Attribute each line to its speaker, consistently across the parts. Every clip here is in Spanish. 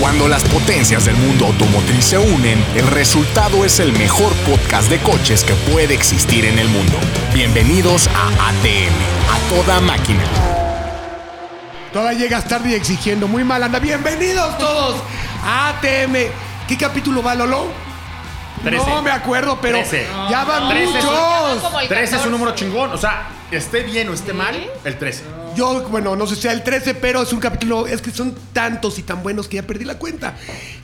Speaker 1: Cuando las potencias del mundo automotriz se unen, el resultado es el mejor podcast de coches que puede existir en el mundo. Bienvenidos a ATM, a toda máquina.
Speaker 2: Todavía llegas tarde y exigiendo. Muy mal anda. Bienvenidos todos a ATM. ¿Qué capítulo va, Lolo?
Speaker 3: Trece.
Speaker 2: No me acuerdo, pero
Speaker 3: Trece.
Speaker 2: ya van
Speaker 3: Trece es-
Speaker 2: muchos.
Speaker 4: Como el
Speaker 3: 13 es
Speaker 4: 14.
Speaker 3: un número chingón, o sea, esté bien o esté mal, el 13.
Speaker 2: Yo, bueno, no sé si sea el 13, pero es un capítulo, es que son tantos y tan buenos que ya perdí la cuenta.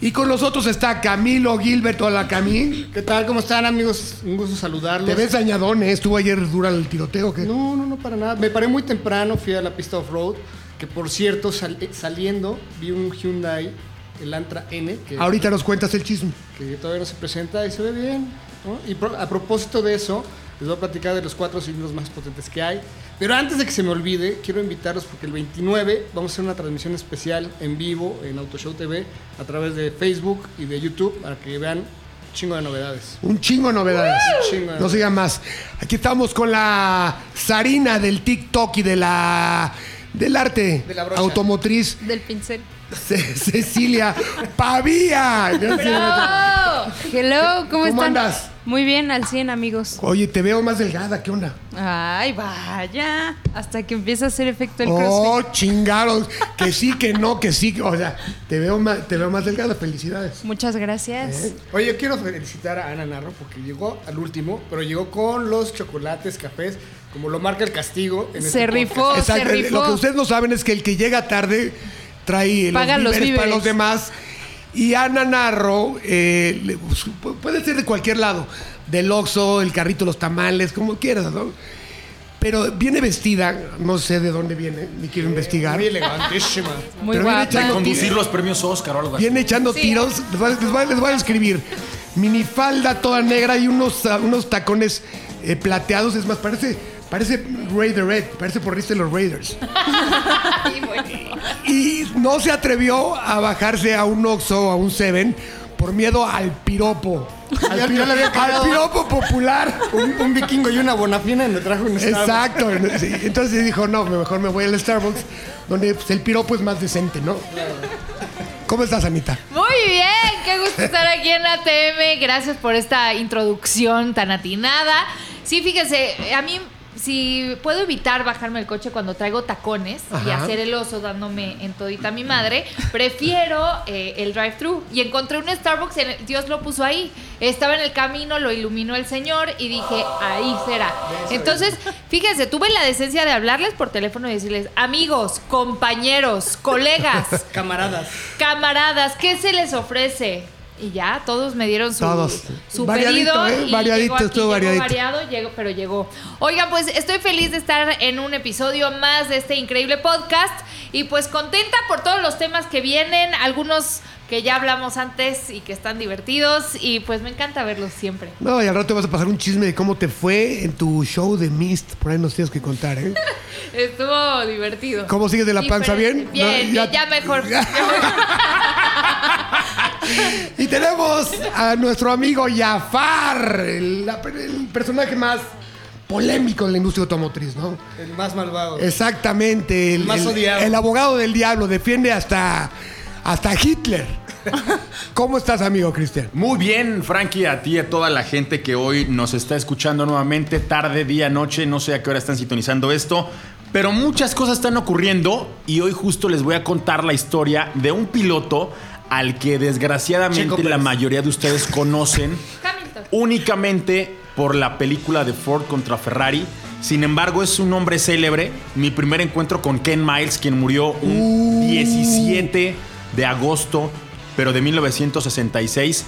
Speaker 2: Y con nosotros está Camilo Gilbert, hola Camil.
Speaker 5: ¿Qué tal? ¿Cómo están, amigos? Un gusto saludarlos.
Speaker 2: Te ves dañadón, ¿eh? ¿Estuvo ayer dura el tiroteo? o ¿qué?
Speaker 5: No, no, no, para nada. Me paré muy temprano, fui a la pista off-road, que por cierto, sal- eh, saliendo, vi un Hyundai, el Antra N, que,
Speaker 2: Ahorita nos cuentas el chisme.
Speaker 5: que todavía no se presenta y se ve bien. ¿no? Y pro- a propósito de eso, les voy a platicar de los cuatro cilindros más potentes que hay. Pero antes de que se me olvide, quiero invitarlos porque el 29 vamos a hacer una transmisión especial en vivo en Autoshow TV a través de Facebook y de YouTube para que vean un chingo de novedades.
Speaker 2: Un chingo de novedades.
Speaker 5: Un chingo de
Speaker 2: No sigan más. Aquí estamos con la Sarina del TikTok y de la del arte
Speaker 5: De la brocha.
Speaker 2: automotriz
Speaker 4: Del pincel.
Speaker 2: Ce- Cecilia Pavía.
Speaker 4: ¡Bravo! Hello, ¿cómo,
Speaker 2: ¿Cómo
Speaker 4: están?
Speaker 2: andas?
Speaker 4: Muy bien, al 100, amigos.
Speaker 2: Oye, te veo más delgada, ¿qué onda?
Speaker 4: Ay, vaya. Hasta que empieza a hacer efecto el
Speaker 2: Oh,
Speaker 4: crossfit.
Speaker 2: chingaron. Que sí, que no, que sí. que- O sea, te veo más, te veo más delgada. Felicidades.
Speaker 4: Muchas gracias.
Speaker 2: Eh,
Speaker 5: Oye, yo quiero felicitar a Ana Narro porque llegó al último, pero llegó con los chocolates, cafés, como lo marca el castigo. En este
Speaker 4: Se rifó,
Speaker 5: podcast.
Speaker 4: se rifó.
Speaker 2: Lo que ustedes no saben es que el que llega tarde trae
Speaker 4: Paga
Speaker 2: los,
Speaker 4: los
Speaker 2: víveres para
Speaker 4: víveres.
Speaker 2: los demás. Y Ana Narro eh, le- su- puede ser de cualquier lado, del Oxxo, el carrito, los tamales, como quieras, ¿no? Pero viene vestida, no sé de dónde viene, ni quiero investigar.
Speaker 5: Muy elegantísima.
Speaker 4: Muy
Speaker 2: Pero bien hecha
Speaker 4: guapa.
Speaker 2: y
Speaker 3: Conducir los premios Oscar o algo así.
Speaker 2: Viene echando tiros. Les voy, a- les voy a- les voy a escribir. Minifalda toda negra y unos, ah, unos tacones eh, plateados. Es más, parece, parece Raider Red. Parece por de los Raiders. y no se atrevió a bajarse a un Oxxo o a un Seven por miedo al piropo. Al,
Speaker 5: Ya-
Speaker 2: piro-
Speaker 5: ya le había
Speaker 2: al
Speaker 5: cagado.
Speaker 2: piropo popular.
Speaker 5: Un, un vikingo y una bonafina me trajo un Starbucks.
Speaker 2: Exacto. Sí, Entonces dijo, no, mejor me voy al Starbucks, donde pues, el piropo es más decente, ¿no? ¿Cómo estás, Anita?
Speaker 6: Muy bien, qué gusto estar aquí en ATM. Gracias por esta introducción tan atinada. Sí, fíjense, a mí si puedo evitar bajarme el coche cuando traigo tacones y
Speaker 2: Ajá.
Speaker 6: hacer el oso dándome en todita a mi madre, prefiero eh, el drive-thru. Y encontré un Starbucks, en- Dios lo puso ahí. Estaba en el camino, lo iluminó el señor y dije, ahí será. Entonces, fíjense, tuve la decencia de hablarles por teléfono y decirles, amigos, compañeros, colegas,
Speaker 5: Camaradas.
Speaker 6: Camaradas, ¿qué se les ofrece? Y ya, todos me dieron su,
Speaker 2: Todos.
Speaker 6: su
Speaker 2: Variadito,
Speaker 6: pedido.
Speaker 2: ¿eh?
Speaker 6: y
Speaker 2: Variadito,
Speaker 6: llegó aquí,
Speaker 2: estuvo
Speaker 6: llegó
Speaker 2: variadito.
Speaker 6: variado, llegó- pero llegó. Oigan, pues estoy feliz de estar en un episodio más de este increíble podcast. Y pues contenta por todos los temas que vienen, algunos que ya hablamos antes y que están divertidos. Y pues me encanta verlos siempre.
Speaker 2: No, y al rato vas a pasar un chisme de cómo te fue en tu show de Mist. Por ahí nos tienes que contar, ¿eh?
Speaker 6: Estuvo divertido.
Speaker 2: ¿Cómo sigues de la panza?
Speaker 6: Diferente.
Speaker 2: ¿Bien?
Speaker 6: Bien,
Speaker 2: No,
Speaker 6: ya,
Speaker 2: ya-
Speaker 6: mejor.
Speaker 2: Y tenemos a nuestro amigo Jafar, el, la- el personaje más polémico en la industria automotriz, ¿no?
Speaker 5: El más malvado.
Speaker 2: Exactamente. El,
Speaker 5: Más
Speaker 2: el-
Speaker 5: odiado.
Speaker 2: el abogado del diablo defiende hasta, hasta Hitler. ¿Cómo estás, amigo Cristian?
Speaker 3: Muy bien, Frankie, a ti y a toda la gente que hoy nos está escuchando nuevamente, tarde, día, noche, no sé a qué hora están sintonizando esto, pero muchas cosas están ocurriendo y hoy justo les voy a contar la historia de un piloto al que
Speaker 5: Checo
Speaker 3: desgraciadamente
Speaker 5: Pérez.
Speaker 3: la mayoría de ustedes conocen.
Speaker 6: Hamilton.
Speaker 3: únicamente por la película de Ford contra Ferrari. Sin embargo, es un hombre célebre. Mi primer encuentro con Ken Miles, quien murió un 17 de agosto, pero de 1966,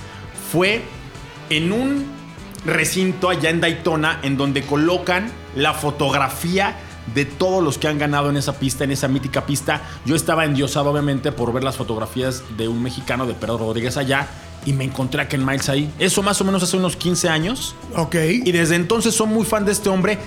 Speaker 3: fue en un recinto allá en Daytona, en donde colocan la fotografía de todos los que han ganado en esa pista, en esa mítica pista. Yo estaba endiosado, obviamente, por ver las fotografías de un mexicano, de Pedro Rodríguez allá, y me encontré a Ken Miles ahí. Eso más o menos hace unos 15 años.
Speaker 2: Ok.
Speaker 3: Y desde entonces son muy fan de este hombre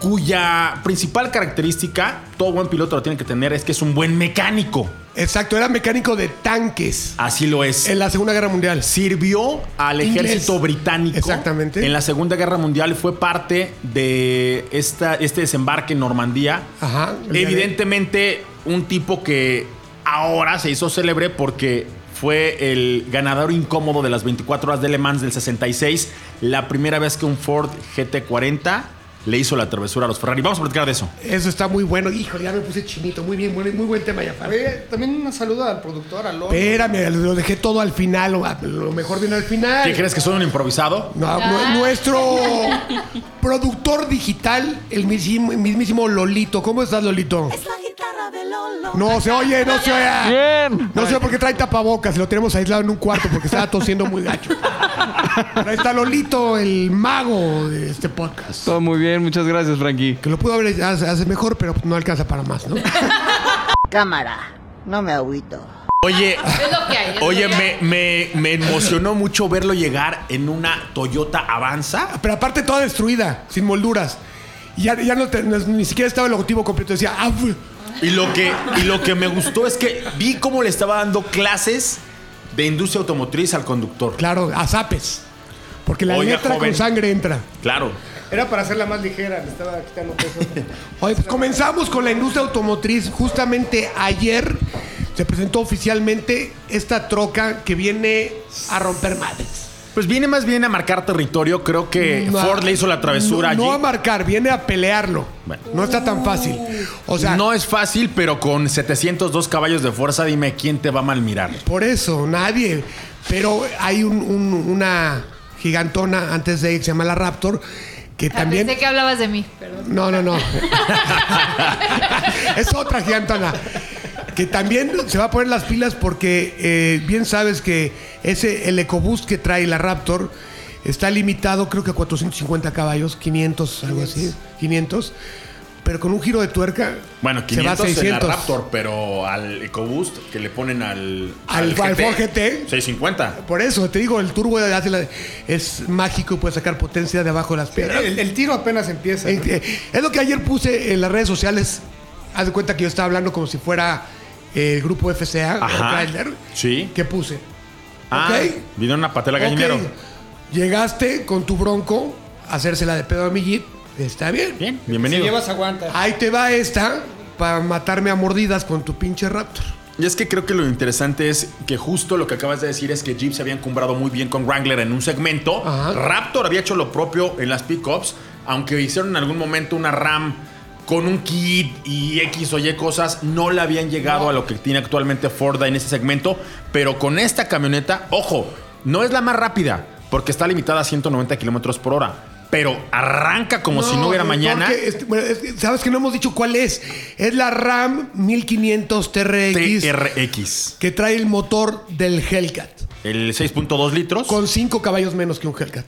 Speaker 3: cuya principal característica, todo buen piloto lo tiene que tener, es que es un buen mecánico.
Speaker 2: Exacto, era mecánico de tanques
Speaker 3: Así lo es.
Speaker 2: en la Segunda Guerra Mundial.
Speaker 3: Sirvió al
Speaker 2: Inglés.
Speaker 3: ejército británico.
Speaker 2: Exactamente.
Speaker 3: En la Segunda Guerra Mundial fue parte de esta, este desembarque en Normandía.
Speaker 2: Ajá. el día de-
Speaker 3: Evidentemente, un tipo que ahora se hizo célebre porque fue el ganador incómodo de las 24 horas de Le Mans del 66, la primera vez que un Ford GT40 le hizo la travesura a los Ferrari. Vamos a platicar de eso.
Speaker 2: Eso está muy bueno. Híjole, ya me puse chinito. Muy bien, muy, muy buen tema, ya.
Speaker 5: Oye, también un saludo al productor, al Lolo.
Speaker 2: Espérame, lo dejé todo al final. Lo, lo mejor viene al final.
Speaker 3: ¿Qué crees que soy un improvisado?
Speaker 2: No, nu- nuestro productor digital, el mismísimo, mismísimo Lolito. ¿Cómo estás, Lolito? Es la guitarra de Lolo. No se oye, no se oye. Bien. No sé por qué trae tapabocas. Lo tenemos aislado en un cuarto porque estaba tosiendo muy gacho. Pero ahí está Lolito, el mago de este podcast.
Speaker 7: Todo muy bien, muchas gracias, Frankie.
Speaker 2: Que lo pudo haber hecho- hace, hace mejor, pero no alcanza para más, ¿no?
Speaker 8: Cámara, no me agüito.
Speaker 3: Oye,
Speaker 6: Es lo que hay. es
Speaker 3: oye,
Speaker 6: lo que hay.
Speaker 3: me, me- me emocionó mucho verlo llegar en una Toyota Avanza.
Speaker 2: Pero aparte toda destruida, sin molduras. Y ya, ya no te- no- ni siquiera estaba el logotipo completo. Decía, "Ah, fu-".
Speaker 3: Y lo, que, y lo que me gustó es que vi cómo le estaba dando clases de industria automotriz al conductor.
Speaker 2: claro, a zapes. Porque la
Speaker 3: Oiga,
Speaker 2: letra
Speaker 3: joven.
Speaker 2: con sangre entra.
Speaker 3: Claro.
Speaker 5: Era para hacerla más ligera, le estaba quitando peso.
Speaker 2: Oye, pues comenzamos con la industria automotriz. Justamente ayer se presentó oficialmente esta troca que viene a romper madres.
Speaker 3: Pues viene más bien a marcar territorio. Creo que
Speaker 2: No,
Speaker 3: Ford le hizo la travesura
Speaker 2: Mm, no, no a
Speaker 3: allí.
Speaker 2: marcar, viene a pelearlo.
Speaker 3: Bueno.
Speaker 2: No está tan fácil. O sea,
Speaker 3: no es fácil, pero con 702 caballos de fuerza, dime quién te va a malmirar.
Speaker 2: Por eso, nadie. Pero hay un- un- una gigantona antes de ella que se llama la Raptor, que
Speaker 6: Ah,
Speaker 2: también...
Speaker 6: Pensé que hablabas de mí, perdón.
Speaker 2: No, no, no. es otra gigantona. Que también se va a poner las pilas porque eh, bien sabes que ese, el ecobús que trae la Raptor está limitado creo que a 450 caballos, 500, algo así, 500. Pero con un giro de tuerca
Speaker 3: Bueno,
Speaker 2: se va a
Speaker 3: 500 en la
Speaker 2: 600.
Speaker 3: Raptor, pero al EcoBoost que le ponen al
Speaker 2: Al- al Ford GT.
Speaker 3: 650.
Speaker 2: Por eso, te digo, el turbo hace la- es mágico y puede sacar potencia de abajo de las piedras.
Speaker 5: El, el tiro apenas empieza. ¿no?
Speaker 2: Eh, eh, Es lo que ayer puse en las redes sociales. Haz de cuenta que yo estaba hablando como si fuera eh, el grupo FCA, el
Speaker 3: Ajá.
Speaker 2: trailer,
Speaker 3: Sí.
Speaker 2: que puse.
Speaker 3: Ah,
Speaker 2: Ok.
Speaker 3: vino una patela gallinero.
Speaker 2: Ok, Llegaste con tu bronco a hacérsela de pedo a mi jeep. Está bien.
Speaker 3: Bien,
Speaker 5: Si
Speaker 3: bienvenido.
Speaker 5: llevas, aguanta.
Speaker 2: Ahí te va esta para matarme a mordidas con tu pinche Raptor.
Speaker 3: Y es que creo que lo interesante es que justo lo que acabas de decir es que Jeep se habían cumbrado muy bien con Wrangler en un segmento.
Speaker 2: Ajá.
Speaker 3: Raptor había hecho lo propio en las pickups, aunque hicieron en algún momento una RAM con un kit y X o Y cosas, no le habían llegado a lo que tiene actualmente Ford en ese segmento, pero con esta camioneta, ojo, no es la más rápida, porque está limitada a 190 kilómetros por hora, pero arranca como si no hubiera
Speaker 2: eh,
Speaker 3: mañana.
Speaker 2: porque, este, bueno, es que, Sabes que no hemos dicho cuál es. Es la RAM 1500 TRX
Speaker 3: TRX,
Speaker 2: que trae el motor del Hellcat.
Speaker 3: el 6.2 litros.
Speaker 2: Con 5 caballos menos que un Hellcat.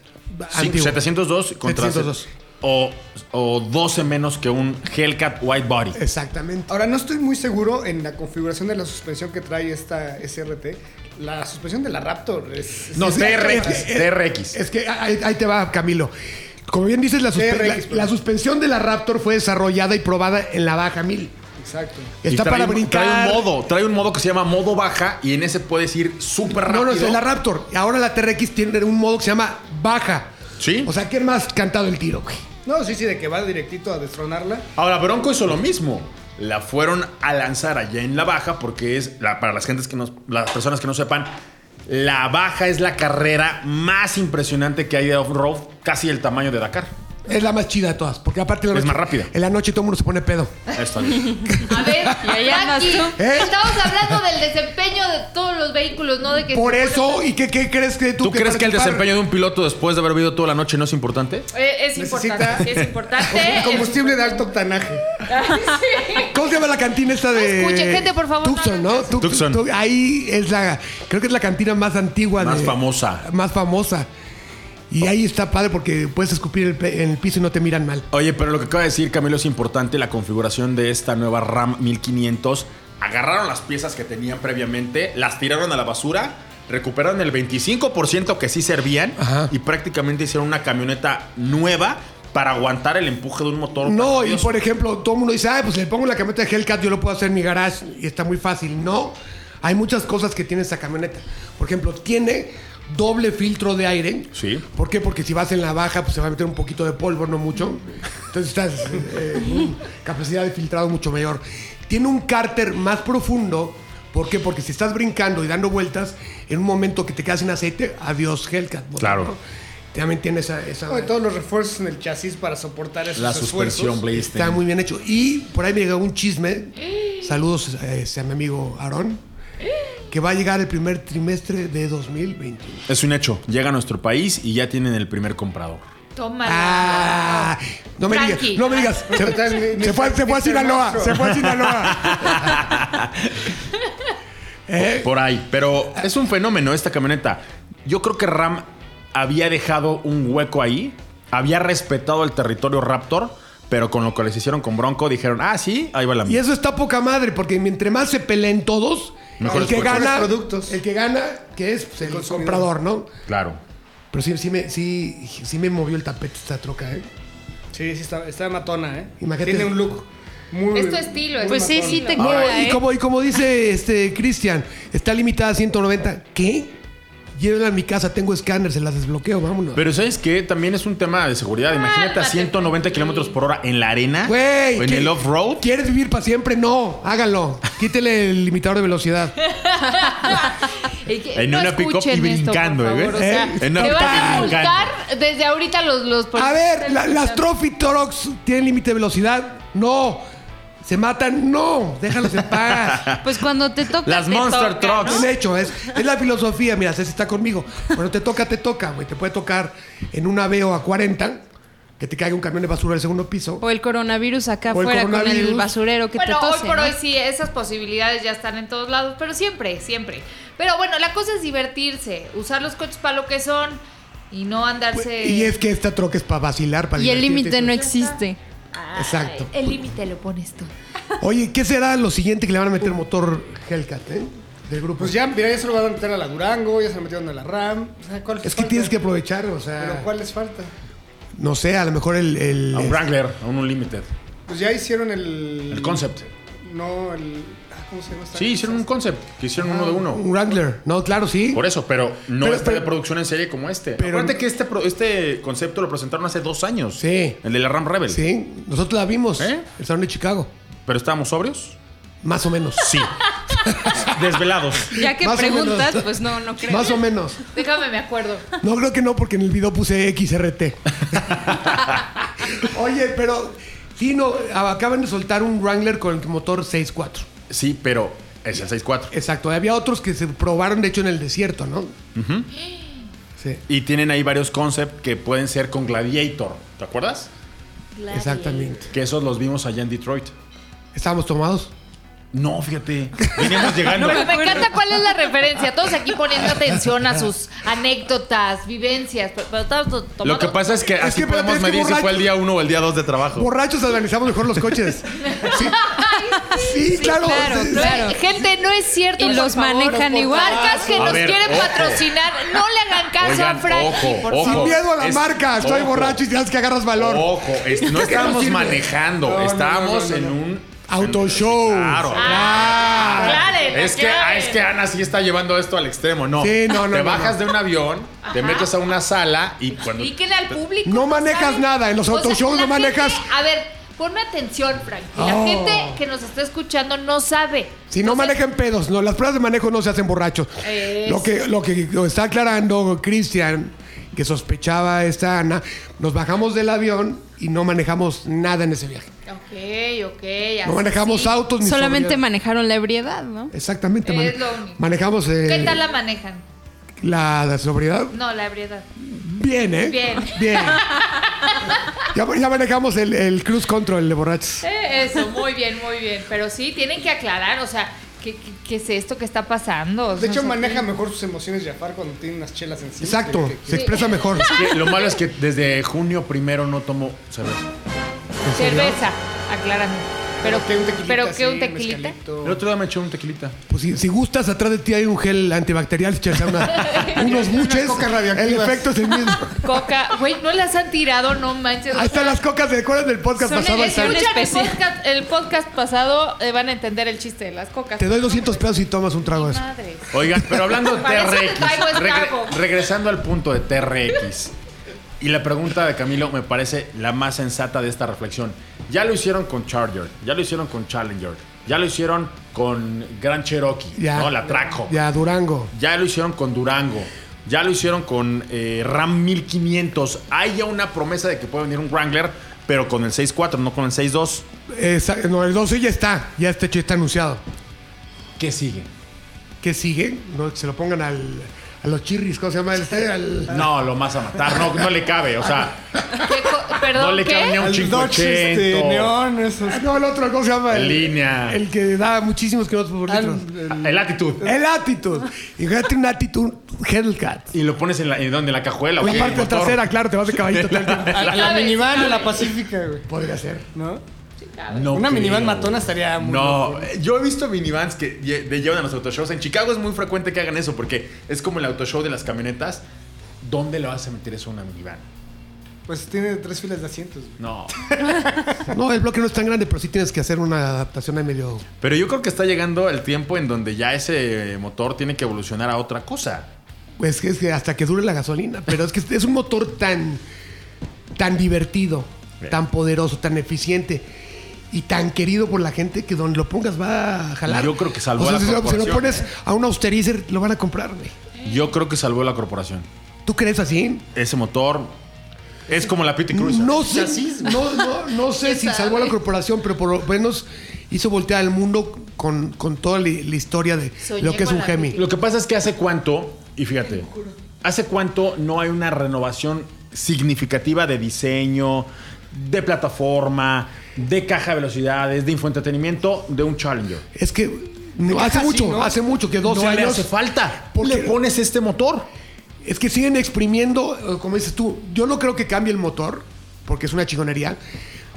Speaker 3: Sí,
Speaker 2: antiguo.
Speaker 3: 702 contra
Speaker 2: 702.
Speaker 3: O, o 12 menos que un Hellcat White Body.
Speaker 2: Exactamente.
Speaker 5: Ahora, no estoy muy seguro en la configuración de la suspensión que trae esta SRT. La suspensión de la Raptor es. es-
Speaker 3: No,
Speaker 5: es-
Speaker 3: TRX.
Speaker 2: eh,
Speaker 3: TRX.
Speaker 2: Es que ahí, ahí te va, Camilo. Como bien dices, la, suspe-
Speaker 5: TRX,
Speaker 2: la-
Speaker 5: perdón.
Speaker 2: la suspensión de la Raptor fue desarrollada y probada en la baja 1000.
Speaker 5: Exacto.
Speaker 3: Y
Speaker 2: Está
Speaker 3: trae
Speaker 2: para
Speaker 3: un-
Speaker 2: brincar.
Speaker 3: Trae un modo, trae un modo que se llama modo baja y en ese puedes ir súper rápido.
Speaker 2: No, no, es la Raptor. Ahora la TRX tiene un modo que se llama baja.
Speaker 3: Sí.
Speaker 2: O sea, ¿quién más cantado el tiro, güey?
Speaker 5: No, sí, sí, de que va directito a destronarla.
Speaker 3: Ahora, Bronco hizo lo mismo. La fueron a lanzar allá en la baja porque es, la- para las, gentes que nos, las personas que no sepan, la baja es la carrera más impresionante que hay de off-road, casi el tamaño de Dakar.
Speaker 2: Es la más chida de todas, porque aparte... en la
Speaker 3: Es
Speaker 2: noche-
Speaker 3: más rápida.
Speaker 2: En la noche todo el mundo se pone pedo.
Speaker 3: Está bien.
Speaker 6: A ver,
Speaker 4: Y ahí andas
Speaker 6: Jackie,
Speaker 4: tú.
Speaker 2: ¿Eh?
Speaker 6: estamos hablando del desempeño de todos los vehículos, no de que.
Speaker 2: Por eso, ¿y qué, qué crees que tú...
Speaker 3: ¿Tú crees que el
Speaker 2: participar-
Speaker 3: desempeño de un piloto después de haber vivido toda la noche no es importante?
Speaker 6: Eh, es
Speaker 5: Necesita-
Speaker 6: importante, sí es importante.
Speaker 5: Combustible de alto octanaje.
Speaker 2: ¿Cómo se llama la cantina esta de.?
Speaker 6: No escuchen, gente, por favor,
Speaker 2: Tucson,
Speaker 6: no
Speaker 2: ¿no?
Speaker 6: hagan
Speaker 2: Tu- tu-
Speaker 3: Tucson.
Speaker 2: tu- ahí es la. Creo que es la cantina más antigua.
Speaker 3: Más
Speaker 2: de-
Speaker 3: famosa.
Speaker 2: Más famosa. Y ahí está padre porque puedes escupir el pe- en el piso y no te miran mal.
Speaker 3: Oye, pero lo que acaba de decir Camilo es importante, la configuración de esta nueva RAM 1500. Agarraron las piezas que tenían previamente, las tiraron a la basura, recuperaron el 25% que sí servían
Speaker 2: Ajá.
Speaker 3: y prácticamente hicieron una camioneta nueva para aguantar el empuje de un motor.
Speaker 2: No, y
Speaker 3: Dios.
Speaker 2: por ejemplo, todo el mundo dice, ay, pues le pongo la camioneta de Hellcat, yo lo puedo hacer en mi garage y está muy fácil. No, hay muchas cosas que tiene esta camioneta. Por ejemplo, tiene doble filtro de aire.
Speaker 3: Sí.
Speaker 2: ¿Por qué? Porque si vas en la baja, pues se va a meter un poquito de polvo, no mucho. Entonces estás eh, en capacidad de filtrado mucho mayor. Tiene un cárter más profundo ¿Por qué? Porque si estás brincando y dando vueltas, en un momento que te quedas sin aceite, adiós Hellcat. ¿no?
Speaker 3: Claro.
Speaker 2: También tiene esa... esa
Speaker 5: No, y todos los refuerzos en el chasis para soportar esos
Speaker 3: La
Speaker 5: esfuerzos.
Speaker 3: suspensión Blaisten.
Speaker 2: Está muy bien hecho. Y por ahí me llegó un chisme. Saludos eh, a mi amigo Aarón. Que va a llegar el primer trimestre de 2021.
Speaker 3: Es un hecho. Llega a nuestro país y ya tienen el primer comprador.
Speaker 6: Toma.
Speaker 2: Ah, no me digas,
Speaker 6: Tranqui.
Speaker 2: no me digas. Se, se fue, se fue a Sinaloa, se fue a Sinaloa.
Speaker 3: Por ahí. Pero es un fenómeno esta camioneta. Yo creo que Ram había dejado un hueco ahí. Había respetado el territorio Raptor. Pero con lo que les hicieron con Bronco, dijeron, ah, sí, ahí va la
Speaker 2: Y
Speaker 3: mía.
Speaker 2: eso está poca madre, porque mientras más se peleen todos,
Speaker 3: Mejores
Speaker 2: el que
Speaker 3: productos.
Speaker 2: gana,
Speaker 5: Mejores productos.
Speaker 2: el que gana, que es pues, el
Speaker 5: consumidor.
Speaker 2: comprador, ¿no?
Speaker 3: Claro.
Speaker 2: Pero sí, sí me, sí, sí me movió el tapete esta troca, ¿eh?
Speaker 5: Sí, sí, está, está matona, ¿eh?
Speaker 2: Imagínate.
Speaker 5: Tiene un look muy...
Speaker 6: Es tu estilo, es
Speaker 4: Pues
Speaker 6: tu
Speaker 4: sí,
Speaker 6: estilo.
Speaker 4: sí te
Speaker 2: No,
Speaker 4: queda,
Speaker 2: y,
Speaker 4: ¿eh?
Speaker 2: como, y como dice este Cristian, está limitada a 190. ¿Qué? Llévenla a mi casa, tengo escáner, se las desbloqueo, vámonos.
Speaker 3: Pero ¿sabes qué? También es un tema de
Speaker 6: Ah,
Speaker 3: seguridad. Imagínate a
Speaker 6: Cálmate,
Speaker 3: 190
Speaker 6: Frankie.
Speaker 3: kilómetros por hora en la arena.
Speaker 2: Güey,
Speaker 3: o en
Speaker 2: ¿qué-
Speaker 3: el off-road.
Speaker 2: ¿Quieres vivir para siempre? No, háganlo. Quítele el limitador de velocidad.
Speaker 6: Y que
Speaker 3: En una pick-up y
Speaker 6: escuchen
Speaker 3: brincando,
Speaker 6: esto, por favor,
Speaker 3: ¿eh?
Speaker 6: o sea,
Speaker 3: ¿Eh? En una
Speaker 6: te
Speaker 3: pick-up
Speaker 6: van a
Speaker 3: y brincando.
Speaker 6: multar desde ahorita los... los
Speaker 2: A
Speaker 6: policías
Speaker 2: ver,
Speaker 6: del-
Speaker 2: la- las Trophy Torox tienen límite de velocidad. No. ¿Se matan? No. Déjalos en paz.
Speaker 4: Pues cuando te toca.
Speaker 3: Las
Speaker 4: te
Speaker 3: Monster
Speaker 4: toca,
Speaker 3: Trucks.
Speaker 4: ¿no?
Speaker 2: Bien hecho, es, es la filosofía. Mira, Ceci está conmigo. Bueno, te toca, te toca, güey. Te puede tocar en una veo a 40, que te caiga un camión de basura del segundo piso.
Speaker 4: O el coronavirus acá
Speaker 2: O el
Speaker 4: afuera con
Speaker 2: coronavirus.
Speaker 4: el basurero que
Speaker 6: bueno,
Speaker 4: te tose.
Speaker 6: hoy por
Speaker 4: ¿no?
Speaker 6: hoy sí, esas posibilidades ya están en todos lados, pero siempre, siempre. Pero bueno, la cosa es divertirse, usar los coches para lo que son y no andarse...
Speaker 2: Pues, Y es que esta troca es para vacilar, para
Speaker 4: Y el
Speaker 2: divertirte.
Speaker 4: límite no existe.
Speaker 6: Ay,
Speaker 2: Exacto.
Speaker 6: El límite lo pones tú.
Speaker 2: Oye, ¿qué será lo siguiente que le van a meter motor Hellcat, eh? Del grupo.
Speaker 5: Pues ya, mira, ya se lo van a meter a la Durango, ya se lo metieron a la RAM. O sea, ¿cuál les
Speaker 2: es que
Speaker 5: falta?
Speaker 2: tienes que aprovechar, o sea.
Speaker 5: ¿Pero cuál les falta?
Speaker 2: No sé, a lo mejor el. el-
Speaker 3: A un Wrangler, a un Unlimited.
Speaker 5: Pues ya hicieron el...
Speaker 3: El concept.
Speaker 5: No, el... ah, ¿Cómo se llama? esta
Speaker 3: Sí,
Speaker 5: cosa?
Speaker 3: hicieron un concept. Que hicieron uno de uno.
Speaker 2: un Wrangler. No, claro, sí.
Speaker 3: Por eso, pero no
Speaker 2: Pero-
Speaker 3: está de
Speaker 2: pero-
Speaker 3: producción en serie como este.
Speaker 2: pero-
Speaker 3: Acuérdate que este, pro- este concepto lo presentaron hace dos años.
Speaker 2: Sí.
Speaker 3: El de la Ram Rebel.
Speaker 2: Sí, nosotros la vimos.
Speaker 3: ¿Eh?
Speaker 2: El Salón de Chicago.
Speaker 3: ¿Pero estábamos sobrios?
Speaker 2: Más o menos.
Speaker 3: Sí. Desvelados.
Speaker 4: Ya que
Speaker 2: Más o
Speaker 4: preguntas,
Speaker 2: menos.
Speaker 4: pues no, no creo.
Speaker 2: Más o menos.
Speaker 6: Déjame, me acuerdo.
Speaker 2: No creo que no, porque en el video puse XRT. Oye, pero. Sí, no, acaban de soltar un Wrangler con el motor 6.4.
Speaker 3: Sí, pero es el 6.4.
Speaker 2: Exacto, había otros que se probaron, de hecho, en el desierto, ¿no? Sí,
Speaker 3: Y tienen ahí varios concepts que pueden ser con Gladiator. ¿Te acuerdas?
Speaker 2: exactamente.
Speaker 3: Que esos los vimos allá en Detroit.
Speaker 2: ¿Estábamos tomados?
Speaker 3: No, fíjate. Veníamos llegando.
Speaker 6: Pero me encanta cuál es la referencia. Todos aquí poniendo atención a sus anécdotas, vivencias. Pero, pero todos to-
Speaker 3: Lo
Speaker 6: tomando-
Speaker 3: que pasa es que
Speaker 2: Es
Speaker 3: así
Speaker 2: que, espérate,
Speaker 3: podemos
Speaker 2: es que
Speaker 3: medir si fue
Speaker 2: borracho-
Speaker 3: el día 1 o el día 2 de trabajo.
Speaker 2: Borrachos organizamos mejor los coches. Sí, Sí, claro.
Speaker 4: claro,
Speaker 2: Sí,
Speaker 6: No es-
Speaker 4: claro.
Speaker 6: Gente, no es cierto.
Speaker 4: Y
Speaker 6: por
Speaker 4: los
Speaker 6: favor. Ah,
Speaker 4: manejan igual.
Speaker 6: Marcas que
Speaker 3: A
Speaker 6: nos
Speaker 3: ver,
Speaker 6: quieren
Speaker 3: ojo.
Speaker 6: patrocinar, no le hagan caso
Speaker 3: Oigan,
Speaker 6: a Frankie,
Speaker 3: ojo,
Speaker 6: por
Speaker 3: ojo.
Speaker 6: favor.
Speaker 2: Sin miedo a la
Speaker 3: Es-
Speaker 2: marca, estoy
Speaker 3: ojo.
Speaker 2: borracho y tienes que agarras valor.
Speaker 3: Ojo, es- no estábamos manejando,
Speaker 5: No, no,
Speaker 3: estábamos
Speaker 5: no, no, no,
Speaker 3: en un
Speaker 2: Auto show.
Speaker 3: Claro.
Speaker 6: Ah, aclaren,
Speaker 3: Es que, ah,
Speaker 6: aclaren.
Speaker 3: es que Ana sí está llevando esto al extremo, no.
Speaker 2: Sí, no, no,
Speaker 3: Te
Speaker 2: no,
Speaker 3: bajas
Speaker 2: no.
Speaker 3: de un avión, te metes a una sala y cuando.
Speaker 6: Explíquenle al público.
Speaker 2: No manejas
Speaker 6: ¿saben?
Speaker 2: nada, en los
Speaker 6: O sea,
Speaker 2: autoshows
Speaker 6: la
Speaker 2: no manejas.
Speaker 6: gente- a ver, ponme atención, Frankie. La
Speaker 2: Oh.
Speaker 6: gente que nos está escuchando no sabe.
Speaker 2: Si no
Speaker 6: Entonces,
Speaker 2: manejan pedos, no, las pruebas de manejo no se hacen borrachos.
Speaker 6: Es-
Speaker 2: Lo que, lo que está aclarando Cristian, que sospechaba esta Ana, nos bajamos del avión y no manejamos nada en ese viaje.
Speaker 6: Ok, ok. así
Speaker 2: No manejamos
Speaker 6: sí.
Speaker 2: autos ni
Speaker 4: Solamente
Speaker 2: sobriedad.
Speaker 4: manejaron la ebriedad, ¿no?
Speaker 2: Exactamente.
Speaker 6: Es
Speaker 2: mane-
Speaker 6: lo único.
Speaker 2: Manejamos eh,
Speaker 6: ¿Qué tal la manejan?
Speaker 2: la, la sobriedad.
Speaker 6: No, la ebriedad.
Speaker 2: Bien, ¿eh?
Speaker 6: Bien.
Speaker 2: ya, ya manejamos el, el cruise control de borrachos.
Speaker 6: Eh, Eso, muy bien, muy bien. Pero sí, tienen que aclarar, o sea, ¿qué, qué- qué es esto que está pasando?
Speaker 5: De hecho,
Speaker 6: No sé
Speaker 5: maneja mejor sus emociones Jafar cuando tiene unas chelas encima.
Speaker 2: Exacto,
Speaker 5: Que- que-
Speaker 2: se expresa mejor.
Speaker 3: Que Lo malo es que desde junio primero no tomo cerveza.
Speaker 6: qué. Cerveza, aclárame. Pero,
Speaker 5: que un tequilita.
Speaker 6: pero que
Speaker 5: así,
Speaker 6: un tequilita.
Speaker 5: mezcalito.
Speaker 3: El otro día me eché un tequilita.
Speaker 2: Pues si, si gustas, atrás de ti hay un gel antibacterial, si echas una- unos buches.
Speaker 5: cocas
Speaker 2: el
Speaker 5: radioactivas.
Speaker 2: efecto es el mismo.
Speaker 6: Coca, güey, no las han tirado, no manches.
Speaker 2: Ahí están las cocas, ¿te acuerdas del podcast
Speaker 4: Son
Speaker 2: pasado?
Speaker 4: el-
Speaker 2: Están-
Speaker 4: son
Speaker 6: Escuchan el
Speaker 4: especial.
Speaker 6: podcast, el podcast pasado, eh, van a entender el chiste de las cocas.
Speaker 2: Te doy 200 pesos y tomas un trago de eso.
Speaker 6: Madres.
Speaker 3: Oigan, pero hablando de
Speaker 6: Para eso te
Speaker 3: TRX,
Speaker 6: traigo este el
Speaker 3: regre-
Speaker 6: trago.
Speaker 3: regresando al punto de TRX. Y la pregunta de Camilo me parece la más sensata de esta reflexión. Ya lo hicieron con Charger, ya lo hicieron con Challenger. Ya lo hicieron con Gran Cherokee,
Speaker 2: Ya.
Speaker 3: ¿no? La Traco. Ya.
Speaker 2: Ya, Durango.
Speaker 3: lo hicieron con Durango. Ya lo hicieron con eh, Ram 1500. Hay ya una promesa de que puede venir un Wrangler, pero con el 6.4, no con el 6.2.
Speaker 2: Esa- no, el 12 ya está. Ya este hecho está anunciado.
Speaker 3: ¿Qué sigue?
Speaker 2: ¿Qué sigue? No, que se lo pongan al, a los chirris. ¿Cómo se llama? El, al-
Speaker 3: No, lo más a matar. No, no le cabe. O sea,
Speaker 6: ¿Qué co- Perdón,
Speaker 3: no le cabe ni
Speaker 6: ¿qué?
Speaker 3: a un
Speaker 5: Al Dodge este,
Speaker 3: 580.
Speaker 5: Neón, esos.
Speaker 2: Ah, no, el otro. ¿Cómo se llama? El,
Speaker 3: Línea.
Speaker 2: El que da muchísimos kilómetros por litro.
Speaker 5: Al-
Speaker 3: El actitud.
Speaker 2: El Attitude. Imagínate un Attitude Hellcat.
Speaker 3: Y lo pones en la, en donde, en la cajuela. o
Speaker 2: La
Speaker 3: qué?
Speaker 2: parte
Speaker 3: Motor.
Speaker 2: trasera, claro, te vas de caballito. todo el tiempo.
Speaker 5: al- A la
Speaker 6: Cabe,
Speaker 5: minivan, a
Speaker 6: cabe.
Speaker 5: la pacífica, güey.
Speaker 2: Podría ser.
Speaker 5: ¿No?
Speaker 3: No
Speaker 5: Una
Speaker 3: creo.
Speaker 5: minivan matona estaría muy.
Speaker 3: No, eh, yo he visto minivans que lle- de llevan a los autoshows. En Chicago es muy frecuente que hagan eso porque es como el autoshow de las camionetas. ¿Dónde le vas a meter eso a una minivan?
Speaker 5: Pues tiene tres filas de asientos, güey.
Speaker 3: No.
Speaker 2: No, el bloque no es tan grande, pero sí tienes que hacer una adaptación a medio.
Speaker 3: Pero yo creo que está llegando el tiempo en donde ya ese motor tiene que evolucionar a otra cosa.
Speaker 2: Pues que es que hasta que dure la gasolina. Pero es que es un motor tan, tan divertido, tan poderoso, tan eficiente y tan querido por la gente que donde lo pongas va a jalar.
Speaker 3: Yo creo que salvó
Speaker 2: O sea,
Speaker 3: a la
Speaker 2: si lo- si, lo
Speaker 3: corporación,
Speaker 2: pones
Speaker 3: ¿eh?
Speaker 2: a un austerizer, lo van a comprar, güey.
Speaker 3: Yo creo que salvó la corporación.
Speaker 2: ¿Tú crees así?
Speaker 3: Ese motor es como la PT Cruiser.
Speaker 2: No sé, no, no, no sé si salvó a la corporación, pero por lo menos hizo voltear al mundo con, con toda la, la historia de
Speaker 6: Soñé
Speaker 2: lo que es
Speaker 6: con
Speaker 2: un
Speaker 6: la
Speaker 2: Hemi.
Speaker 6: Titi.
Speaker 3: Lo que pasa es que hace cuánto, y fíjate, hace cuánto no hay una renovación significativa de diseño, de plataforma, de caja de velocidades, de infoentretenimiento de un Challenger.
Speaker 2: Es que no, hace
Speaker 5: así,
Speaker 2: mucho,
Speaker 5: ¿no?
Speaker 2: hace mucho que 12
Speaker 3: Ah, no le
Speaker 2: años.
Speaker 3: hace falta.
Speaker 2: ¿Por
Speaker 3: le
Speaker 2: qué?
Speaker 3: pones este motor.
Speaker 2: Es que siguen exprimiendo, eh, como dices tú, yo no creo que cambie el motor, porque es una chingonería,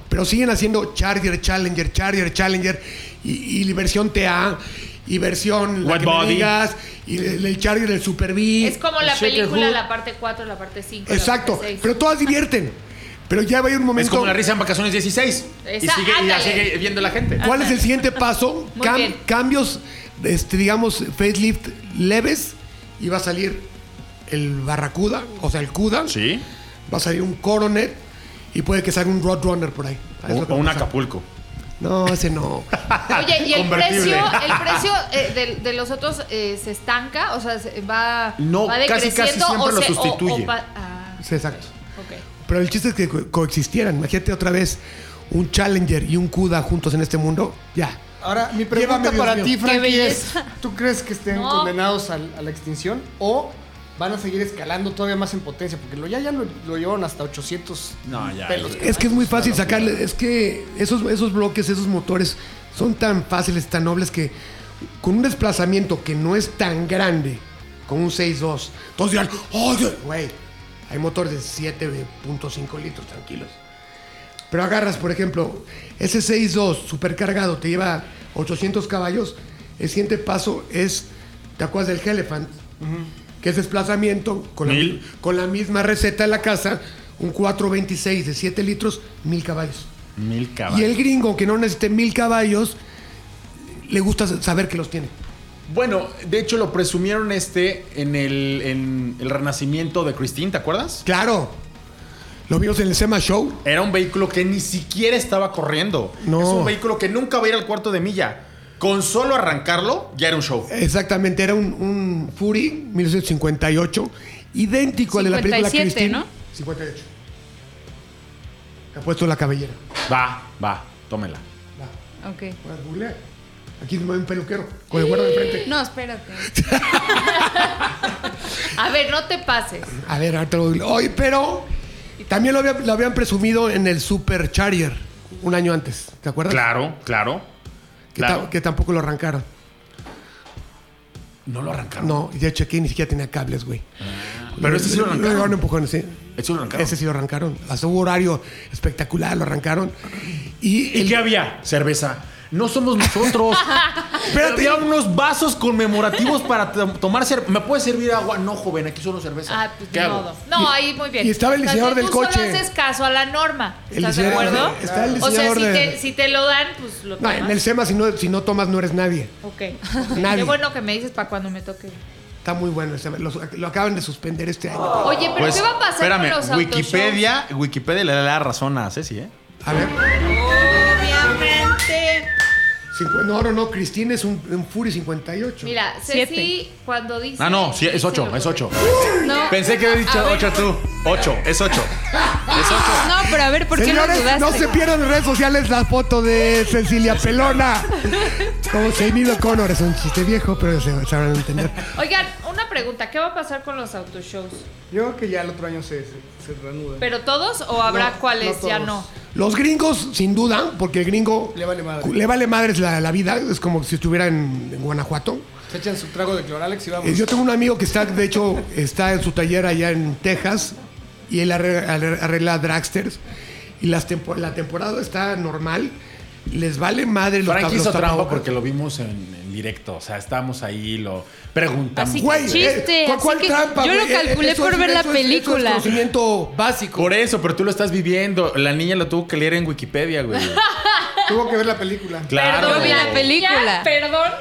Speaker 2: pero siguen haciendo Charger, Challenger, Charger, Challenger, y, y versión TA, y versión la
Speaker 3: Wet
Speaker 2: que me
Speaker 3: body.
Speaker 2: digas, y el, el Charger, el Super B.
Speaker 6: Es como la
Speaker 3: Shaker
Speaker 6: película,
Speaker 3: Hood.
Speaker 6: la parte 4, la parte 5.
Speaker 2: Exacto, pero todas divierten. Pero ya va a ir un
Speaker 3: Es
Speaker 2: momento.
Speaker 3: como la risa en vacaciones 16. y
Speaker 6: Esa-
Speaker 3: sigue, y la
Speaker 6: ándale.
Speaker 3: sigue viendo la gente.
Speaker 2: ¿Cuál es el siguiente paso?
Speaker 6: Muy bien.
Speaker 2: Cambios, este, digamos, facelift leves, y va a salir el Barracuda, o sea, el CUDA.
Speaker 3: Sí.
Speaker 2: va a salir un Coronet y puede que salga un Roadrunner por ahí. Es
Speaker 3: O,
Speaker 2: lo que va
Speaker 3: o un
Speaker 2: a pasar.
Speaker 3: Acapulco.
Speaker 2: No, ese no.
Speaker 6: Oye, ¿y el
Speaker 3: Convertible.
Speaker 6: precio, el precio eh, de, de los otros eh, se estanca? O sea, se- va,
Speaker 3: No,
Speaker 6: va
Speaker 3: casi, casi
Speaker 6: decreciendo
Speaker 3: siempre
Speaker 6: o
Speaker 3: lo
Speaker 6: se- o-
Speaker 3: sustituye.
Speaker 6: o pa- ah,
Speaker 2: Sí, exacto.
Speaker 6: ok.
Speaker 2: Pero el chiste es que co- coexistieran. Imagínate otra vez un Challenger y un CUDA juntos en este mundo. Ya.
Speaker 5: Ahora, mi
Speaker 2: Llévame,
Speaker 5: pregunta
Speaker 2: Dios
Speaker 5: para
Speaker 2: mío.
Speaker 5: ti,
Speaker 2: Qué
Speaker 5: Frankie, es:
Speaker 6: belleza.
Speaker 5: ¿tú crees que estén
Speaker 6: No.
Speaker 5: condenados al- a, la extinción o van a seguir escalando todavía más en potencia? Porque lo, ya, ya lo, lo llevaron hasta 800
Speaker 3: No, ya,
Speaker 5: pelos.
Speaker 3: ya.
Speaker 2: Es que es muy fácil sacarle. Es que esos, esos bloques, esos motores son tan fáciles, tan nobles que con un desplazamiento que no es tan grande como un 6.2, todos dirán, oye, güey, hay motores de 7.5 litros, tranquilos. Pero agarras, por ejemplo, ese 6.2 supercargado te lleva 800 caballos. El siguiente paso es, ¿te acuerdas del Elephant? Que es desplazamiento con la,
Speaker 3: Mil.
Speaker 2: con la misma receta de la casa, un 426 de 7 litros, 1000 caballos.
Speaker 3: Mil
Speaker 2: Y
Speaker 3: caballos.
Speaker 2: el gringo que no necesite 1000 caballos, le gusta saber que los tiene.
Speaker 3: Bueno, de hecho lo presumieron este en el, en el renacimiento de Christine, ¿te acuerdas?
Speaker 2: Claro, lo vimos en el SEMA Show.
Speaker 3: Era un vehículo que ni siquiera estaba corriendo.
Speaker 2: No.
Speaker 3: Es un vehículo que nunca va a ir al cuarto de milla. Con solo arrancarlo, ya era un show.
Speaker 2: Exactamente, era un, un Fury 1958, idéntico al de la película
Speaker 4: 57,
Speaker 2: Christine.
Speaker 4: ¿no?
Speaker 2: 58. Te ha puesto la cabellera.
Speaker 3: Va, va, tómela.
Speaker 4: Ok.
Speaker 2: Bueno, googlea. Aquí me ve un peluquero con el guarda de frente.
Speaker 4: No, espérate.
Speaker 6: A ver, no te pases.
Speaker 2: A ver, ahorita lo googleo. Oye, pero también lo, había- lo habían presumido en el Super Charger un año antes, ¿te acuerdas?
Speaker 3: Claro, claro.
Speaker 2: Que, ta-
Speaker 3: claro.
Speaker 2: que tampoco lo arrancaron.
Speaker 3: No lo arrancaron.
Speaker 2: No, ya chequé, ni siquiera tenía cables, güey.
Speaker 3: pero ese sí lo arrancaron.
Speaker 2: llevaron empujones, sí.
Speaker 3: Ese sí lo arrancaron.
Speaker 2: Ese sí lo arrancaron. Hasta hubo horario espectacular, lo arrancaron. Y
Speaker 3: ¿Y
Speaker 2: el-
Speaker 3: qué había? Cerveza. No somos nosotros.
Speaker 2: Espérate.
Speaker 3: Había unos vasos conmemorativos para to- tomar cerveza. ¿Me puede servir agua? No, joven, aquí solo cerveza.
Speaker 6: Ah, pues
Speaker 3: ¿Qué
Speaker 6: ni
Speaker 3: hago?
Speaker 6: modo. No, ahí muy bien.
Speaker 2: y estaba el
Speaker 6: O sea,
Speaker 2: diseñador
Speaker 6: tú
Speaker 2: del
Speaker 6: solo
Speaker 2: coche.
Speaker 6: haces caso a la norma.
Speaker 2: El
Speaker 6: ¿Estás de
Speaker 2: diseñador-
Speaker 6: acuerdo?
Speaker 2: está el
Speaker 6: o sea,
Speaker 2: diseñador
Speaker 6: si,
Speaker 2: de-
Speaker 6: te, si te lo dan, pues lo
Speaker 2: No,
Speaker 6: tomas.
Speaker 2: en el SEMA, si no, si no tomas, no eres nadie.
Speaker 6: Ok.
Speaker 2: Nadie.
Speaker 6: Qué bueno que me dices para cuando me toque.
Speaker 2: Está muy bueno el SEMA. Los- Lo, acaban de suspender este año.
Speaker 6: Oye, pero
Speaker 3: Pues,
Speaker 6: ¿qué va a pasar
Speaker 3: espérame,
Speaker 6: con los
Speaker 3: Wikipedia, Wikipedia le da la razón a Ceci, ¿eh?
Speaker 2: A ver.
Speaker 6: autoshows? Obviamente.
Speaker 2: Cincu- No, no, no, Cristina es un, un Fury 58.
Speaker 6: Mira, Ceci cuando dice.
Speaker 3: Ah, no, sí, es
Speaker 6: dice
Speaker 3: 8,
Speaker 6: lo
Speaker 3: es
Speaker 6: correcto.
Speaker 3: 8.
Speaker 6: No.
Speaker 7: Pensé que había
Speaker 6: A
Speaker 7: dicho
Speaker 6: ver,
Speaker 7: 8 tú.
Speaker 3: 8, es 8.
Speaker 4: No, pero a ver, ¿por qué no
Speaker 2: Señores,
Speaker 4: dudaste?
Speaker 2: no se pierdan en redes sociales la foto de Cecilia Pelona. Como Jamie O'Connor, es un chiste viejo, pero se sabrán entender.
Speaker 6: Oigan, una pregunta, ¿qué va a pasar con los autoshows?
Speaker 5: Yo creo que ya el otro año se, se, se reanuda.
Speaker 6: ¿Pero todos o habrá
Speaker 5: No,
Speaker 6: cuáles
Speaker 5: no
Speaker 6: ya
Speaker 5: todos.
Speaker 6: no?
Speaker 2: Los gringos, sin duda, porque el gringo
Speaker 5: Le vale madre.
Speaker 2: cu- le vale madres la, la vida, es como si estuviera en, en Guanajuato.
Speaker 5: Se echan su trago de cloralex y vamos.
Speaker 2: Eh, Yo tengo un amigo que está, de hecho, está en su taller allá en Texas y él arregla, arregla dragsters y las tempo- la temporada está normal. Les vale madre los
Speaker 3: Frank
Speaker 2: tab- los
Speaker 3: hizo trampa
Speaker 2: tapabocas.
Speaker 3: porque lo vimos en, en directo. O sea, estábamos ahí, lo preguntamos.
Speaker 4: Así que
Speaker 2: Güey,
Speaker 4: chiste,
Speaker 2: eh, ¿cuál,
Speaker 4: así
Speaker 2: cuál
Speaker 4: que
Speaker 2: trampa?
Speaker 4: yo lo
Speaker 2: güey? Eh,
Speaker 4: calculé
Speaker 2: eso
Speaker 4: por
Speaker 2: es-
Speaker 4: ver
Speaker 2: eso
Speaker 4: la
Speaker 2: es- eso es
Speaker 4: película.
Speaker 2: conocimiento básico.
Speaker 3: Por eso, pero tú lo estás viviendo. La niña lo tuvo que leer en Wikipedia, güey.
Speaker 5: Tuvo que ver la película.
Speaker 3: Claro.
Speaker 4: Perdón,
Speaker 3: güey.
Speaker 4: la película.
Speaker 6: Ya, Perdón.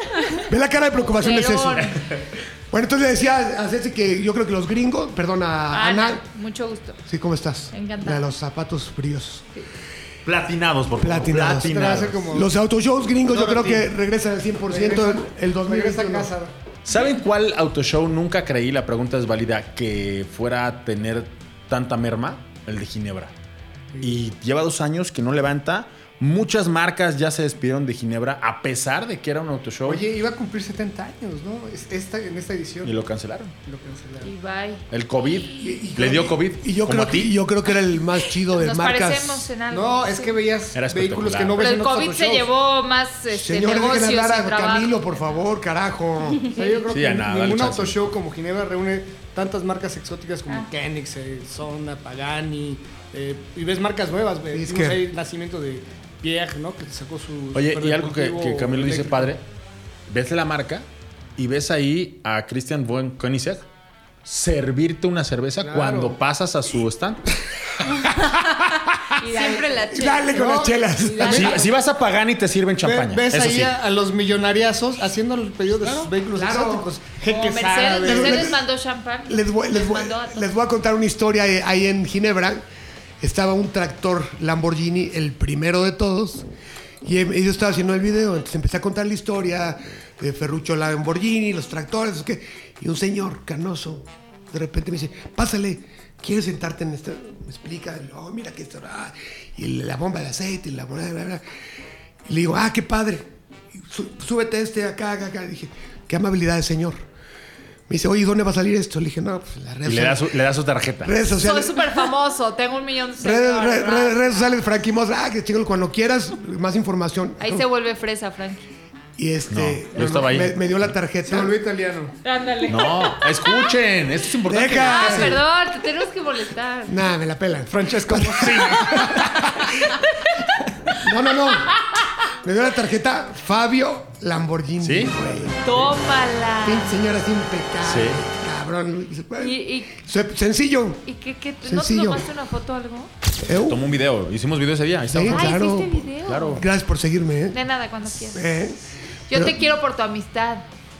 Speaker 2: Ve la cara de preocupación de Ceci.
Speaker 6: Perdón.
Speaker 2: Bueno, entonces le decía a Ceci que yo creo que los gringos, perdón, a
Speaker 4: Ah,
Speaker 2: Ana.
Speaker 6: Ana, mucho gusto.
Speaker 2: Sí, ¿cómo estás?
Speaker 6: Encantada.
Speaker 2: De los zapatos fríos.
Speaker 3: Platinados, por favor.
Speaker 2: Platinados.
Speaker 5: Te va a hacer como-
Speaker 2: Los autoshows gringos yo creo
Speaker 5: Ahora sí.
Speaker 2: que regresan al 100%
Speaker 5: Regresa-
Speaker 2: el- el 2021.
Speaker 5: Regresa a casa.
Speaker 3: ¿Saben cuál autoshow nunca creí, la pregunta es válida, que fuera a tener tanta merma? El de Ginebra. Y lleva dos años que no levanta. Muchas marcas ya se despidieron de Ginebra, a pesar de que era un autoshow.
Speaker 5: Oye, iba a cumplir 70 años, ¿no? Es- Esta, en esta edición.
Speaker 3: Y lo cancelaron.
Speaker 5: Lo cancelaron.
Speaker 6: Y bye.
Speaker 3: El COVID.
Speaker 2: Y- y
Speaker 3: le
Speaker 2: creo-
Speaker 3: dio COVID.
Speaker 2: Y yo
Speaker 3: como
Speaker 2: creo,
Speaker 3: a
Speaker 2: que,
Speaker 3: ti.
Speaker 2: yo creo que era el más chido de
Speaker 6: Nos
Speaker 2: marcas.
Speaker 6: parecemos en algo.
Speaker 5: No, es que veías
Speaker 3: Era
Speaker 5: vehículos
Speaker 3: espectacular.
Speaker 5: que no ves
Speaker 6: Pero
Speaker 5: en
Speaker 6: el
Speaker 5: otros
Speaker 6: COVID se
Speaker 5: shows.
Speaker 6: llevó más este,
Speaker 2: Señor, dejen
Speaker 6: negocios
Speaker 2: hablar
Speaker 6: y
Speaker 2: a
Speaker 6: trabajo.
Speaker 2: Camilo, por favor, carajo.
Speaker 5: O sea, yo creo
Speaker 3: Sí,
Speaker 5: que
Speaker 3: a nada, dale
Speaker 5: ningún
Speaker 3: chance.
Speaker 5: autoshow como Ginebra reúne tantas marcas exóticas como
Speaker 6: Ah.
Speaker 5: Kenix, Zona, Pagani. eh, y ves marcas nuevas, güey.
Speaker 2: Es
Speaker 5: Es
Speaker 2: que-
Speaker 5: el nacimiento de Pieg, ¿no? Que sacó su.
Speaker 3: Oye, y algo que,
Speaker 5: superdeportivo
Speaker 3: que Camilo dice,
Speaker 5: eléctrico.
Speaker 3: padre, ves la marca y ves ahí a Christian von Koenigsegg servirte una cerveza
Speaker 5: Claro.
Speaker 3: cuando pasas a su stand.
Speaker 6: Y siempre la
Speaker 2: Y
Speaker 6: chica.
Speaker 2: Dale con las chelas.
Speaker 3: Si, si vas a Pagani te sirven
Speaker 5: Ve-
Speaker 3: champaña.
Speaker 5: Ves
Speaker 3: eso
Speaker 5: ahí
Speaker 3: sí.
Speaker 5: a, a los millonariazos haciendo el pedido de sus vehículos
Speaker 2: claro.
Speaker 5: exóticos.
Speaker 6: Como
Speaker 5: Jeques
Speaker 6: Mercedes,
Speaker 5: árabes.
Speaker 6: Mercedes mandó champán.
Speaker 2: Les voy, les, voy,
Speaker 6: mandó a todos.
Speaker 2: les voy a contar una historia eh, ahí en Ginebra. Estaba un tractor Lamborghini, el primero de todos. Y em- y yo estaba haciendo el video, entonces empecé a contar la historia de Ferrucho Lamborghini, los tractores, no sé qué. y un señor canoso de repente me dice, pásale, ¿quieres sentarte en esta? Me explica, y, oh, mira que esto, ah, y la bomba de aceite, y la moneda, bla, bla. Y le digo, ah, qué padre, Sú- súbete este acá, acá, acá. Y dije, qué amabilidad, señor. Me dice, oye, ¿y ¿dónde va a salir esto? Le dije, no, pues en las
Speaker 3: Y
Speaker 2: redes
Speaker 3: le das
Speaker 2: sociales.
Speaker 3: su, le das su tarjeta.
Speaker 2: Redes
Speaker 6: Soy
Speaker 2: sociales.
Speaker 6: súper famoso, tengo un millón de
Speaker 2: Redes,
Speaker 6: seguidores.
Speaker 2: redes-
Speaker 6: ¿verdad?
Speaker 2: redes- redes sociales, Frankie Moss. Ah, que chico, cuando quieras, más información.
Speaker 6: Ahí se vuelve fresa, Frankie.
Speaker 2: Y este.
Speaker 3: No, yo estaba ahí.
Speaker 2: Me, me dio la tarjeta.
Speaker 5: Se volvió italiano.
Speaker 6: Ándale.
Speaker 3: No, escuchen, esto es importante.
Speaker 2: Deja.
Speaker 6: Ah, perdón, te tenemos que molestar.
Speaker 2: Nah, me la pelan. Francesco. no, no, no. Me dio la tarjeta Fabio Lamborghini.
Speaker 3: ¿Sí?
Speaker 2: güey.
Speaker 6: Tómala.
Speaker 2: Pinche señora es impecable. Cabrón.
Speaker 6: ¿Y, y,
Speaker 2: Se- Sencillo.
Speaker 6: y qué, qué- ¿No te
Speaker 2: Sencillo.
Speaker 6: tomaste una foto o algo?
Speaker 2: ¿Eh?
Speaker 3: Tomó un video, hicimos video ese día. ahí está.
Speaker 2: Sí.
Speaker 6: Ay,
Speaker 2: Claro.
Speaker 6: ¿hiciste video?
Speaker 3: Claro.
Speaker 2: Gracias por seguirme, ¿eh?
Speaker 6: De nada, cuando quieras.
Speaker 2: Eh,
Speaker 6: Yo
Speaker 2: pero-
Speaker 6: te quiero por tu amistad.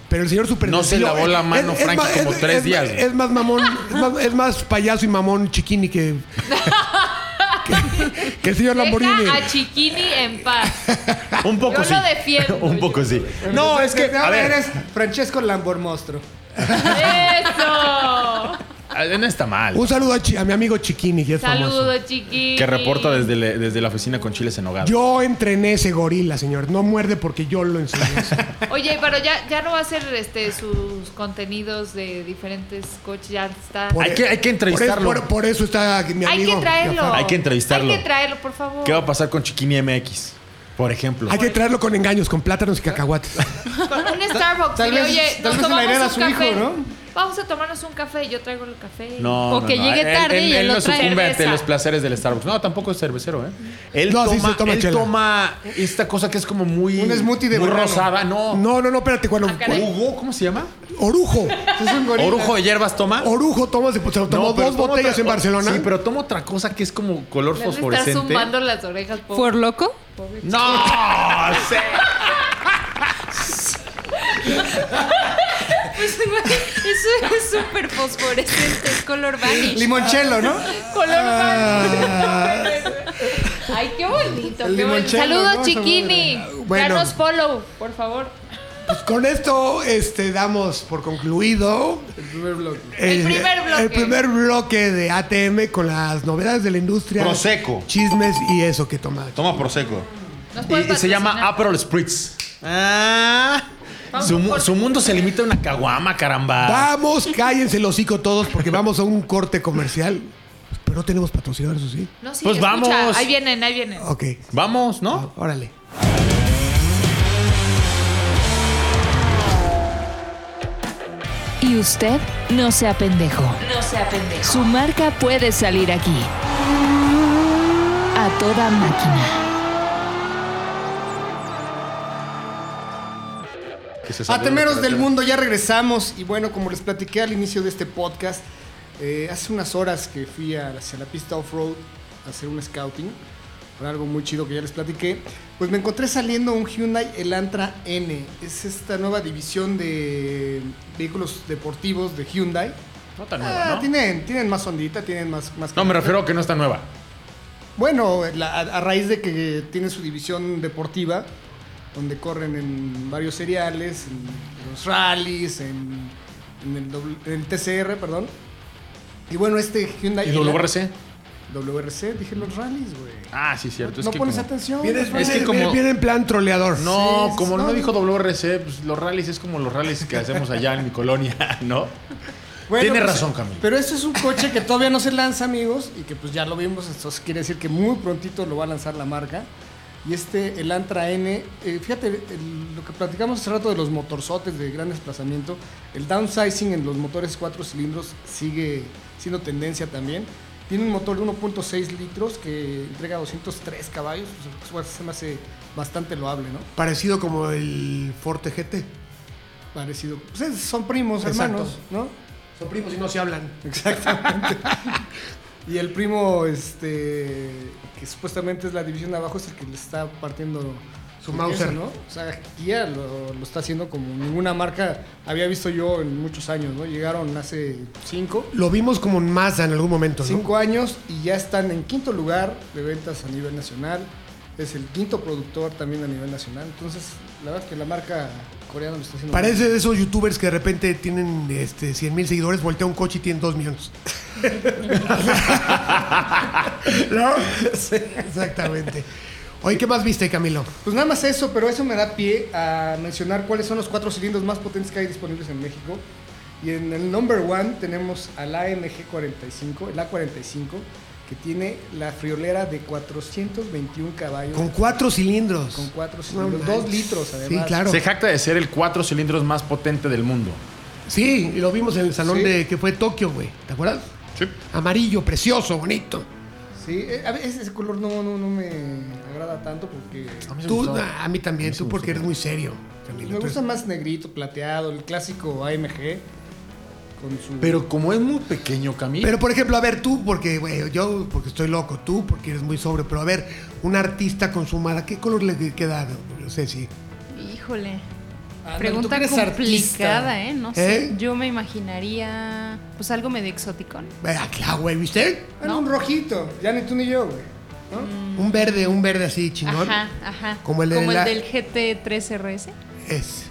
Speaker 2: Pero el señor super
Speaker 3: No se
Speaker 2: sencillo,
Speaker 3: lavó la mano, Frankie,
Speaker 2: más-
Speaker 3: como tres días,
Speaker 2: más-
Speaker 3: güey.
Speaker 2: Es más mamón, es más, es más payaso y mamón chiquini que. que, que el señor Lamborghini.
Speaker 6: Deja a Chiquini en paz.
Speaker 3: Un poco
Speaker 6: Yo
Speaker 3: sí.
Speaker 6: lo defiendo,
Speaker 3: un poco sí. No, es que,
Speaker 5: Desde ahora
Speaker 3: a ver,
Speaker 5: eres Francesco Lambormostro.
Speaker 6: ¡Eso!
Speaker 3: Ah, no está mal.
Speaker 2: Un saludo a, Chi- a mi amigo Chiquini, que es famoso.
Speaker 6: Saludo, Chiquini.
Speaker 3: Que reporta desde, le- desde la oficina con chiles en hogar.
Speaker 2: Yo entrené ese gorila, señor. No muerde porque yo lo enseñé.
Speaker 6: Oye, pero ya, ya no va a hacer este, sus contenidos de diferentes coches. Ya está.
Speaker 2: Por-
Speaker 3: Hay que- hay que entrevistarlo.
Speaker 2: Por, por- por eso está aquí mi
Speaker 6: Hay
Speaker 2: amigo.
Speaker 6: que traerlo.
Speaker 2: Jafar.
Speaker 3: Hay que entrevistarlo.
Speaker 6: Hay que traerlo, por favor.
Speaker 3: ¿Qué va a pasar con Chiquini MX? Por ejemplo.
Speaker 2: Hay que traerlo con engaños, con plátanos y cacahuates.
Speaker 6: Con un Starbucks.
Speaker 5: tal
Speaker 6: y le,
Speaker 5: vez-
Speaker 6: oye,
Speaker 5: tal vez
Speaker 6: nos
Speaker 5: se la
Speaker 6: tomamos
Speaker 5: hereda
Speaker 6: un
Speaker 5: a su
Speaker 6: café.
Speaker 5: hijo, ¿no?
Speaker 6: Vamos a tomarnos un café. Yo traigo el café.
Speaker 3: No,
Speaker 4: O
Speaker 3: no,
Speaker 4: que
Speaker 3: no.
Speaker 4: llegue
Speaker 3: Él-
Speaker 4: tarde
Speaker 3: él,
Speaker 4: y
Speaker 3: él
Speaker 4: él
Speaker 3: no
Speaker 4: lo trae.
Speaker 3: sucumbe ante
Speaker 6: Cerveza.
Speaker 3: los placeres del Starbucks. No, tampoco es cervecero, ¿eh? Él
Speaker 2: No, sí
Speaker 3: toma,
Speaker 2: se toma
Speaker 3: él
Speaker 2: chela.
Speaker 3: toma esta cosa que es como muy
Speaker 5: Un smoothie de
Speaker 3: muy
Speaker 5: verano.
Speaker 3: rosada, no.
Speaker 2: No, no, no, espérate, cuando.
Speaker 6: Oh. Ah, caray.
Speaker 3: Hugo, ¿cómo se llama?
Speaker 2: Orujo.
Speaker 5: Es un gorila.
Speaker 3: Orujo de hierbas toma.
Speaker 2: Orujo toma, se se lo tomó
Speaker 3: No, pero
Speaker 2: dos
Speaker 3: toma
Speaker 2: botellas
Speaker 3: otra-
Speaker 2: en Barcelona.
Speaker 3: Sí, pero toma otra cosa que es como color
Speaker 6: Le han de estar
Speaker 3: fosforescente.
Speaker 6: zumbando las orejas. pobre.
Speaker 4: ¿Por loco?
Speaker 3: No, sé.
Speaker 4: Pues, güey, Eso es súper fosforescente, es color vanish.
Speaker 5: Limonchelo, ¿no?
Speaker 6: Color vanish. Ay, qué bonito.
Speaker 5: Ah. El
Speaker 6: qué bonito.
Speaker 5: limonchelo,
Speaker 6: Saludos,
Speaker 5: ¿no? Esa
Speaker 6: Chiquini.
Speaker 2: Bueno.
Speaker 6: Danos follow, por favor.
Speaker 2: Pues con esto este, damos por concluido
Speaker 5: El primer bloque.
Speaker 6: El primer bloque.
Speaker 2: el primer bloque de ATM con las novedades de la industria.
Speaker 9: Prosecco.
Speaker 2: Chismes y eso que toma.
Speaker 9: Toma Prosecco.
Speaker 6: Nos puedes
Speaker 3: Y, y se llama
Speaker 6: patrocinar.
Speaker 3: Aperol Spritz. Ah. Su, mu- su mundo se limita a una caguama, caramba.
Speaker 2: Vamos, cállense el hocico todos porque vamos a un corte comercial. Pero no tenemos patrocinadores, ¿o sí?
Speaker 6: No, sí,
Speaker 3: Pues
Speaker 6: escucha,
Speaker 3: vamos.
Speaker 6: Ahí vienen, ahí vienen.
Speaker 2: Ok,
Speaker 3: Vamos, ¿no?
Speaker 2: órale.
Speaker 10: Y usted no sea pendejo. No sea pendejo. Su marca puede salir aquí. A toda máquina.
Speaker 9: Que se salió
Speaker 5: Atemeros
Speaker 9: de
Speaker 5: del
Speaker 9: operación.
Speaker 5: mundo, ya regresamos. Y bueno, como les platiqué al inicio de este podcast, eh, hace unas horas que fui a- hacia la pista off-road a hacer un scouting, por algo muy chido que ya les platiqué, pues me encontré saliendo un Hyundai Elantra N. Es esta nueva división de vehículos deportivos de Hyundai.
Speaker 3: No tan
Speaker 5: Ah,
Speaker 3: nueva, ¿no?
Speaker 5: tienen, tienen más ondita, tienen más... más
Speaker 3: No, me refiero a que no está nueva.
Speaker 5: Bueno, la- a, a raíz de que tiene su división deportiva, donde corren en varios seriales, en los rallies, en, en el, doble- en el TCR, perdón. Y bueno, este Hyundai...
Speaker 3: ¿Y WRC?
Speaker 5: WRC, dije los rallies, güey.
Speaker 3: Ah, sí, cierto.
Speaker 5: no
Speaker 3: es que
Speaker 5: pones
Speaker 3: como-
Speaker 5: atención.
Speaker 2: Viene,
Speaker 5: güey.
Speaker 3: Es que
Speaker 2: viene-
Speaker 3: como-
Speaker 2: viene en plan troleador.
Speaker 3: No,
Speaker 5: Sí,
Speaker 3: como
Speaker 5: no.
Speaker 3: no dijo WRC, pues los rallies es como los rallies que hacemos allá en mi colonia, ¿no?
Speaker 5: Bueno,
Speaker 3: Tienes
Speaker 5: pues,
Speaker 3: razón, Camilo.
Speaker 5: Pero esto es un coche que todavía no se lanza, amigos, y que pues ya lo vimos. Esto quiere decir que muy prontito lo va a lanzar la marca. Y este, el Antra N, eh, fíjate, el- lo que platicamos hace rato de los motorzotes de gran desplazamiento, el downsizing en los motores cuatro cilindros sigue siendo tendencia también. Tiene un motor de 1.6 litros que entrega 203 caballos, pues, pues, se me hace bastante loable, ¿no?
Speaker 2: Parecido como el Forte GT.
Speaker 5: Parecido. Pues es- son primos,
Speaker 2: Exacto.
Speaker 5: hermanos, ¿no?
Speaker 2: Son primos y no se hablan.
Speaker 5: Exactamente. y el primo, este, que supuestamente es la división de abajo, es el que le está partiendo
Speaker 2: Su
Speaker 5: el
Speaker 2: Mauser.
Speaker 5: queso, ¿no? O sea, Kia lo, lo está haciendo como ninguna marca había visto yo en muchos años, ¿no? Llegaron hace cinco,
Speaker 2: Lo vimos como en masa en algún momento, ¿no?
Speaker 5: cinco años y ya están en quinto lugar de ventas a nivel nacional. Es el quinto productor también a nivel nacional. Entonces, la verdad es que la marca coreana lo está haciendo. muy
Speaker 2: Parece de esos youtubers que de repente tienen este, 100 mil seguidores, voltea un coche y tienen 2 millones. ¿No? Sí, exactamente. Oye, ¿qué más viste, Camilo?
Speaker 5: Pues nada más eso, pero eso me da pie a mencionar cuáles son los cuatro cilindros más potentes que hay disponibles en México. Y en el number one tenemos al AMG 45, el A45, que tiene la friolera de 421 caballos.
Speaker 2: Con cuatro cilindros.
Speaker 5: Con cuatro
Speaker 2: No
Speaker 5: cilindros,
Speaker 2: manches.
Speaker 5: dos litros
Speaker 2: Sí,
Speaker 5: además.
Speaker 2: claro.
Speaker 3: Se jacta de ser el cuatro cilindros más potente del mundo.
Speaker 2: Sí, y lo vimos en el salón
Speaker 5: Sí.
Speaker 2: de que fue Tokio, güey. ¿Te acuerdas?
Speaker 3: Sí.
Speaker 2: Amarillo, precioso, bonito.
Speaker 5: Sí, eh, a veces ese color no, no, no me agrada tanto porque
Speaker 2: Tú, ah, a mí también, tú porque eres muy serio, Camilo.
Speaker 5: me
Speaker 2: Tú
Speaker 5: gusta
Speaker 2: eres-
Speaker 5: más negrito, plateado, el clásico AMG con su...
Speaker 3: Pero como es muy pequeño, Camilo.
Speaker 2: Pero por ejemplo, a ver, tú, porque güey, yo porque estoy loco, tú porque eres muy sobrio, pero a ver, un artista consumada, ¿qué color le queda? No sé si.
Speaker 4: Híjole.
Speaker 5: Ándale, Ah, tú
Speaker 4: Pregunta
Speaker 5: que eres
Speaker 4: complicada,
Speaker 5: artista.
Speaker 4: ¿eh? No
Speaker 2: ¿Eh?
Speaker 4: sé. Yo me imaginaría. Pues algo medio exóticón.
Speaker 2: Ah, claro, güey, ¿viste?
Speaker 5: Ah, no, Un rojito, ya ni tú ni yo, güey. ¿no?
Speaker 2: Un verde, un verde así chingón.
Speaker 4: Ajá, ajá.
Speaker 2: Como el de la-
Speaker 4: del GT3RS.
Speaker 2: Es.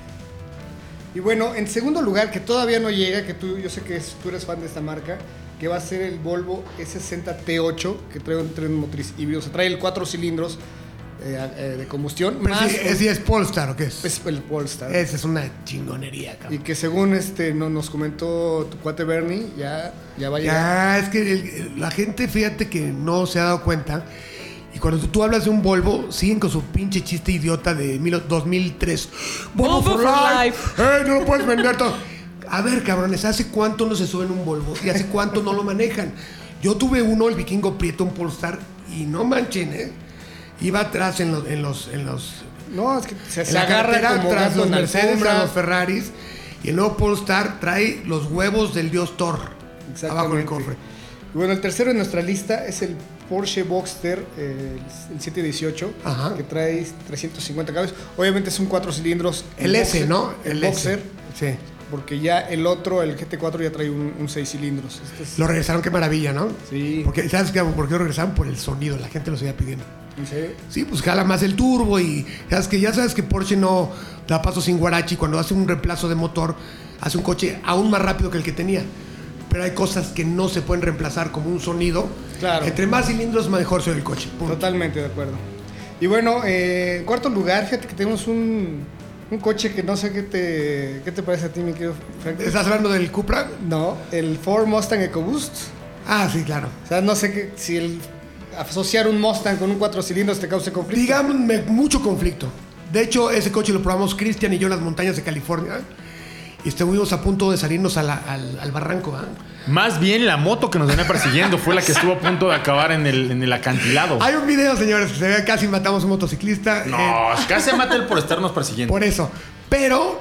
Speaker 5: Y bueno, en segundo lugar, que todavía no llega, que tú, yo sé que es- tú eres fan de esta marca, que va a ser el Volvo E60 T8, que trae un tren motriz híbrido. O sea, trae el cuatro cilindros eh, a- eh, de combustión,
Speaker 2: Pero
Speaker 5: más
Speaker 2: Pues sí,
Speaker 5: un-
Speaker 2: es, sí es Polestar, ¿o qué es?
Speaker 5: es el Polestar.
Speaker 2: Esa es una chingonería,
Speaker 5: Y
Speaker 2: cabrón.
Speaker 5: que según este no, nos comentó tu cuate Bernie, ya, ya va a llegar.
Speaker 2: Ya, es que el- la gente, fíjate que no se ha dado cuenta. Y cuando tú, tú hablas de un Volvo, siguen con su pinche chiste idiota de mil- 2003. Volvo, for, life. ¡Eh, no lo puedes vender todo! A ver, cabrones, ¿hace cuánto no se suben un Volvo? ¿Y hace cuánto no lo manejan? Yo tuve uno, el vikingo Prieto, un Polestar, y no manchen, ¿eh? Iba atrás en los, en los, en los
Speaker 5: No, es que se,
Speaker 2: se
Speaker 5: se agarra
Speaker 2: agarra
Speaker 5: como
Speaker 2: tras
Speaker 5: gato
Speaker 2: los
Speaker 5: en la
Speaker 2: Mercedes,
Speaker 5: alfombra.
Speaker 2: tras los Ferraris. Y el nuevo Polestar trae los huevos del dios Thor abajo del
Speaker 5: Exactamente.
Speaker 2: cofre.
Speaker 5: Y bueno, el tercero en nuestra lista es el Porsche Boxster, eh, el 718,
Speaker 2: Ajá.
Speaker 5: que trae 350 caballos. Obviamente es un cuatro cilindros.
Speaker 2: El S,
Speaker 5: boxer,
Speaker 2: ¿no?
Speaker 5: El,
Speaker 2: S.
Speaker 5: Boxer,
Speaker 2: Sí.
Speaker 5: porque ya el otro, el GT4, ya trae un, un seis cilindros. Este es-
Speaker 2: Lo regresaron, qué maravilla, ¿no?
Speaker 5: Sí.
Speaker 2: Porque, ¿Sabes qué? por qué lo regresaron? Por el sonido, la gente lo seguía pidiendo. Sí, pues jala más el turbo y sabes que ya sabes que Porsche no da paso sin guarachi cuando hace un reemplazo de motor, hace un coche aún más rápido que el que tenía. Pero hay cosas que no se pueden reemplazar como un sonido.
Speaker 5: Claro.
Speaker 2: Entre más cilindros mejor se ve el coche. punto.
Speaker 5: Totalmente de acuerdo. Y bueno, eh, en cuarto lugar, fíjate que tenemos un, un coche que no sé qué te, qué te parece a ti, mi querido Frank.
Speaker 2: ¿Estás hablando del Cupra?
Speaker 5: No, el Ford Mustang EcoBoost.
Speaker 2: Ah, sí, claro.
Speaker 5: O sea, no sé qué- si el asociar un Mustang con un cuatro cilindros te cause conflicto.
Speaker 2: Digamos, me- mucho conflicto. De hecho, ese coche lo probamos Cristian y yo en las montañas de California. Y estuvimos a punto de salirnos a la- al, al barranco. ¿ah?
Speaker 3: Más bien la moto que nos venía persiguiendo fue la que estuvo a punto de acabar en el, en el acantilado.
Speaker 2: Hay un video, señores, que se ve casi matamos a un motociclista. eh,
Speaker 3: No, casi se mata él por estarnos persiguiendo.
Speaker 2: Por eso. Pero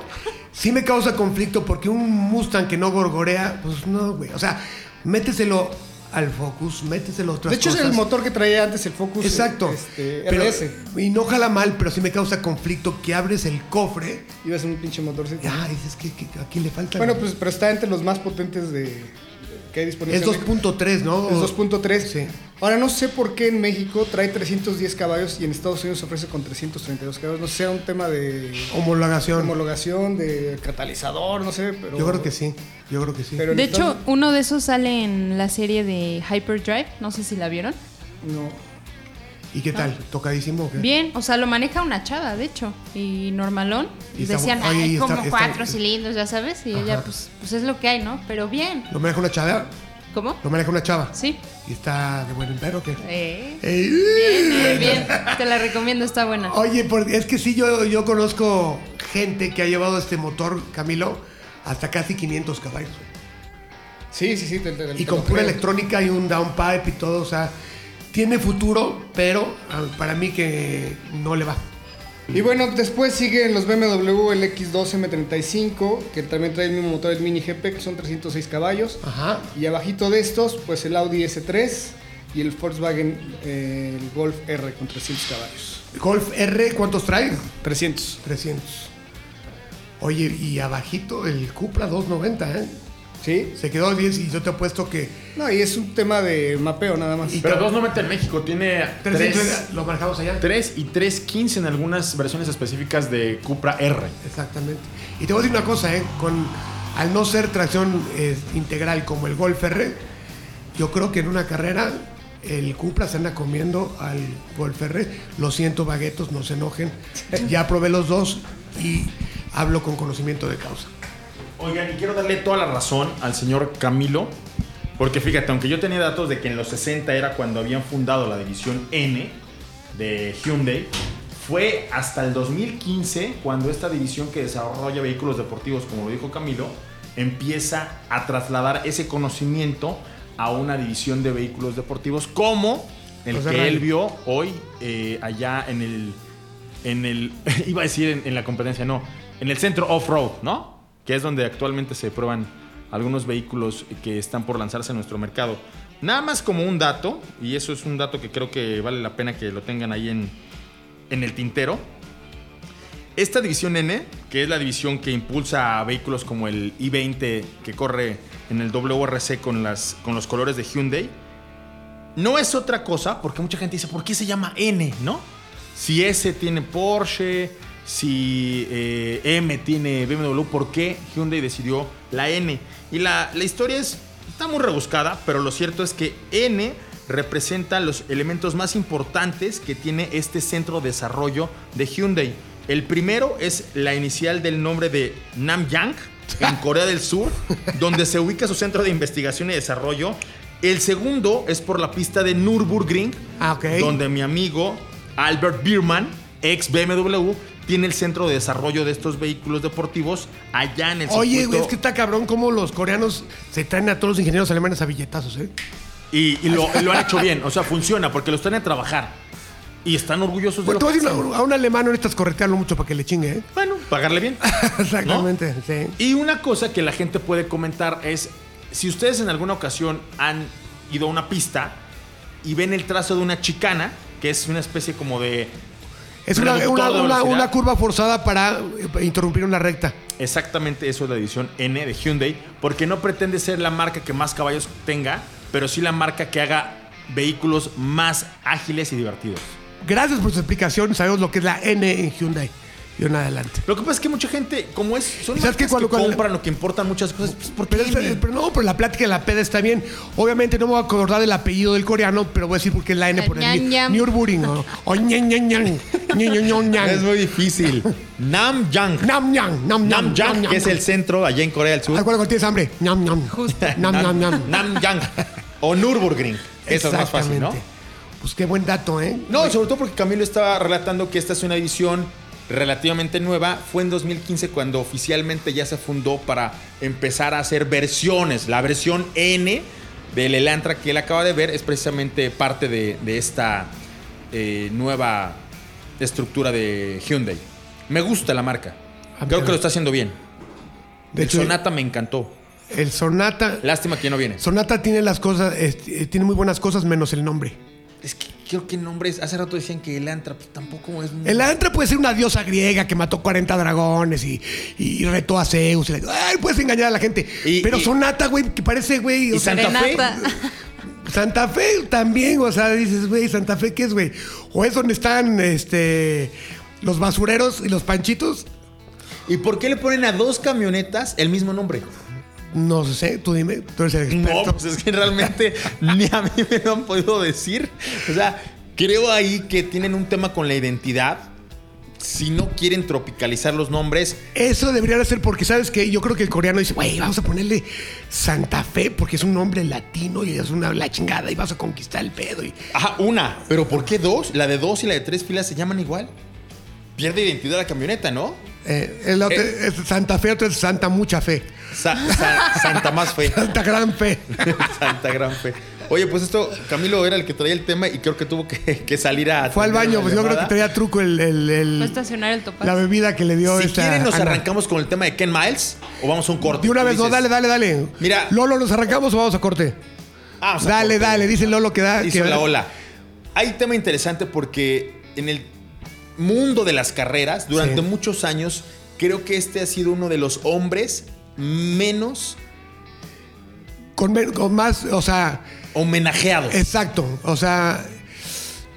Speaker 2: sí me causa conflicto porque un Mustang que no gorgorea, pues no, güey. O sea, méteselo al Focus, méteselo a otras
Speaker 5: de hecho, es
Speaker 2: cosas.
Speaker 5: el motor que traía antes el Focus.
Speaker 2: Exacto.
Speaker 5: Este,
Speaker 2: Pero-
Speaker 5: RS.
Speaker 2: y no jala mal, pero sí me causa conflicto que abres el cofre
Speaker 5: Y ves un pinche motorcito.
Speaker 2: y ah, dices que, que aquí le falta.
Speaker 5: Bueno, pues, pero está entre los más potentes de que hay disponibles.
Speaker 2: es
Speaker 5: en México.
Speaker 2: 2.3, ¿no?
Speaker 5: pues, Es 2.3.
Speaker 2: Sí.
Speaker 5: Ahora no sé por qué en México trae 310 caballos y en Estados Unidos se ofrece con 332 caballos. No sé, sea un tema de
Speaker 2: Homologación.
Speaker 5: homologación, de catalizador, no sé, pero.
Speaker 2: Yo creo que sí. Yo creo que sí.
Speaker 5: Pero en
Speaker 4: De
Speaker 5: Estados-
Speaker 4: hecho, uno de esos sale en la serie de Hyperdrive, no sé si la vieron.
Speaker 5: no.
Speaker 2: ¿Y qué tal? ¿Tocadísimo? o qué?
Speaker 4: Bien, o sea, lo maneja una chava, de hecho, y normalón.
Speaker 2: Y
Speaker 4: Y decían,
Speaker 2: está- oye,
Speaker 4: "Ay,
Speaker 2: y está- eh,
Speaker 4: como
Speaker 2: está-
Speaker 4: cuatro cilindros, ya sabes, y ella, pues, pues es lo que hay, ¿no? Pero bien,
Speaker 2: ¿Lo maneja una chava?
Speaker 4: ¿cómo?
Speaker 2: ¿Lo maneja una chava?
Speaker 4: Sí.
Speaker 2: ¿Y está de buen empero o qué?
Speaker 4: Eh,
Speaker 2: Ey.
Speaker 4: bien, eh, bien, te la recomiendo, está buena.
Speaker 2: Oye, por- es que sí, yo, yo conozco gente que ha llevado este motor, Camilo, hasta casi 500 caballos.
Speaker 5: Sí, sí, sí. te- te-
Speaker 2: Y
Speaker 5: te
Speaker 2: con
Speaker 5: lo
Speaker 2: pura
Speaker 5: creo.
Speaker 2: electrónica y un downpipe y todo, o sea, tiene futuro, pero ah, para mí que no le va.
Speaker 5: Y bueno, después siguen los BMW, el X2 M35, que también trae el mismo motor, el Mini GP, que son 306 caballos.
Speaker 2: Ajá.
Speaker 5: Y abajito de estos, pues el Audi S3 y el Volkswagen eh, el Golf R con 300 caballos.
Speaker 2: Golf R, ¿cuántos trae?
Speaker 5: 300.
Speaker 2: 300. Oye, y abajito el Cupra 290, ¿eh?
Speaker 5: ¿Sí?
Speaker 2: Se quedó 10 y yo te apuesto que
Speaker 5: No, y es un tema de mapeo nada más.
Speaker 3: Pero 290 en México tiene 3,
Speaker 2: 300 lo manejamos allá.
Speaker 3: 3 y 315 en algunas versiones específicas de Cupra R.
Speaker 2: Exactamente. Y te voy a decir una cosa, ¿eh? Con, al no ser tracción eh, integral como el Golf R, yo creo que en una carrera el Cupra se anda comiendo al Golf R. Lo siento, baguetos, no se enojen. Ya probé los dos y hablo con conocimiento de causa.
Speaker 3: Oigan, y quiero darle toda la razón al señor Camilo, porque fíjate, aunque yo tenía datos de que en los 60 era cuando habían fundado la división N de Hyundai, fue hasta el 2015 cuando esta división que desarrolla vehículos deportivos, como lo dijo Camilo, empieza a trasladar ese conocimiento a una división de vehículos deportivos como el
Speaker 2: Los de
Speaker 3: que él
Speaker 2: rally.
Speaker 3: vio hoy eh, allá en el en el, iba a decir en, en la competencia, no, en el centro off-road, ¿no? Que es donde actualmente se prueban algunos vehículos que están por lanzarse en nuestro mercado. Nada más como un dato, y eso es un dato que creo que vale la pena que lo tengan ahí en, en el tintero. Esta división N, que es la división que impulsa a vehículos como el i20 que corre en el WRC con, las, con los colores de Hyundai, no es otra cosa, porque mucha gente dice, ¿por qué se llama N, no? Si S tiene Porsche, si eh, M tiene BMW, ¿por qué Hyundai decidió la N? Y la, la historia es, está muy rebuscada, pero lo cierto es que N representa los elementos más importantes que tiene este centro de desarrollo de Hyundai. El primero es la inicial del nombre de Namyang, en Corea del Sur, donde se ubica su centro de investigación y desarrollo. El segundo es por la pista de Nürburgring,
Speaker 2: Ah, ok.
Speaker 3: donde mi amigo Albert Bierman, ex BMW, tiene el centro de desarrollo de estos vehículos deportivos allá en el
Speaker 2: Oye,
Speaker 3: circuito.
Speaker 2: güey, es que está cabrón cómo los coreanos se traen a todos los ingenieros alemanes a billetazos, ¿eh?
Speaker 3: Pues Y, y lo, y lo han hecho bien, o sea, funciona porque los traen a trabajar y están orgullosos
Speaker 2: Bueno, te
Speaker 3: de lo
Speaker 2: voy
Speaker 3: que
Speaker 2: a decir,
Speaker 3: hacen.
Speaker 2: a un alemán no necesitas corretearlo mucho para que le chingue, ¿eh?
Speaker 3: Bueno, pagarle bien.
Speaker 2: Exactamente, sí.
Speaker 3: Y una cosa que la gente puede comentar es, si ustedes en alguna ocasión han ido a una pista y ven el trazo de una chicana, que es una especie como de...
Speaker 2: Es una,
Speaker 3: reductor
Speaker 2: una-
Speaker 3: de
Speaker 2: una-
Speaker 3: velocidad.
Speaker 2: una curva forzada para eh, interrumpir una recta.
Speaker 3: Exactamente eso es la edición N de Hyundai, porque no pretende ser la marca que más caballos tenga, pero sí la marca que haga vehículos más ágiles y divertidos.
Speaker 2: Gracias por su explicación. Sabemos lo que es la N en Hyundai. Y en adelante.
Speaker 11: Lo que pasa es que mucha gente, como es, son
Speaker 2: ¿Sabes
Speaker 11: marcas
Speaker 2: qué? Cuando-
Speaker 11: que
Speaker 2: cuando-
Speaker 11: compran lo que importan muchas cosas. Pues, ¿Por qué?
Speaker 2: Pero, es- eh,
Speaker 11: Andy?
Speaker 2: pero no, pero la plática de la peda está bien. Obviamente no me voy a acordar del apellido del coreano, pero voy a decir porque es la N
Speaker 4: El
Speaker 2: por el
Speaker 4: Ah, ñam, ñam.
Speaker 2: Nürburgring. O, o ñan, ñan, ñan. Ñan, ñan, ñan, ñan.
Speaker 3: Es muy difícil. Namyang.
Speaker 2: Nam, ñan, nam, ñam, nam,
Speaker 3: Namyang,
Speaker 2: ñam.
Speaker 3: que es el centro allá en Corea del Sur.
Speaker 2: Ay, cuando tienes hambre. Ñam, ñam. Nam, ñam, ñam.
Speaker 3: Namyang. O Nürburgring. que Eso es más fácil, ¿no?
Speaker 2: Exactamente. Pues qué buen dato, ¿eh?
Speaker 3: No, y sobre todo porque Camilo estaba relatando que esta es una división relativamente nueva. Fue en 2015 cuando oficialmente ya se fundó para empezar a hacer versiones. La versión N del Elantra que él acaba de ver es precisamente parte de, de esta eh, nueva estructura de Hyundai. Me gusta la marca.
Speaker 2: A mí
Speaker 3: Creo que
Speaker 2: también.
Speaker 3: lo está haciendo bien.
Speaker 2: De
Speaker 3: el
Speaker 2: hecho,
Speaker 3: Sonata me encantó.
Speaker 2: el Sonata.
Speaker 3: Lástima que ya no viene.
Speaker 2: Sonata tiene las cosas, este, tiene muy buenas cosas menos el nombre.
Speaker 3: Es que creo que nombres. Hace rato decían que Elantra pues, tampoco es. muy-
Speaker 2: El Antra puede ser una diosa griega que mató 40 dragones y, y retó a Zeus. y le- ay, puedes engañar a la gente.
Speaker 3: Y-
Speaker 2: Pero
Speaker 3: y-
Speaker 2: Sonata, güey, que parece, güey. o
Speaker 3: ¿Y
Speaker 2: sea,
Speaker 3: Santa Fe?
Speaker 2: Santa Fe también, o sea, dices, güey, Santa Fe, ¿qué es, güey? O es donde están este, los basureros y los panchitos.
Speaker 3: ¿Y por qué le ponen a dos camionetas el mismo nombre?
Speaker 2: No sé, tú dime, tú eres el
Speaker 3: No,
Speaker 2: experto.
Speaker 3: pues es que realmente ni a mí me lo han podido decir. O sea, creo ahí que tienen un tema con la identidad. Si no quieren tropicalizar los nombres,
Speaker 2: Eso debería de ser porque, ¿sabes qué? Yo creo que el coreano dice, güey, vamos a ponerle Santa Fe porque es un nombre latino y es una la chingada y vas a conquistar el pedo. Y,
Speaker 3: ajá, una, pero ¿por qué dos? La de dos y la de tres filas se llaman igual. Pierde identidad la camioneta, ¿no?
Speaker 2: Eh, el otro
Speaker 3: Eh.
Speaker 2: es Santa Fe, otro es Santa Mucha Fe.
Speaker 3: Sa- sa- Santa más fe.
Speaker 2: Santa Gran Fe.
Speaker 3: Santa gran fe. Oye, pues esto, Camilo era el que traía el tema y creo que tuvo que, que salir a.
Speaker 2: Fue al baño,
Speaker 3: atender
Speaker 2: pues yo creo
Speaker 3: la
Speaker 2: que
Speaker 3: llamada.
Speaker 2: traía truco el, el- el-
Speaker 4: Fue a estacionar el topaz.
Speaker 2: Mm. la bebida que le dio
Speaker 3: Si
Speaker 2: esta
Speaker 3: quieren, nos
Speaker 2: Ana.
Speaker 3: arrancamos con el tema de Ken Miles o vamos a un corte.
Speaker 2: De una
Speaker 3: Tú
Speaker 2: vez, no,
Speaker 3: dices.
Speaker 2: dale, dale, dale.
Speaker 3: Mira.
Speaker 2: Lolo, ¿nos arrancamos o vamos a corte?
Speaker 3: Ah, o sea,
Speaker 2: dale,
Speaker 3: corte.
Speaker 2: dale, dice Lolo que da.
Speaker 3: Hizo
Speaker 2: que-
Speaker 3: la ola. Hay tema interesante porque en el mundo de las carreras,
Speaker 2: Sí.
Speaker 3: durante muchos años, creo que este ha sido uno de los hombres menos
Speaker 2: Con, men- con más, o sea,
Speaker 3: homenajeados.
Speaker 2: exacto. O sea,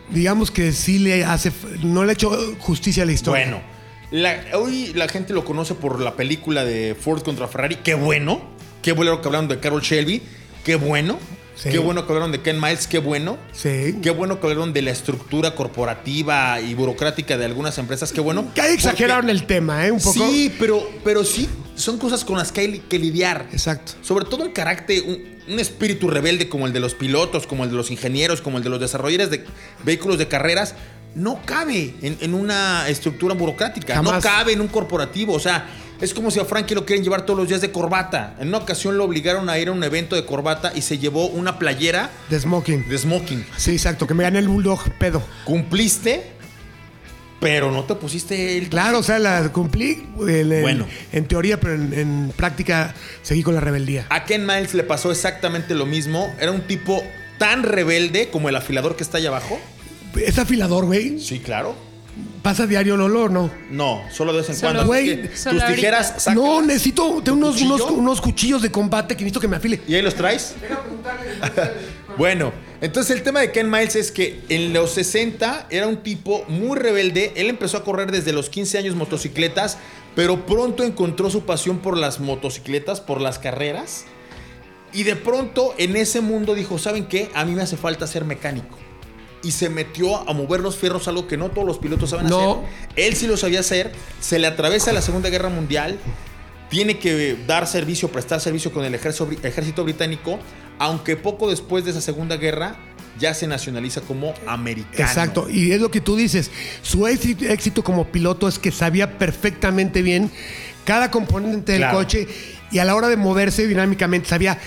Speaker 2: digamos que sí le hace. No le ha hecho justicia a la historia.
Speaker 3: bueno, la- hoy la gente lo conoce por la película de Ford contra Ferrari. Qué bueno. Qué bueno que hablaron de Carol Shelby. Qué bueno.
Speaker 2: Sí.
Speaker 3: Qué bueno que hablaron de Ken Miles. Qué bueno.
Speaker 2: Sí.
Speaker 3: Qué bueno que hablaron de la estructura corporativa y burocrática de algunas empresas. Qué bueno.
Speaker 2: Que ahí exageraron
Speaker 3: Porque-
Speaker 2: el tema, ¿eh? Un poco.
Speaker 3: Sí, pero, pero sí son cosas con las que hay que lidiar.
Speaker 2: Exacto.
Speaker 3: Sobre todo un carácter, un, un espíritu rebelde como el de los pilotos, como el de los ingenieros, como el de los desarrolladores de vehículos de carreras, no cabe en, en una estructura burocrática, no
Speaker 2: Jamás.
Speaker 3: cabe en un corporativo. O sea, es como si a Frankie lo quieren llevar todos los días de corbata. En una ocasión lo obligaron a ir a un evento de corbata y se llevó una playera
Speaker 2: De smoking.
Speaker 3: de smoking.
Speaker 2: Sí, exacto. Que me gané el bulldog pedo.
Speaker 3: Cumpliste, pero no te pusiste el...
Speaker 2: Claro, o sea, la cumplí el- el-
Speaker 3: Bueno.
Speaker 2: en teoría, pero en, en práctica seguí con la rebeldía.
Speaker 3: A Ken Miles le pasó exactamente lo mismo. Era un tipo tan rebelde como el afilador que está allá abajo.
Speaker 2: ¿Es afilador, güey?
Speaker 3: Sí, claro.
Speaker 2: ¿Pasa diario el olor o no?
Speaker 3: No, solo de vez en
Speaker 4: Solo-
Speaker 3: cuando. Así
Speaker 2: Güey,
Speaker 3: que
Speaker 4: solo
Speaker 3: tus tijeras,
Speaker 4: ahorita.
Speaker 3: sácalas.
Speaker 2: No, necesito tengo unos,
Speaker 3: cuchillo?
Speaker 2: unos, unos cuchillos de combate que necesito que me afile.
Speaker 3: ¿Y ahí los traes? bueno, entonces el tema de Ken Miles es que en los 60 era un tipo muy rebelde. Él empezó a correr desde los 15 años motocicletas, pero pronto encontró su pasión por las motocicletas, por las carreras. Y de pronto en ese mundo dijo, ¿saben qué? A mí me hace falta ser mecánico. Y se metió a mover los fierros, algo que no todos los pilotos saben
Speaker 2: No.
Speaker 3: hacer. Él sí lo sabía hacer. Se le atraviesa la Segunda Guerra Mundial. Tiene que dar servicio, prestar servicio con el ejército, bri- ejército británico. Aunque poco después de esa Segunda Guerra ya se nacionaliza como americano.
Speaker 2: Exacto, y es lo que tú dices. Su éxito, éxito como piloto es que sabía perfectamente bien cada componente del
Speaker 3: Claro.
Speaker 2: coche y a la hora de moverse dinámicamente sabía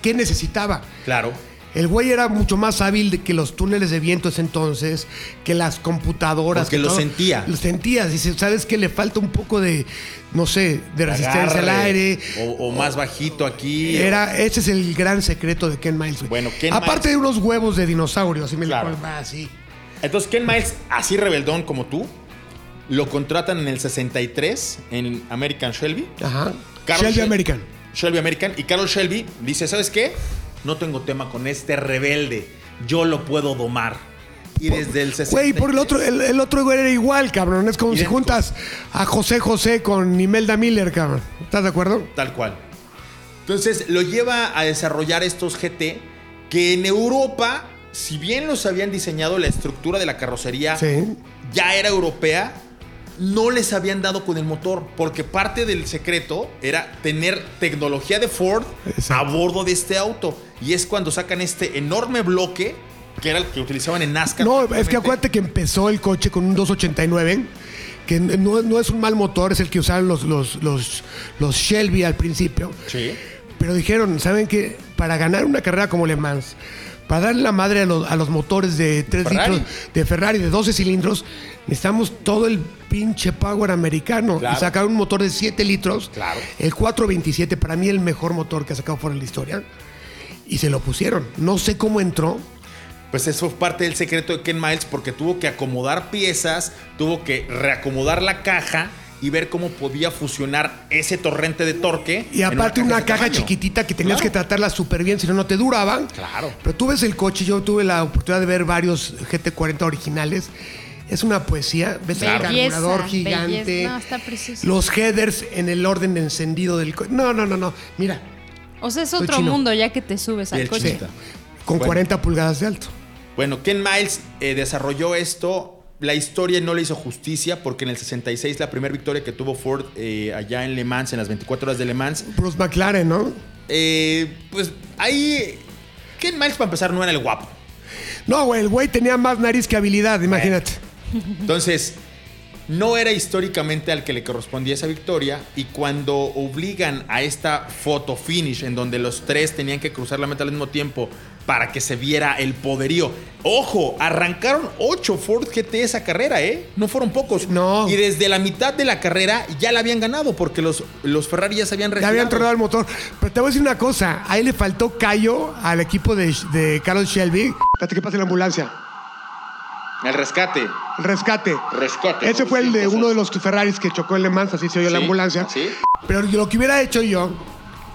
Speaker 2: qué necesitaba.
Speaker 3: Claro.
Speaker 2: El güey era mucho más hábil de que los túneles de viento ese entonces, que las computadoras.
Speaker 3: Porque
Speaker 2: que
Speaker 3: lo
Speaker 2: todo.
Speaker 3: sentía.
Speaker 2: Lo sentías. Dices, ¿sabes que Le falta un poco de, no sé, de resistencia al
Speaker 3: Agarre,
Speaker 2: aire.
Speaker 3: O, o más bajito aquí.
Speaker 2: Era, ese es el gran secreto de Ken Miles. güey.
Speaker 3: Bueno, Ken
Speaker 2: Aparte
Speaker 3: Miles-
Speaker 2: de unos huevos de dinosaurio, así me le
Speaker 3: Claro.
Speaker 2: ponen, ah, sí.
Speaker 3: Entonces, Ken Miles, así rebeldón como tú, lo contratan en el 63 en American Shelby.
Speaker 2: Ajá.
Speaker 3: Carol
Speaker 2: Shelby
Speaker 3: Shel-
Speaker 2: American.
Speaker 3: Shelby American. Y Carol Shelby dice, ¿sabes qué? No tengo tema con este rebelde. Yo lo puedo domar. Y desde el 60.
Speaker 2: Güey, por el otro, el, el otro güey era igual, cabrón. Es como si
Speaker 3: Idéntico.
Speaker 2: juntas a José José con Imelda Miller, cabrón. ¿Estás de acuerdo?
Speaker 3: Tal cual. Entonces lo lleva a desarrollar estos GT que en Europa, si bien los habían diseñado la estructura de la carrocería
Speaker 2: Sí.
Speaker 3: ya era europea, no les habían dado con el motor, porque parte del secreto era tener tecnología de Ford a bordo de este auto. Y es cuando sacan este enorme bloque, que era el que utilizaban en NASCAR.
Speaker 2: No, es que acuérdate que empezó el coche con un 289, que no, no es un mal motor, es el que usaban los, los, los, los Shelby al principio.
Speaker 3: Sí.
Speaker 2: Pero dijeron, ¿saben qué? Para ganar una carrera como Le Mans, para darle la madre a los, a los motores de 3
Speaker 3: Ferrari.
Speaker 2: litros de Ferrari de 12 cilindros, necesitamos todo el pinche power americano.
Speaker 3: Claro.
Speaker 2: Y sacar un motor de 7 litros,
Speaker 3: Claro.
Speaker 2: el 427, para mí el mejor motor que ha sacado fuera de la historia. Y se lo pusieron. No sé cómo entró.
Speaker 3: Pues eso fue parte del secreto de Ken Miles porque tuvo que acomodar piezas, tuvo que reacomodar la caja y ver cómo podía fusionar ese torrente de torque.
Speaker 2: Y
Speaker 3: en
Speaker 2: aparte una
Speaker 3: de
Speaker 2: caja,
Speaker 3: tamaño.
Speaker 2: chiquitita que tenías que tratarla súper bien, si no, no te duraban.
Speaker 3: Claro.
Speaker 2: Pero tú ves el coche, yo tuve la oportunidad de ver varios GT40 originales. Es una poesía. Ves el
Speaker 4: Belleza,
Speaker 2: carburador gigante.
Speaker 4: belleza. No, está precioso.
Speaker 2: Los headers en el orden de encendido del coche. No, no, no, no. Mira,
Speaker 4: O sea, es
Speaker 2: Soy
Speaker 4: otro
Speaker 2: chino.
Speaker 4: mundo ya que te subes
Speaker 3: Y
Speaker 4: al
Speaker 3: el
Speaker 4: coche.
Speaker 3: chinita.
Speaker 2: con
Speaker 3: Bueno.
Speaker 2: 40 pulgadas de alto.
Speaker 3: Bueno, Ken Miles eh, desarrolló esto. La historia no le hizo justicia porque en el 66 la primera victoria que tuvo Ford eh, allá en Le Mans, en las 24 horas de Le Mans,
Speaker 2: Bruce McLaren, ¿no?
Speaker 3: eh, pues ahí Ken Miles para empezar no era el guapo.
Speaker 2: No, güey, el güey tenía más nariz que
Speaker 3: Eh,
Speaker 2: habilidad, imagínate.
Speaker 3: Entonces, no era históricamente al que le correspondía esa victoria y cuando obligan a esta foto finish en donde los tres tenían que cruzar la meta al mismo tiempo para que se viera el poderío. Ojo, arrancaron ocho Ford GT esa carrera, ¿eh? No fueron pocos.
Speaker 2: No.
Speaker 3: Y desde la mitad de la carrera ya la habían ganado porque los, los Ferrari ya se habían
Speaker 2: Le
Speaker 3: retirado.
Speaker 2: habían tronado el motor. Pero te voy a decir una cosa. Ahí le faltó callo al equipo de, de Carol Shelby. Espérate que pase la ambulancia.
Speaker 3: El rescate.
Speaker 2: Rescate.
Speaker 3: Rescate.
Speaker 2: Ese fue el de uno de los Ferraris que chocó en Le Mans, así se oyó la
Speaker 3: Sí,
Speaker 2: ambulancia.
Speaker 3: sí.
Speaker 2: Pero lo que hubiera hecho yo,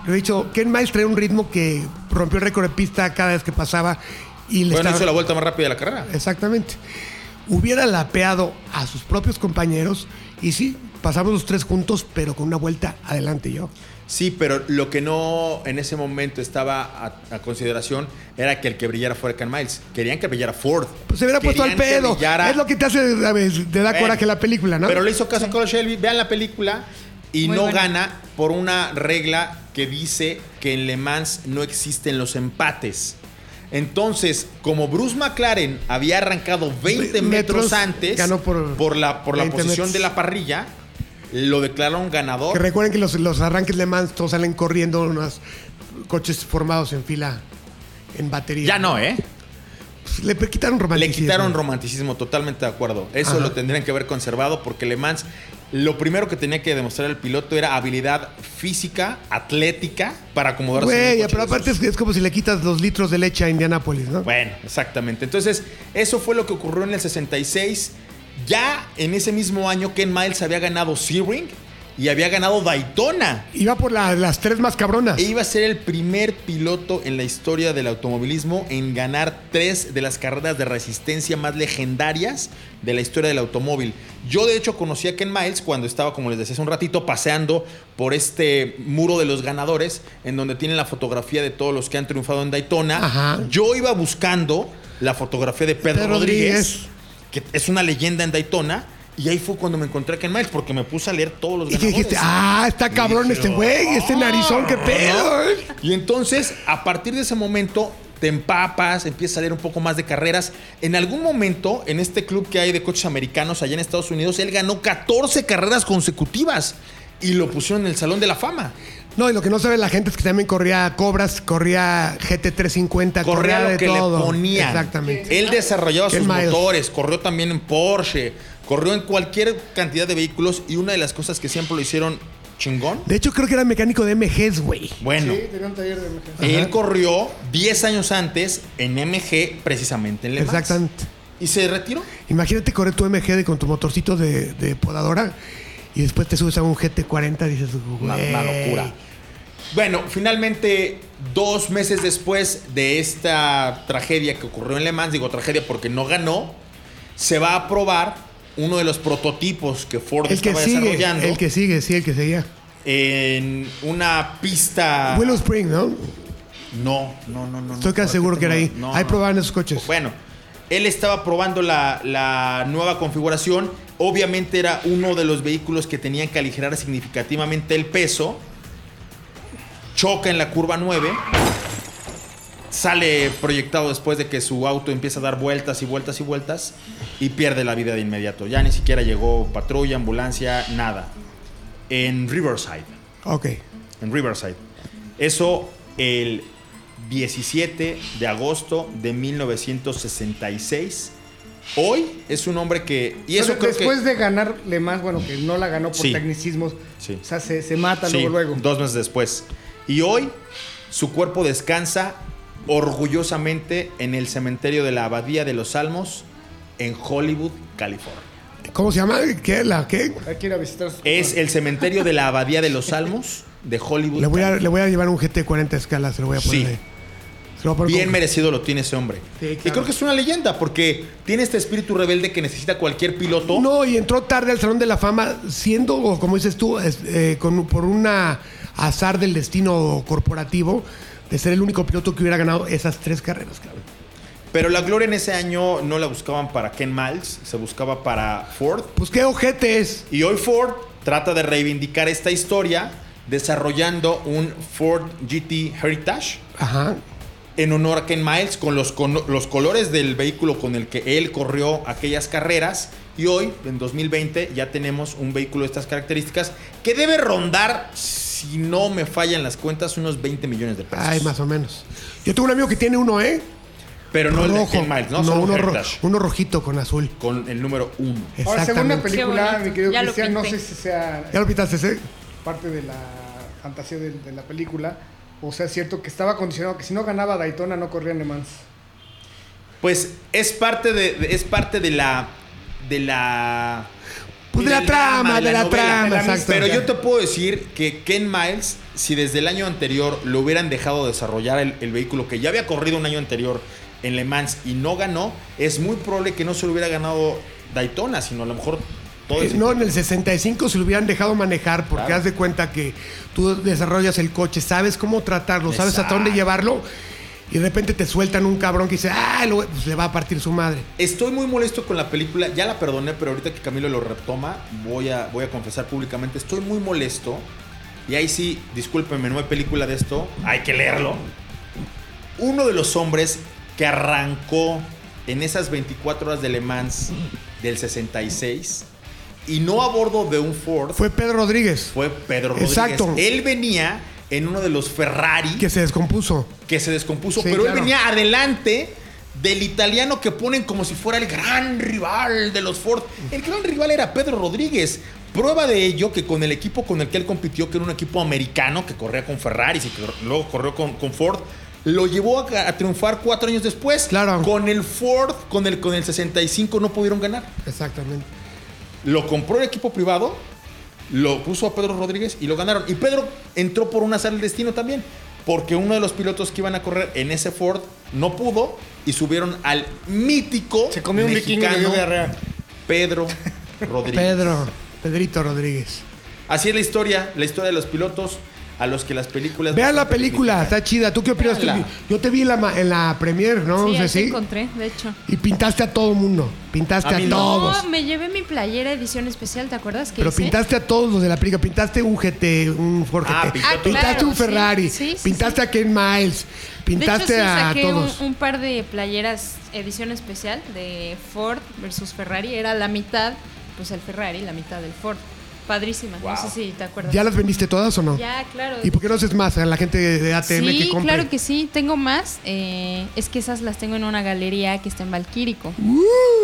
Speaker 2: lo he dicho, Ken Miles trae un ritmo que rompió el récord de pista cada vez que pasaba y le
Speaker 3: Bueno,
Speaker 2: estaba-
Speaker 3: hizo la vuelta más rápida de la carrera.
Speaker 2: Exactamente. Hubiera lapeado a sus propios compañeros y sí, pasamos los tres juntos, pero con una vuelta adelante yo.
Speaker 3: Sí, pero lo que no en ese momento estaba a, a consideración era que el que brillara fuera Ken Miles. Querían que brillara Ford.
Speaker 2: Pues se hubiera puesto al
Speaker 3: Querían que
Speaker 2: pedo.
Speaker 3: brillara-
Speaker 2: Es lo que te hace, a veces, te da
Speaker 3: Bueno,
Speaker 2: coraje la película, ¿no?
Speaker 3: Pero le hizo caso a Carl Shelby. Vean la película y
Speaker 4: Muy
Speaker 3: no
Speaker 4: buena.
Speaker 3: gana por una regla que dice que en Le Mans no existen los empates. Entonces, como Bruce McLaren había arrancado 20
Speaker 2: Metros,
Speaker 3: metros, antes
Speaker 2: ganó por
Speaker 3: la, por la
Speaker 2: 20
Speaker 3: posición
Speaker 2: metros.
Speaker 3: de la parrilla, lo declararon ganador.
Speaker 2: Que recuerden que los, los arranques Le Mans todos salen corriendo unos coches formados en fila en batería.
Speaker 12: Ya no, ¿eh?
Speaker 2: Pues, Le quitaron
Speaker 3: Le
Speaker 2: romanticismo.
Speaker 3: quitaron romanticismo, totalmente de acuerdo. Eso
Speaker 2: Ajá.
Speaker 3: lo tendrían que haber conservado porque Le Mans, lo primero que tenía que demostrar el piloto era habilidad física, atlética, para acomodarse. en un
Speaker 2: Güey,
Speaker 3: coche
Speaker 2: pero
Speaker 3: de esos.
Speaker 2: aparte es, es como si le quitas los litros de leche a Indianápolis, ¿no?
Speaker 3: Bueno, exactamente. Entonces, eso fue lo que ocurrió en el 66. Ya en ese mismo año, Ken Miles había ganado Sebring y había ganado Daytona.
Speaker 2: Iba por la- las tres más cabronas.
Speaker 3: E iba a ser el primer piloto en la historia del automovilismo en ganar tres de las carreras de resistencia más legendarias de la historia del automóvil. Yo de hecho conocí a Ken Miles cuando estaba, como les decía hace un ratito, paseando por este muro de los ganadores, en donde tienen la fotografía de todos los que han triunfado en Daytona.
Speaker 2: Ajá.
Speaker 3: Yo iba buscando la fotografía de Pedro,
Speaker 2: Pedro
Speaker 3: Rodríguez, que es una leyenda en Daytona. Y ahí fue cuando me encontré a Ken Miles, porque me puse a leer todos los
Speaker 2: y que
Speaker 3: ganadores.
Speaker 2: dijiste, ah, está cabrón
Speaker 3: Dije,
Speaker 2: este güey,
Speaker 3: ¡Oh!
Speaker 2: este narizón, qué pedo. ¿eh?".
Speaker 3: Y entonces, a partir de ese momento, te empapas, empiezas a leer un poco más de carreras. En algún momento, en este club que hay de coches americanos allá en Estados Unidos, él ganó 14 carreras consecutivas y lo pusieron en el Salón de la Fama.
Speaker 2: No, y lo que no sabe la gente es que también corría Cobras, corría GT350, corría,
Speaker 3: Corría lo
Speaker 2: de
Speaker 3: que
Speaker 2: todo.
Speaker 3: le ponían.
Speaker 2: Exactamente.
Speaker 3: Él desarrollaba
Speaker 2: Ken
Speaker 3: sus
Speaker 2: Miles.
Speaker 3: motores, corrió también en Porsche, corrió en cualquier cantidad de vehículos y una de las cosas que siempre lo hicieron chingón.
Speaker 2: De hecho, creo que era mecánico de MGs, güey.
Speaker 3: Bueno,
Speaker 5: Sí, tenía un taller de emergencia.
Speaker 3: él corrió 10 años antes en MG, precisamente en Le Mans.
Speaker 2: Exactamente.
Speaker 3: ¿Y se retiró?
Speaker 2: Imagínate correr tu MG de- con tu motorcito de, de podadora y después te subes a un GT40 y dices, güey.
Speaker 3: Una, una locura. Bueno, finalmente, dos meses después de esta tragedia que ocurrió en Le Mans, digo tragedia porque no ganó, se va a probar uno de los prototipos que Ford
Speaker 2: El que
Speaker 3: estaba
Speaker 2: sigue,
Speaker 3: desarrollando
Speaker 2: el que sigue, sí, el que seguía.
Speaker 3: en una pista.
Speaker 2: Willow Spring, ¿no?
Speaker 3: No, no, no, no.
Speaker 2: Estoy
Speaker 3: no,
Speaker 2: casi seguro que era ahí.
Speaker 3: no,
Speaker 2: ahí
Speaker 3: no.
Speaker 2: probaban esos coches.
Speaker 3: Bueno, él estaba probando la, la nueva configuración. Obviamente era uno de los vehículos que tenían que aligerar significativamente el peso. Choca en la curva 9. Sale proyectado después de que su auto empieza a dar vueltas y vueltas y vueltas y pierde la vida de inmediato. Ya ni siquiera llegó patrulla, ambulancia, nada. En Riverside
Speaker 2: Ok.
Speaker 3: en Riverside. Eso el 17 de agosto de 1966. Hoy es un hombre que... Y eso
Speaker 5: Entonces,
Speaker 3: creo
Speaker 5: después
Speaker 3: que...
Speaker 5: de ganarle más, bueno, que no la ganó por
Speaker 3: Sí.
Speaker 5: tecnicismos.
Speaker 3: Sí.
Speaker 5: O sea, se, se mata
Speaker 3: Sí,
Speaker 5: luego, luego.
Speaker 3: Dos meses después. Y hoy su cuerpo descansa orgullosamente en el cementerio de la Abadía de los Salmos en Hollywood, California.
Speaker 2: ¿Cómo se llama? ¿Qué? ¿La qué?
Speaker 5: Hay que ir a visitar. sus-
Speaker 3: Es el cementerio de la Abadía de los Salmos de Hollywood.
Speaker 2: Le voy, a,
Speaker 3: California.
Speaker 2: le voy a llevar un GT40 escala, se lo voy a poner
Speaker 3: Sí.
Speaker 2: ahí. Se lo voy a poner
Speaker 3: Bien
Speaker 2: con-
Speaker 3: merecido lo tiene ese hombre.
Speaker 2: Sí,
Speaker 3: Y
Speaker 2: claro.
Speaker 3: creo que es una leyenda porque tiene este espíritu rebelde que necesita cualquier piloto.
Speaker 2: No, y entró tarde al Salón de la Fama, siendo, o como dices tú, es- eh, con- por un azar del destino corporativo, de ser el único piloto que hubiera ganado esas tres carreras, cabrón.
Speaker 3: Pero la gloria en ese año no la buscaban para Ken Miles, se buscaba para Ford.
Speaker 2: Pues qué ojete es.
Speaker 3: Y hoy Ford trata de reivindicar esta historia desarrollando un Ford GT Heritage
Speaker 2: Ajá.
Speaker 3: en honor a Ken Miles con los, cono- los colores del vehículo con el que él corrió aquellas carreras. Y hoy, en 2020, ya tenemos un vehículo de estas características que debe rondar, si no me fallan las cuentas, unos 20 millones de pesos.
Speaker 2: Ay, más o menos. Yo tengo un amigo que tiene uno, ¿eh?
Speaker 3: Pero no el de Ken Miles, ¿no? Solo un
Speaker 2: uno, ro-
Speaker 3: Heritage,
Speaker 2: uno rojito con azul.
Speaker 3: Con el número uno.
Speaker 5: Ahora, según la
Speaker 2: Exactamente.
Speaker 4: Qué
Speaker 5: película,
Speaker 4: bonito.
Speaker 5: mi querido
Speaker 4: Ya lo
Speaker 5: Cristian, no
Speaker 4: pinté.
Speaker 5: sé si sea
Speaker 2: ¿Ya lo pintaste ese?
Speaker 5: parte de la fantasía del- de, la película. O sea, es cierto que estaba condicionado que si no ganaba Daytona no corría Le Mans.
Speaker 3: Pues es parte de, de- es parte de la. de la.
Speaker 2: Pues de la trama, de la
Speaker 3: novela.
Speaker 2: trama, exacto.
Speaker 3: Pero yo te puedo decir que Ken Miles, si desde el año anterior lo hubieran dejado desarrollar el, el vehículo que ya había corrido un año anterior en Le Mans y no ganó, es muy probable que no se lo hubiera ganado Daytona, sino a lo mejor todo
Speaker 2: Eh,
Speaker 3: ese-
Speaker 2: No, en el 65 se lo hubieran dejado manejar porque
Speaker 3: Claro.
Speaker 2: haz de cuenta que tú desarrollas el coche, sabes cómo tratarlo, sabes hasta dónde
Speaker 3: Exacto.
Speaker 2: llevarlo y de repente te sueltan un cabrón que dice, ah, lo- pues le va a partir su madre.
Speaker 3: Estoy muy molesto con la película, ya la perdoné, pero ahorita que Camilo lo retoma, voy a, voy a confesar públicamente, estoy muy molesto. Y ahí sí, discúlpenme, no hay película de esto, hay que leerlo. Uno de los hombres que arrancó en esas 24 horas de Le Mans del 66 y no a bordo de un Ford
Speaker 2: Fue
Speaker 3: fue,
Speaker 2: Pedro Rodríguez
Speaker 3: Pedro Rodríguez.
Speaker 2: Exacto.
Speaker 3: Él venía en uno de los Ferrari
Speaker 2: que se descompuso.
Speaker 3: que se descompuso,
Speaker 2: Sí,
Speaker 3: pero
Speaker 2: claro.
Speaker 3: él venía adelante del italiano que ponen como si fuera el gran rival de los Ford. El gran rival era Pedro Rodríguez. Prueba de ello que con el equipo con el que él compitió, que era un equipo americano que corría con Ferrari y que luego corrió con, con Ford, lo llevó a, a triunfar cuatro años después.
Speaker 2: Claro.
Speaker 3: Con el Ford, con el, con el 65 no pudieron ganar.
Speaker 2: Exactamente.
Speaker 3: Lo compró el equipo privado, lo puso a Pedro Rodríguez y lo ganaron. Y Pedro entró por un azar del destino también, porque uno de los pilotos que iban a correr en ese Ford no pudo y subieron al mítico
Speaker 5: Se comió un vikingo y le dio diarrea.
Speaker 3: Pedro Rodríguez.
Speaker 2: Pedro, Pedrito Rodríguez.
Speaker 3: Así es la historia, la historia de los pilotos a los que las películas...
Speaker 2: Vean la película, está chida. ¿Tú qué opinas? Tú-
Speaker 3: Véanla.
Speaker 2: Yo te vi en la, ma- en la premier, ¿no?
Speaker 4: Sí,
Speaker 2: No sé
Speaker 4: ahí te
Speaker 2: si.
Speaker 4: encontré, de hecho.
Speaker 2: Y pintaste a todo mundo. Pintaste
Speaker 3: A
Speaker 2: a,
Speaker 3: mí no.
Speaker 2: todos.
Speaker 4: No, me llevé mi playera edición especial, ¿te acuerdas que
Speaker 2: Pero
Speaker 4: hice?
Speaker 2: pintaste a todos los de la película. Pintaste un GT, un Ford
Speaker 3: Ah,
Speaker 2: GT.
Speaker 3: pintó Ah, tú.
Speaker 2: pintaste
Speaker 4: claro,
Speaker 2: un Ferrari.
Speaker 4: sí, sí, sí,
Speaker 2: pintaste a Ken Miles.
Speaker 4: de hecho,
Speaker 2: Pintaste
Speaker 4: sí,
Speaker 2: a
Speaker 4: saqué un-
Speaker 2: todos.
Speaker 4: Un, par de playeras edición especial de Ford versus Ferrari. Era la mitad, pues el Ferrari, la mitad del Ford. Padrísima, no sé si te acuerdas.
Speaker 2: ¿Ya las vendiste todas o no?
Speaker 4: Ya, claro.
Speaker 2: ¿Y por qué no haces más a la gente de ATM
Speaker 4: sí,
Speaker 2: que compre?
Speaker 4: claro que sí, tengo más. eh, es que esas las tengo en una galería que está en Valquírico.
Speaker 2: Uh.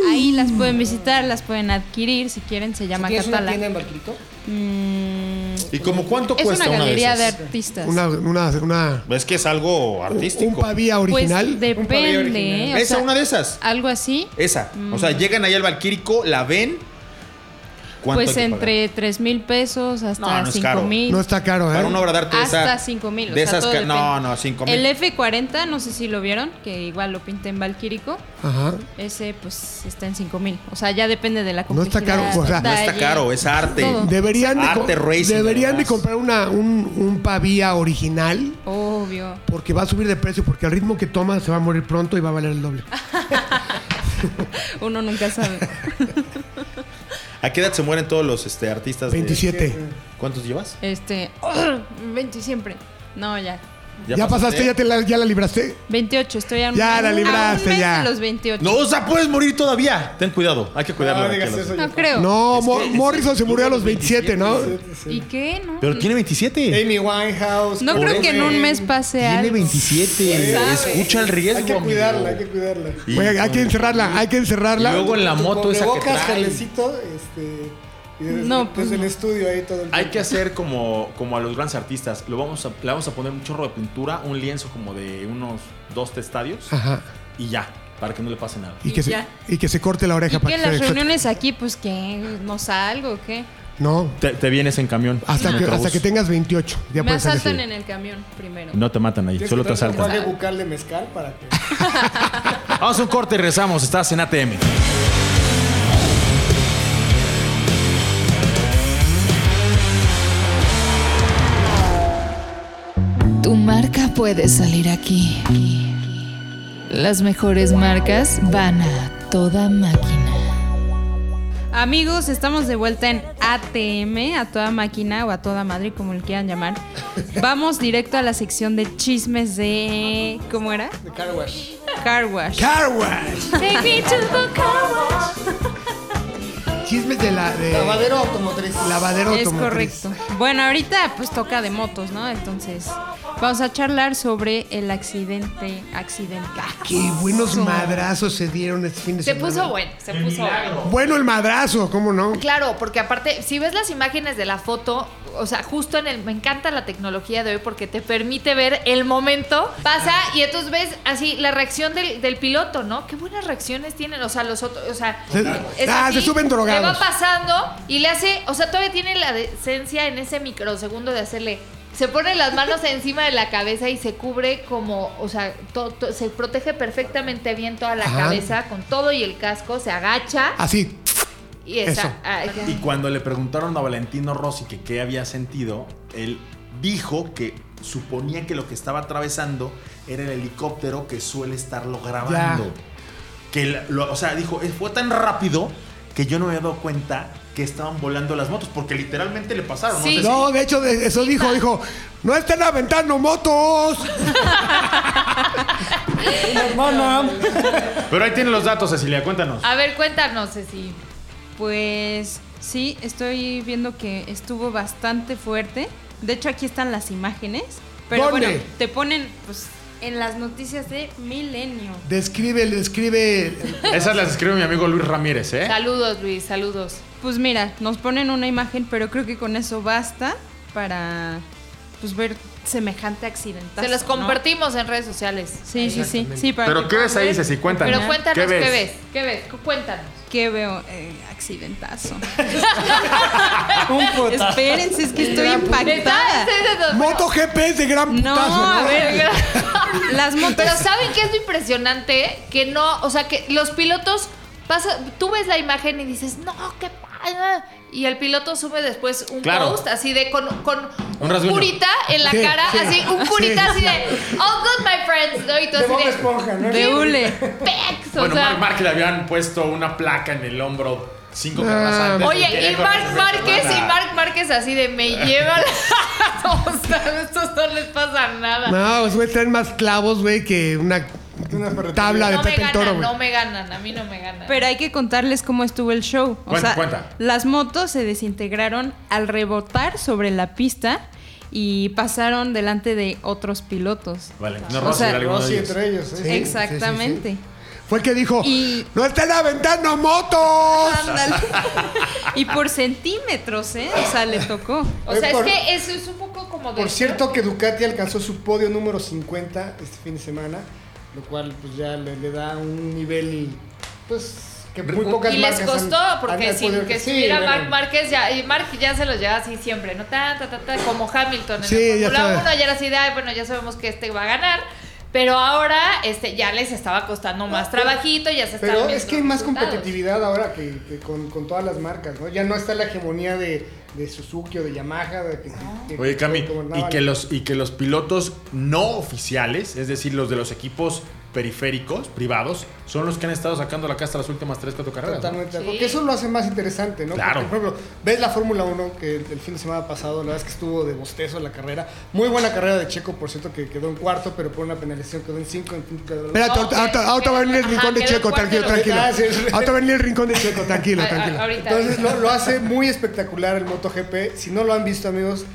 Speaker 4: Ahí las pueden visitar, las pueden adquirir si quieren, se llama
Speaker 5: ¿Tienes una
Speaker 4: Catala.
Speaker 5: tienda en Barquilito?
Speaker 4: Mm,
Speaker 3: ¿Y como cuánto
Speaker 4: es
Speaker 3: cuesta
Speaker 4: una
Speaker 3: una,
Speaker 4: galería
Speaker 3: de
Speaker 4: de,
Speaker 3: esas?
Speaker 4: artistas.
Speaker 2: Una, una, una-
Speaker 3: Es que es algo
Speaker 2: un
Speaker 3: artístico.
Speaker 2: pavía
Speaker 4: pues
Speaker 2: original.
Speaker 5: Un pabellón original.
Speaker 4: depende. eh, o
Speaker 3: Esa,
Speaker 4: sea, mm.
Speaker 3: una de esas.
Speaker 4: Algo así.
Speaker 3: Esa. O sea, llegan ahí al Valquírico, la ven
Speaker 9: ¿Cuánto
Speaker 4: pues
Speaker 9: hay que
Speaker 4: entre 3 mil pesos hasta
Speaker 9: No, no es
Speaker 4: 5
Speaker 9: caro.
Speaker 4: mil.
Speaker 2: No está caro, ¿eh?
Speaker 9: Para una obra de arte de esa-
Speaker 4: Hasta 5 mil.
Speaker 9: de esas ca- no, no, 5,000.
Speaker 4: El F40, no sé si lo vieron, que igual lo pinté en Valquírico.
Speaker 2: Ajá.
Speaker 4: Ese pues está en 5 mil. O sea, ya depende de la
Speaker 2: No está
Speaker 4: complejidad.
Speaker 2: caro, o sea-
Speaker 9: No está
Speaker 4: detalle.
Speaker 9: caro, es arte.
Speaker 4: Todo.
Speaker 2: Deberían de,
Speaker 9: Arte
Speaker 2: co-
Speaker 9: racing,
Speaker 2: deberían de
Speaker 9: además.
Speaker 2: comprar una, un, un pavía original
Speaker 4: Obvio.
Speaker 2: porque va a subir de precio, porque al ritmo que toma se va a morir pronto y va a valer el doble.
Speaker 4: Uno nunca sabe.
Speaker 9: ¿A qué edad se mueren todos los este, artistas? de-
Speaker 2: 27.
Speaker 9: ¿Cuántos llevas?
Speaker 4: Este, 20 siempre. No, ya.
Speaker 2: ¿Ya, pasaste? ¿Ya, te la, ya la libraste?
Speaker 4: 28, estoy a un,
Speaker 2: Ya la
Speaker 4: a un
Speaker 2: libraste,
Speaker 4: mes
Speaker 2: ya.
Speaker 4: de los 28.
Speaker 9: No, o sea, puedes morir todavía. Ten cuidado, hay que cuidarlo.
Speaker 5: No Ah, digas
Speaker 9: Raquel.
Speaker 5: eso.
Speaker 4: No creo.
Speaker 2: No,
Speaker 9: Es
Speaker 2: Mo-
Speaker 9: que- es que
Speaker 2: Morrison se
Speaker 9: tuvo
Speaker 2: murió a los 27,
Speaker 9: 27,
Speaker 2: ¿no?
Speaker 4: ¿Y qué? No,
Speaker 9: Pero tiene 27.
Speaker 5: Amy Winehouse.
Speaker 4: no
Speaker 9: por
Speaker 4: creo
Speaker 9: eso.
Speaker 4: que en un mes pase
Speaker 9: Tiene
Speaker 4: algo.
Speaker 9: 27.
Speaker 4: sabe?
Speaker 9: Escucha el riesgo.
Speaker 5: Hay que cuidarla, hay
Speaker 9: amigo.
Speaker 5: que cuidarla.
Speaker 2: Oye, hay que encerrarla, hay que
Speaker 9: Y
Speaker 2: encerrarla.
Speaker 9: luego en la moto esa que
Speaker 5: Cubrebocas,
Speaker 9: trae.
Speaker 5: jalecito, este. Y desde,
Speaker 4: No,
Speaker 5: desde
Speaker 4: pues
Speaker 5: el
Speaker 4: no.
Speaker 5: estudio ahí todo el
Speaker 3: Hay
Speaker 5: tiempo.
Speaker 3: que hacer como, como a los grandes artistas. Lo vamos a, le vamos a poner un chorro de pintura, un lienzo como de unos dos estadios
Speaker 2: Ajá.
Speaker 3: y ya, para que no le pase nada.
Speaker 2: Y que, se,
Speaker 4: Ya.
Speaker 2: y que se corte la oreja
Speaker 4: ¿Y
Speaker 2: para que
Speaker 4: qué?
Speaker 2: se
Speaker 4: Las
Speaker 2: dé cuenta.
Speaker 4: reuniones aquí, pues que no salgo, o ¿qué?
Speaker 2: No,
Speaker 3: Te, te vienes en camión.
Speaker 2: hasta,
Speaker 3: en
Speaker 2: que,
Speaker 3: autobús.
Speaker 2: hasta que tengas 28. Ya
Speaker 4: Me
Speaker 2: puedes salir.
Speaker 4: asaltan en el camión primero.
Speaker 3: No te matan ahí,
Speaker 5: Tienes
Speaker 3: solo
Speaker 5: que
Speaker 3: te
Speaker 5: traer un
Speaker 3: asaltan.
Speaker 5: jale bucal de mezcal para que.
Speaker 3: Vamos a un corte y rezamos. Estás en ATM.
Speaker 10: Tu marca puede salir aquí. Las mejores marcas van a toda máquina.
Speaker 4: Amigos, estamos de vuelta en ATM, a toda máquina o a toda madre, como le quieran llamar. Vamos directo a la sección de chismes de. ¿Cómo era?
Speaker 5: de car wash.
Speaker 4: Car wash.
Speaker 2: Car wash.
Speaker 4: Take me to the car wash.
Speaker 2: Chismes de la de
Speaker 5: Lavadero automotriz.
Speaker 2: lavadero
Speaker 4: Es
Speaker 2: automotriz.
Speaker 4: correcto. Bueno, ahorita pues toca de motos, ¿no? Entonces, vamos a charlar sobre el accidente accidental.
Speaker 2: Ah, Qué buenos madrazos se dieron este fin de
Speaker 6: Se
Speaker 2: semana.
Speaker 6: puso bueno, se puso bueno.
Speaker 2: Bueno el madrazo, ¿cómo no?
Speaker 6: Claro, porque aparte, si ves las imágenes de la foto, o sea, justo en el. Me encanta la tecnología de hoy porque te permite ver el momento. Pasa y entonces ves así la reacción del, del piloto, ¿no? Qué buenas reacciones tienen. O sea, los otros. O sea,
Speaker 2: Se- ah, se suben drogados.
Speaker 6: Le va pasando y le hace. O sea, todavía tiene la decencia en ese microsegundo de hacerle. Se pone las manos encima de la cabeza y se cubre como, o sea, to- to- se protege perfectamente bien toda la
Speaker 2: Ajá.
Speaker 6: cabeza con todo y el casco, se agacha
Speaker 2: Así.
Speaker 6: y esa-
Speaker 2: eso.
Speaker 6: ah, ya.
Speaker 3: Y cuando le preguntaron a Valentino Rossi que qué había sentido, él dijo que suponía que lo que estaba atravesando era el helicóptero que suele estarlo grabando.
Speaker 2: Ya.
Speaker 3: Que la- lo- o sea, dijo, "Eh, fue tan rápido que yo no me había dado cuenta que estaban volando las motos, porque literalmente le pasaron.
Speaker 6: Sí.
Speaker 3: No sé si-
Speaker 2: No, de hecho, de- eso dijo, dijo, no estén aventando motos.
Speaker 3: Pero ahí tienen los datos, Cecilia, cuéntanos.
Speaker 4: Ah.
Speaker 6: A ver, cuéntanos, Ceci.
Speaker 4: Pues sí, estoy viendo que estuvo bastante fuerte. De hecho, aquí están las imágenes. Pero
Speaker 2: ¿Dónde?
Speaker 4: bueno, te ponen pues en las noticias de Milenio.
Speaker 2: Describe, describe.
Speaker 3: Esas las escribe mi amigo Luis Ramírez, ¿eh?
Speaker 6: Saludos, Luis, saludos.
Speaker 4: Pues mira, nos ponen una imagen, pero creo que con eso basta para pues ver semejante accidente.
Speaker 6: Se los compartimos en redes sociales.
Speaker 4: Sí, sí, sí, sí. para
Speaker 3: Pero
Speaker 4: que
Speaker 3: ¿qué
Speaker 4: puedan
Speaker 3: ves ahí,
Speaker 4: ver.
Speaker 3: Ceci? Cuéntanos.
Speaker 6: Pero cuéntanos
Speaker 3: ¿Qué
Speaker 6: qué
Speaker 3: ves?
Speaker 6: ves, qué ves, Cu- cuéntanos.
Speaker 4: ¿Qué veo? Eh, accidentazo.
Speaker 5: Un puta.
Speaker 4: Espérense, es que estoy
Speaker 6: Está-
Speaker 4: impactada.
Speaker 6: está- está-
Speaker 2: Moto GPS de gran
Speaker 4: No,
Speaker 2: putazo.
Speaker 4: a ver, las motos.
Speaker 6: Pero ¿saben qué es lo impresionante? Que no, o sea, que los pilotos pasa, tú ves la imagen y dices, no, qué padre. Y el piloto sube después un
Speaker 3: Claro.
Speaker 6: post así de con, con un,
Speaker 3: rasguño.
Speaker 6: curita en la
Speaker 2: Sí,
Speaker 6: cara,
Speaker 2: sí,
Speaker 6: así, un curita
Speaker 2: sí.
Speaker 6: así de, all good, my friends. ¿no? Y tú
Speaker 5: De
Speaker 6: así
Speaker 5: Bob
Speaker 6: de,
Speaker 5: Esponja, ¿no?
Speaker 4: De hule.
Speaker 6: pex, o
Speaker 3: Bueno,
Speaker 6: sea.
Speaker 3: Mark Márquez le habían puesto una placa en el hombro cinco
Speaker 2: Ah,
Speaker 3: carreras antes.
Speaker 6: Oye, y
Speaker 3: Llegó
Speaker 6: Marc
Speaker 3: ese
Speaker 6: Márquez,
Speaker 3: semana.
Speaker 6: y Marc Márquez así de me lleva la... O sea, estos no les pasa nada. No,
Speaker 2: No, pues, güey, traen más clavos, güey, que una
Speaker 5: ferretería.
Speaker 2: tabla de
Speaker 6: me
Speaker 2: Pepe el
Speaker 6: ganan,
Speaker 2: Toro, güey.
Speaker 6: no me ganan, a mí no me ganan.
Speaker 4: Pero hay que contarles cómo estuvo el show. O
Speaker 3: Cuenta,
Speaker 4: sea,
Speaker 3: cuenta.
Speaker 4: las motos se desintegraron al rebotar sobre la pista y pasaron delante de otros pilotos.
Speaker 3: Valentino
Speaker 4: O
Speaker 3: Rossi
Speaker 4: sea,
Speaker 3: era alguno de
Speaker 5: Rosy
Speaker 3: ellos.
Speaker 5: entre ellos, ¿eh?
Speaker 4: Exactamente.
Speaker 2: Fue el que dijo,
Speaker 4: Y-
Speaker 2: no estén aventando motos.
Speaker 4: Ándale. y por centímetros, ¿eh? O sea, le tocó.
Speaker 6: o sea,
Speaker 5: Por-
Speaker 6: es que eso es un poco como de...
Speaker 5: Por cierto que Ducati alcanzó su podio número 50 este fin de semana, lo cual pues ya le, le da un nivel pues que muy pocas
Speaker 6: Y les
Speaker 5: marcas han-
Speaker 6: costó,
Speaker 5: han
Speaker 6: porque sin
Speaker 5: podido-
Speaker 6: que
Speaker 5: sí,
Speaker 6: estuviera
Speaker 5: bueno.
Speaker 6: Marc Márquez, ya, y Marc ya se los lleva así siempre, ¿no? Ta, ta, ta, ta, como Hamilton en
Speaker 2: Sí, ya
Speaker 6: la Fórmula
Speaker 2: sabes.
Speaker 6: 1, ya era así de, "Ay, bueno, ya sabemos que este va a ganar. Pero ahora este, ya les estaba costando más trabajito, ya se estaban
Speaker 5: Pero
Speaker 6: viendo
Speaker 5: es que hay más
Speaker 6: resultados.
Speaker 5: competitividad ahora que, que con, con todas las marcas, ¿no? Ya no está la hegemonía de, de Suzuki o de Yamaha. de que- que-
Speaker 3: Oye, Cami,
Speaker 5: que gobernaban.
Speaker 3: y que, los, y que los pilotos no oficiales, es decir, los de los equipos periféricos, privados, son los que han estado sacando la casta las últimas 3, 4 carreras. ¿no?
Speaker 5: Totalmente. de acuerdo.
Speaker 6: Sí.
Speaker 5: Porque eso lo hace más interesante, ¿no?
Speaker 3: Claro.
Speaker 5: Porque, por ejemplo, ves la Fórmula 1 que el el fin de semana pasado, la verdad es que estuvo de bostezo la carrera. Muy buena carrera de Checo, por cierto, que quedó en cuarto, pero por una penalización quedó en cinco. En quinto quedó en
Speaker 2: Espérate,
Speaker 6: No,
Speaker 2: ahorita,
Speaker 6: que-
Speaker 2: ahorita- ahorita va a venir el
Speaker 6: ajá,
Speaker 2: rincón de
Speaker 6: quedó
Speaker 2: Checo,
Speaker 6: en cuarto
Speaker 2: tranquilo,
Speaker 6: de los-
Speaker 2: tranquilo.
Speaker 5: Gracias.
Speaker 2: Ahorita va a venir el rincón de Checo, tranquilo,
Speaker 6: A- a-
Speaker 2: tranquilo.
Speaker 6: ahorita.
Speaker 5: Entonces lo, lo hace muy espectacular el MotoGP. Si no lo han visto, amigos,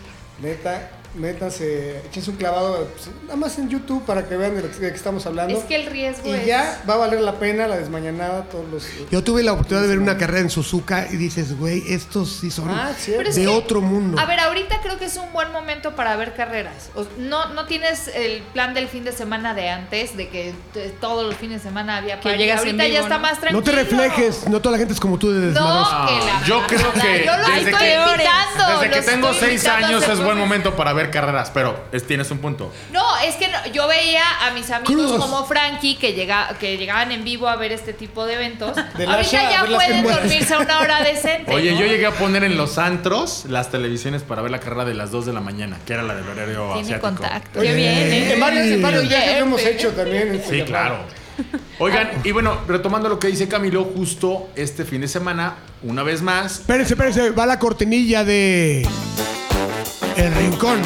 Speaker 5: neta, neta, se, échense un clavado pues, nada más en YouTube para que vean de lo que, de qué estamos hablando.
Speaker 6: Es que el riesgo
Speaker 5: y
Speaker 6: es...
Speaker 5: ya va a valer la pena la desmañanada, todos los.
Speaker 2: Yo tuve la oportunidad de ver una carrera en Suzuka y dices, güey, estos sí son
Speaker 5: Ah, cierto.
Speaker 6: Pero es
Speaker 2: de
Speaker 6: que-
Speaker 2: otro mundo.
Speaker 6: A ver, ahorita creo que es un buen momento para ver carreras. O- no, no tienes el plan del fin de semana de antes, de que t- todos los fines de semana había
Speaker 4: Que
Speaker 6: party.
Speaker 4: llegas en
Speaker 6: Ahorita
Speaker 4: vivo,
Speaker 6: ya está
Speaker 4: ¿no?
Speaker 6: más tranquilo.
Speaker 2: no te reflejes, no toda la gente es como tú de desmadrosa.
Speaker 6: No, que la
Speaker 3: Ah, Yo creo
Speaker 6: mamada.
Speaker 3: que
Speaker 6: Yo los
Speaker 3: desde
Speaker 6: estoy
Speaker 3: que-
Speaker 6: invitando,
Speaker 3: Desde que
Speaker 6: los
Speaker 3: tengo
Speaker 6: estoy
Speaker 3: 6
Speaker 6: invitando a
Speaker 3: años
Speaker 6: hacer
Speaker 3: es buen
Speaker 6: cosas.
Speaker 3: momento para ver carreras, pero es- tienes un punto.
Speaker 6: No, es que no, yo veía a mis amigos
Speaker 2: Crudos.
Speaker 6: como Frankie que, llega, que llegaban en vivo a ver este tipo de eventos.
Speaker 5: De la
Speaker 6: Ahorita
Speaker 5: Shah, a
Speaker 6: ya
Speaker 5: ver las
Speaker 6: pueden
Speaker 5: películas.
Speaker 6: dormirse a una hora decente.
Speaker 3: Oye,
Speaker 6: ¿no?
Speaker 3: yo llegué a poner en los antros las televisiones para ver la carrera de las 2 de la mañana, que era la del horario
Speaker 6: Tiene
Speaker 3: asiático.
Speaker 6: contacto. Qué bien, ¿eh?
Speaker 5: En varios, en varios viajes lo hemos
Speaker 6: Gente.
Speaker 5: hecho también. este, en
Speaker 3: Sí,
Speaker 5: Culiacán.
Speaker 3: claro. Oigan, y bueno, retomando lo que dice Camilo, justo este fin de semana, una vez más,
Speaker 2: Espérense, espérense, va la cortinilla de. El rincón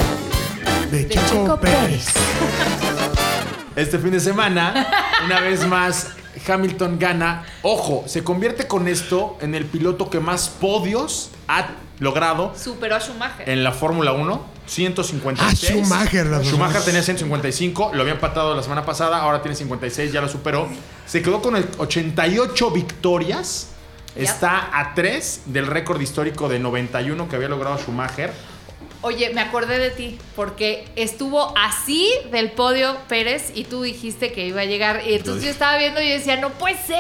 Speaker 2: de, Checo, Pérez.
Speaker 3: este fin de semana, una vez más, Hamilton gana. Ojo, se convierte con esto en el piloto que más podios ha logrado
Speaker 6: Superó a Schumacher.
Speaker 3: en la Fórmula 1. 156.
Speaker 2: Ah, Schumacher, la verdad.
Speaker 3: Schumacher tenía 155, lo había empatado la semana pasada, ahora tiene 56, ya lo superó. Se quedó con el 88 victorias.
Speaker 6: Ya.
Speaker 3: Está a 3 del récord histórico de 91 que había logrado Schumacher.
Speaker 6: Oye, me acordé de ti, porque estuvo así del podio Pérez y tú dijiste que iba a llegar. Y entonces yo estaba viendo y yo decía, no puede ser.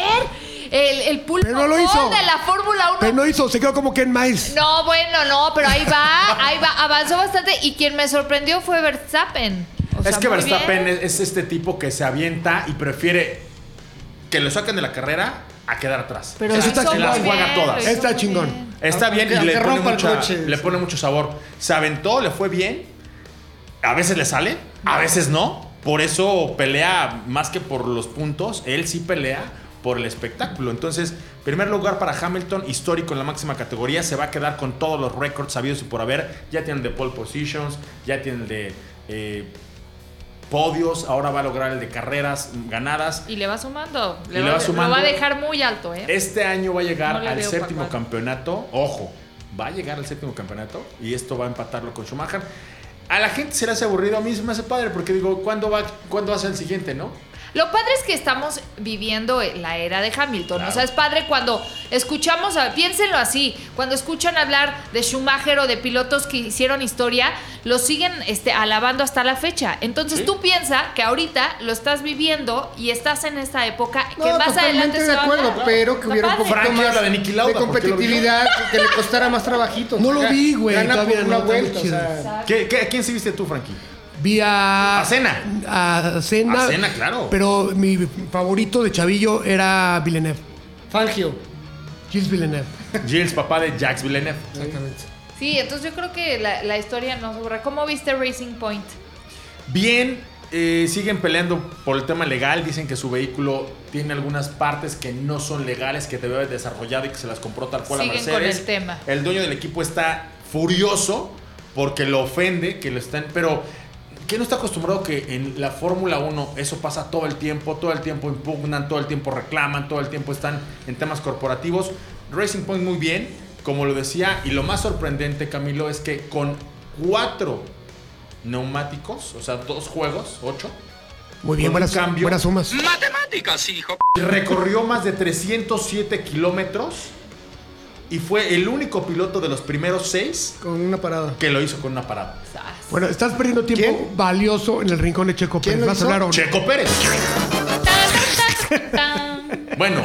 Speaker 6: El, el pulpo
Speaker 2: Pero no lo
Speaker 6: gol
Speaker 2: hizo.
Speaker 6: de la Fórmula 1.
Speaker 2: Pero no hizo, se quedó como Ken Miles.
Speaker 6: No, bueno, no, pero ahí va, ahí va, avanzó bastante y quien me sorprendió fue Verstappen. O sea,
Speaker 3: es que
Speaker 6: muy
Speaker 3: Verstappen
Speaker 6: bien.
Speaker 3: es, es este tipo que se avienta y prefiere que lo saquen de la carrera a quedar atrás.
Speaker 2: Pero
Speaker 3: O sea,
Speaker 2: eso está
Speaker 6: Hizo
Speaker 3: se las
Speaker 6: muy
Speaker 3: juega
Speaker 6: bien,
Speaker 3: todas.
Speaker 6: lo hizo
Speaker 2: Está
Speaker 6: muy
Speaker 2: chingón.
Speaker 6: bien.
Speaker 3: Está bien y
Speaker 5: Aunque
Speaker 3: le pone,
Speaker 5: rompa el
Speaker 3: mucha-
Speaker 5: coche,
Speaker 3: le
Speaker 5: sí.
Speaker 3: pone mucho sabor. Se aventó, le fue bien. A veces le sale, a veces no. Por eso pelea más que por los puntos. Él sí pelea por el espectáculo. Entonces, primer lugar para Hamilton, histórico en la máxima categoría. Se va a quedar con todos los récords sabidos y por haber. Ya tiene el de pole positions, ya tiene el de eh, podios. Ahora va a lograr el de carreras ganadas.
Speaker 6: Y le va sumando.
Speaker 3: Y le va sumando.
Speaker 6: Lo va a dejar muy alto, ¿eh?
Speaker 3: Este año va a llegar
Speaker 6: No le
Speaker 3: al
Speaker 6: veo
Speaker 3: séptimo
Speaker 6: papá.
Speaker 3: campeonato. Ojo, va a llegar al séptimo campeonato y esto va a empatarlo con Schumacher. A la gente se le hace aburrido, a mí se me hace padre porque digo, ¿cuándo va, ¿cuándo va a ser el siguiente, no?
Speaker 6: Lo padre es que estamos viviendo la era de Hamilton.
Speaker 3: Claro.
Speaker 6: O sea, es padre cuando escuchamos, a- piénsenlo así, cuando escuchan hablar de Schumacher o de pilotos que hicieron historia, lo siguen este, alabando hasta la fecha. Entonces tú piensa que ahorita lo estás viviendo y estás en esta época
Speaker 5: No,
Speaker 6: que más
Speaker 5: totalmente
Speaker 6: adelante
Speaker 5: de
Speaker 6: se va a
Speaker 5: acuerdo,
Speaker 6: hablar.
Speaker 5: pero que
Speaker 6: Está
Speaker 5: hubiera un
Speaker 6: padre.
Speaker 5: poquito
Speaker 3: Frankie
Speaker 5: más
Speaker 3: habla de Niki Lauda, ¿por qué
Speaker 5: de
Speaker 3: lo vio?
Speaker 5: competitividad, que que le costara más trabajito.
Speaker 2: No lo vi, güey,
Speaker 5: Gana
Speaker 2: todavía
Speaker 5: por
Speaker 2: no
Speaker 5: una
Speaker 2: está muy
Speaker 5: vuelta, o
Speaker 2: chido.
Speaker 5: sea,
Speaker 6: Ah.
Speaker 3: ¿Qué, qué, a quién sí viste tú, Frankie?
Speaker 2: Vi a.
Speaker 3: A Senna.
Speaker 2: A Cena.
Speaker 3: A Senna, claro.
Speaker 2: Pero mi favorito de Chavillo era Villeneuve.
Speaker 5: Fangio.
Speaker 2: Gilles Villeneuve.
Speaker 3: Gilles, papá de Jacques Villeneuve.
Speaker 5: Exactamente.
Speaker 6: Sí, entonces yo creo que la, la historia nos sobra. ¿Cómo viste Racing Point?
Speaker 3: Bien, eh, siguen peleando por el tema legal. Dicen que su vehículo tiene algunas partes que no son legales, que debe haber desarrollado y que se las compró tal cual a
Speaker 6: Siguen con
Speaker 3: Mercedes.
Speaker 6: el tema.
Speaker 3: El dueño del equipo está furioso porque lo ofende, que lo están. Pero. ¿Quién no está acostumbrado que en la Fórmula 1 eso pasa todo el tiempo? Todo el tiempo impugnan, todo el tiempo reclaman, todo el tiempo están en temas corporativos. Racing Point muy bien, como lo decía, y lo más sorprendente, Camilo, es que con cuatro neumáticos, o sea, dos juegos, ocho.
Speaker 2: Muy bien,
Speaker 3: Con un
Speaker 2: buenas,
Speaker 3: cambio.
Speaker 2: buenas sumas.
Speaker 3: Recorrió más de 307 kilómetros y fue el único piloto de los primeros seis
Speaker 5: Con una parada.
Speaker 3: que lo hizo con una parada.
Speaker 2: Bueno, estás perdiendo tiempo
Speaker 5: ¿Quién?
Speaker 2: valioso en el rincón de Checo Pérez.
Speaker 5: ¿Quién lo
Speaker 2: ¿Vas a
Speaker 5: hizo?
Speaker 2: hablar o no?
Speaker 3: Checo Pérez.
Speaker 6: Tan, tan, tan, tan.
Speaker 3: Bueno,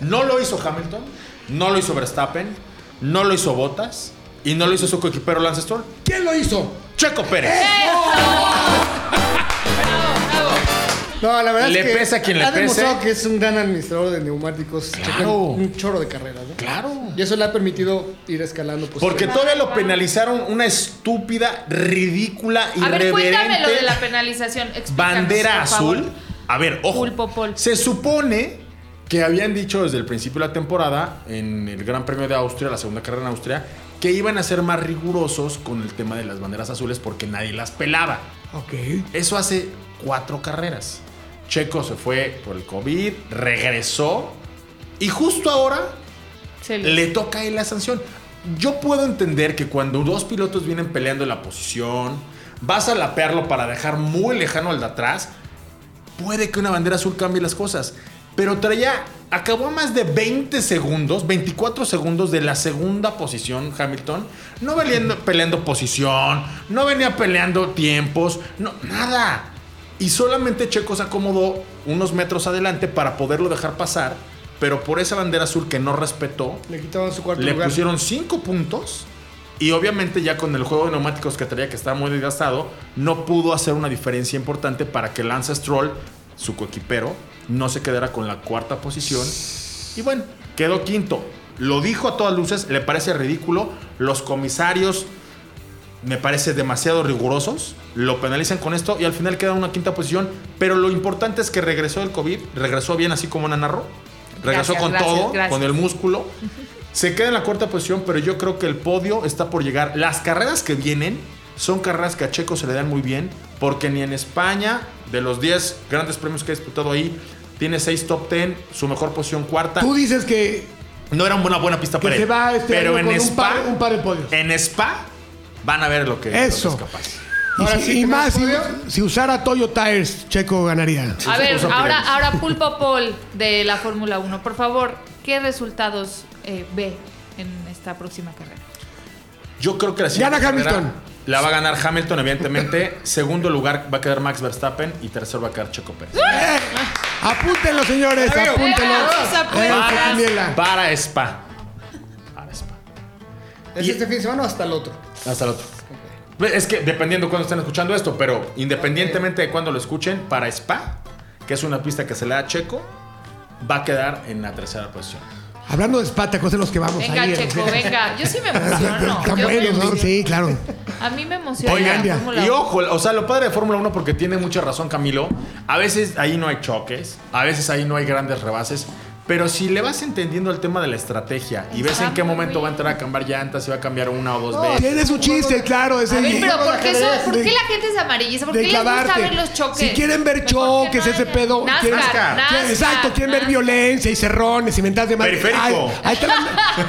Speaker 3: No lo hizo Hamilton, no lo hizo Verstappen, no lo hizo Bottas y no lo hizo su coequipero Lance Stroll.
Speaker 2: ¿Quién lo hizo?
Speaker 3: Checo Pérez.
Speaker 6: ¡Eh!
Speaker 5: No, la verdad
Speaker 3: Le
Speaker 5: es que
Speaker 3: pese a quien le
Speaker 5: ha demostrado
Speaker 3: pese.
Speaker 5: que es un gran administrador de neumáticos. Checo, Un chorro de carreras, ¿no?
Speaker 3: Claro.
Speaker 6: Pues
Speaker 5: Y eso le ha permitido ir escalando.
Speaker 3: Porque
Speaker 5: todo
Speaker 3: todavía lo penalizaron una estúpida, ridícula,
Speaker 6: A ver, cuéntame lo de
Speaker 3: irreverente
Speaker 6: la penalización. explícanos,
Speaker 3: bandera
Speaker 6: por favor.
Speaker 3: azul. A ver, ojo.
Speaker 6: Pulpo, pol.
Speaker 3: Se supone que habían dicho desde el principio de la temporada, en el Gran Premio de Austria, la segunda carrera en Austria, que iban a ser más rigurosos con el tema de las banderas azules porque nadie las pelaba.
Speaker 2: Ok.
Speaker 3: Eso hace cuatro carreras. Checo se fue por el COVID, regresó y justo ahora
Speaker 6: Se le-
Speaker 3: le toca a él la sanción. Yo puedo entender que cuando dos pilotos vienen peleando en la posición, vas a lapearlo para dejar muy lejano al de atrás, puede que una bandera azul cambie las cosas. Pero traía, acabó a más de 20 segundos, 24 segundos de la segunda posición Hamilton. No venía peleando posición, no venía peleando tiempos, no, nada. Y solamente Checo se acomodó unos metros adelante para poderlo dejar pasar, pero por esa bandera azul que no respetó,
Speaker 5: Le quitaban su cuarto
Speaker 3: le
Speaker 5: lugar.
Speaker 3: pusieron 5 puntos y obviamente ya con el juego de neumáticos que traía que estaba muy desgastado, no pudo hacer una diferencia importante para que Lance Stroll, su coequipero, no se quedara con la cuarta posición. Y bueno, quedó quinto. Lo dijo a todas luces, le parece ridículo. Los comisarios me parece demasiado rigurosos. Lo penalizan con esto y al final queda en una quinta posición. Pero lo importante es que regresó del COVID, regresó bien así como Nanarro. Regresó
Speaker 6: Gracias,
Speaker 3: con
Speaker 6: gracias,
Speaker 3: todo,
Speaker 6: gracias.
Speaker 3: con el músculo. Se queda en la cuarta posición, pero yo creo que el podio está por llegar. Las carreras que vienen son carreras que a Checo se le dan muy bien, porque ni en España, de los 10 grandes premios que ha disputado ahí, tiene 6 top 10, su mejor posición cuarta.
Speaker 2: Tú dices que
Speaker 3: No era una buena pista
Speaker 2: Que
Speaker 3: para
Speaker 2: se
Speaker 3: él.
Speaker 2: va este
Speaker 3: pero
Speaker 2: año
Speaker 3: en
Speaker 2: con un
Speaker 3: Spa,
Speaker 2: par- un par de podios.
Speaker 3: En Spa van a ver lo que, lo que
Speaker 2: Eso.
Speaker 3: es capaz.
Speaker 2: Y
Speaker 5: Ahora
Speaker 2: si-
Speaker 5: sí,
Speaker 2: y
Speaker 5: ¿que
Speaker 2: más,
Speaker 5: más
Speaker 2: si,
Speaker 5: podio?
Speaker 2: si usara Toyo Tires, Checo ganaría.
Speaker 6: A ver,
Speaker 3: Usa
Speaker 6: ahora,
Speaker 3: Pirelli.
Speaker 6: ahora Pulpo Paul de la Fórmula 1. Por favor, ¿qué resultados eh, ve en esta próxima carrera?
Speaker 3: Yo creo que la siguiente
Speaker 2: Gana
Speaker 3: carrera
Speaker 2: Hamilton.
Speaker 3: La va a ganar Hamilton, evidentemente. Segundo lugar va a quedar Max Verstappen y tercero va a quedar Checo Pérez.
Speaker 2: ¡Eh! Apúntenlo, señores,
Speaker 3: Amigo.
Speaker 2: apúntenlo.
Speaker 6: Venga, vamos a
Speaker 2: Eh,
Speaker 6: apuntar.
Speaker 2: esa candela.
Speaker 3: Para Spa. Para Spa.
Speaker 5: ¿Es
Speaker 3: Y-
Speaker 5: este fin de semana o hasta el otro?
Speaker 3: Hasta el otro. Es que dependiendo cuándo estén escuchando esto, pero independientemente de cuándo lo escuchen, para Spa, que es una pista que se le da a Checo, va a quedar en la tercera posición.
Speaker 2: Hablando de Spa, ¿te acuerdas de los que vamos
Speaker 6: Venga,
Speaker 2: ahí, eh?
Speaker 6: Checo, venga. Yo sí me emociono.
Speaker 2: Están
Speaker 6: Yo me
Speaker 2: buenos, ¿no?
Speaker 6: emociono.
Speaker 2: Sí, claro.
Speaker 6: A mí me emociona
Speaker 2: Oigan,
Speaker 6: la Fórmula
Speaker 3: Y
Speaker 6: 1.
Speaker 3: ojo, o sea, lo padre de Fórmula 1 porque tiene mucha razón Camilo. A veces ahí no hay choques, a veces ahí no hay grandes rebases. Pero si le vas entendiendo el tema de la estrategia y ves en qué
Speaker 6: Exacto,
Speaker 3: momento va a
Speaker 6: güey.
Speaker 3: entrar a cambiar llantas, si va a cambiar una o
Speaker 6: Oh,
Speaker 3: dos veces.
Speaker 2: Tienes un chiste, claro.
Speaker 6: A
Speaker 2: Ese
Speaker 6: ver, pero ¿por qué, eso-
Speaker 2: De-
Speaker 6: por qué la gente es amarillista? ¿Por qué
Speaker 2: de
Speaker 6: les gusta
Speaker 2: clavarte.
Speaker 6: ver los choques?
Speaker 2: Si quieren ver
Speaker 6: Mejor que
Speaker 2: choques,
Speaker 6: no
Speaker 2: ese
Speaker 6: haya.
Speaker 2: pedo,
Speaker 6: NASCAR,
Speaker 2: quieren-
Speaker 6: NASCAR,
Speaker 2: Exacto, quieren ver
Speaker 6: NASCAR.
Speaker 2: violencia y cerrones y mentadas de madre.
Speaker 3: Periférico.
Speaker 2: Ay, ahí, está la,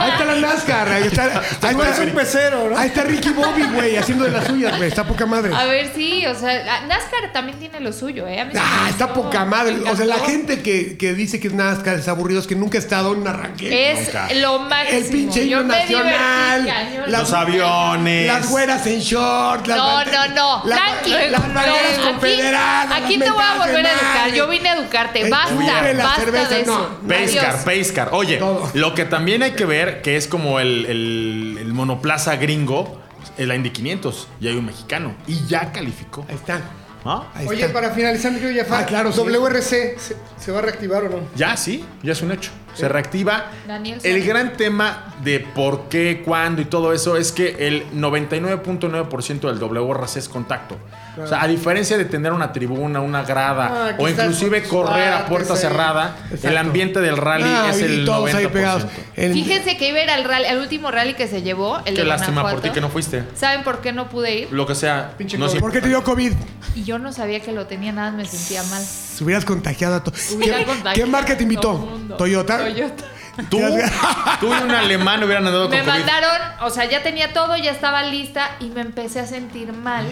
Speaker 2: ahí está la NASCAR. Ahí está, ahí está-
Speaker 5: parece un pecero, ¿no?
Speaker 2: Ahí está Ricky Bobby, güey, haciendo de las suyas, güey. Está poca madre.
Speaker 6: A ver, sí, o sea, a- NASCAR también tiene lo suyo, ¿eh? A mí sí
Speaker 2: Ah,
Speaker 6: me
Speaker 2: está
Speaker 6: gustó,
Speaker 2: poca madre.
Speaker 6: me
Speaker 2: O sea, la
Speaker 6: encantó.
Speaker 2: gente que, que dice que es NASCAR es aburrido es que nunca ha estado en un arranque.
Speaker 6: Es
Speaker 3: Nunca.
Speaker 6: lo máximo.
Speaker 2: El pinche himno
Speaker 6: Yo me
Speaker 2: nacional,
Speaker 6: divertí, cañón.
Speaker 2: las-
Speaker 3: Los aviones.
Speaker 2: Las güeras en short. Las
Speaker 6: No, no,
Speaker 2: bande-
Speaker 6: no.
Speaker 2: la-
Speaker 6: Tranqui.
Speaker 2: Las
Speaker 6: No,
Speaker 2: banderas
Speaker 6: aquí-
Speaker 2: confederadas. las
Speaker 6: Aquí te voy a
Speaker 2: mentadas de
Speaker 6: volver a educar.
Speaker 2: madre.
Speaker 6: Yo vine a educarte.
Speaker 2: El
Speaker 6: Basta,
Speaker 2: cubre, la
Speaker 6: basta
Speaker 2: cerveza,
Speaker 6: de
Speaker 2: no.
Speaker 6: eso.
Speaker 3: Pescar,
Speaker 6: Adiós.
Speaker 3: pescar. Oye,
Speaker 2: Todo.
Speaker 3: lo que también hay que ver, que es como el, el- el monoplaza gringo, es la Indy 500, y hay un mexicano, y ya calificó.
Speaker 2: Ahí está.
Speaker 3: ¿Ah?
Speaker 2: Ahí
Speaker 5: Oye,
Speaker 2: está.
Speaker 5: para finalizar, mi querido Jafar,
Speaker 2: Ah, claro, sí.
Speaker 5: WRC, ¿se, se va a reactivar o no?
Speaker 3: Ya, sí, ya es un hecho. Se reactiva.
Speaker 6: Daniel
Speaker 3: el
Speaker 6: San-
Speaker 3: gran tema de por qué, cuándo y todo eso es que el 99.9% del WRC es contacto. O sea, a diferencia de tener una tribuna, una grada
Speaker 5: Ah, que
Speaker 3: o
Speaker 5: estás
Speaker 3: inclusive
Speaker 5: con tus
Speaker 3: correr a
Speaker 5: cuates
Speaker 3: puerta
Speaker 5: ahí.
Speaker 3: cerrada, el
Speaker 2: Exacto.
Speaker 3: ambiente del rally
Speaker 2: Ah,
Speaker 3: es
Speaker 2: y
Speaker 3: el
Speaker 2: todos
Speaker 3: 90%.
Speaker 2: ahí pegados. El-
Speaker 6: Fíjense que iba a ir al, rally- al último rally que se llevó. El
Speaker 3: Qué
Speaker 6: de
Speaker 3: lástima por ti
Speaker 6: Guanajuato.
Speaker 3: que no fuiste.
Speaker 6: ¿Saben por qué no pude ir?
Speaker 3: Lo que sea.
Speaker 5: Pinche
Speaker 3: no
Speaker 5: COVID.
Speaker 3: sé.
Speaker 2: ¿Por qué te dio COVID?
Speaker 6: Y yo no sabía que lo tenía, nada, me sentía mal.
Speaker 2: Se hubieras contagiado a todos.
Speaker 6: Hubiera
Speaker 2: ¿Qué,
Speaker 6: contagiado
Speaker 2: qué marca te
Speaker 6: a todo el
Speaker 2: invitó?
Speaker 6: mundo.
Speaker 2: ¿Toyota?
Speaker 6: Toyota.
Speaker 3: Tú, tú y un alemán hubieran andado con
Speaker 6: Me
Speaker 3: COVID.
Speaker 6: mandaron, o sea, ya tenía todo, ya estaba lista y me empecé a sentir mal.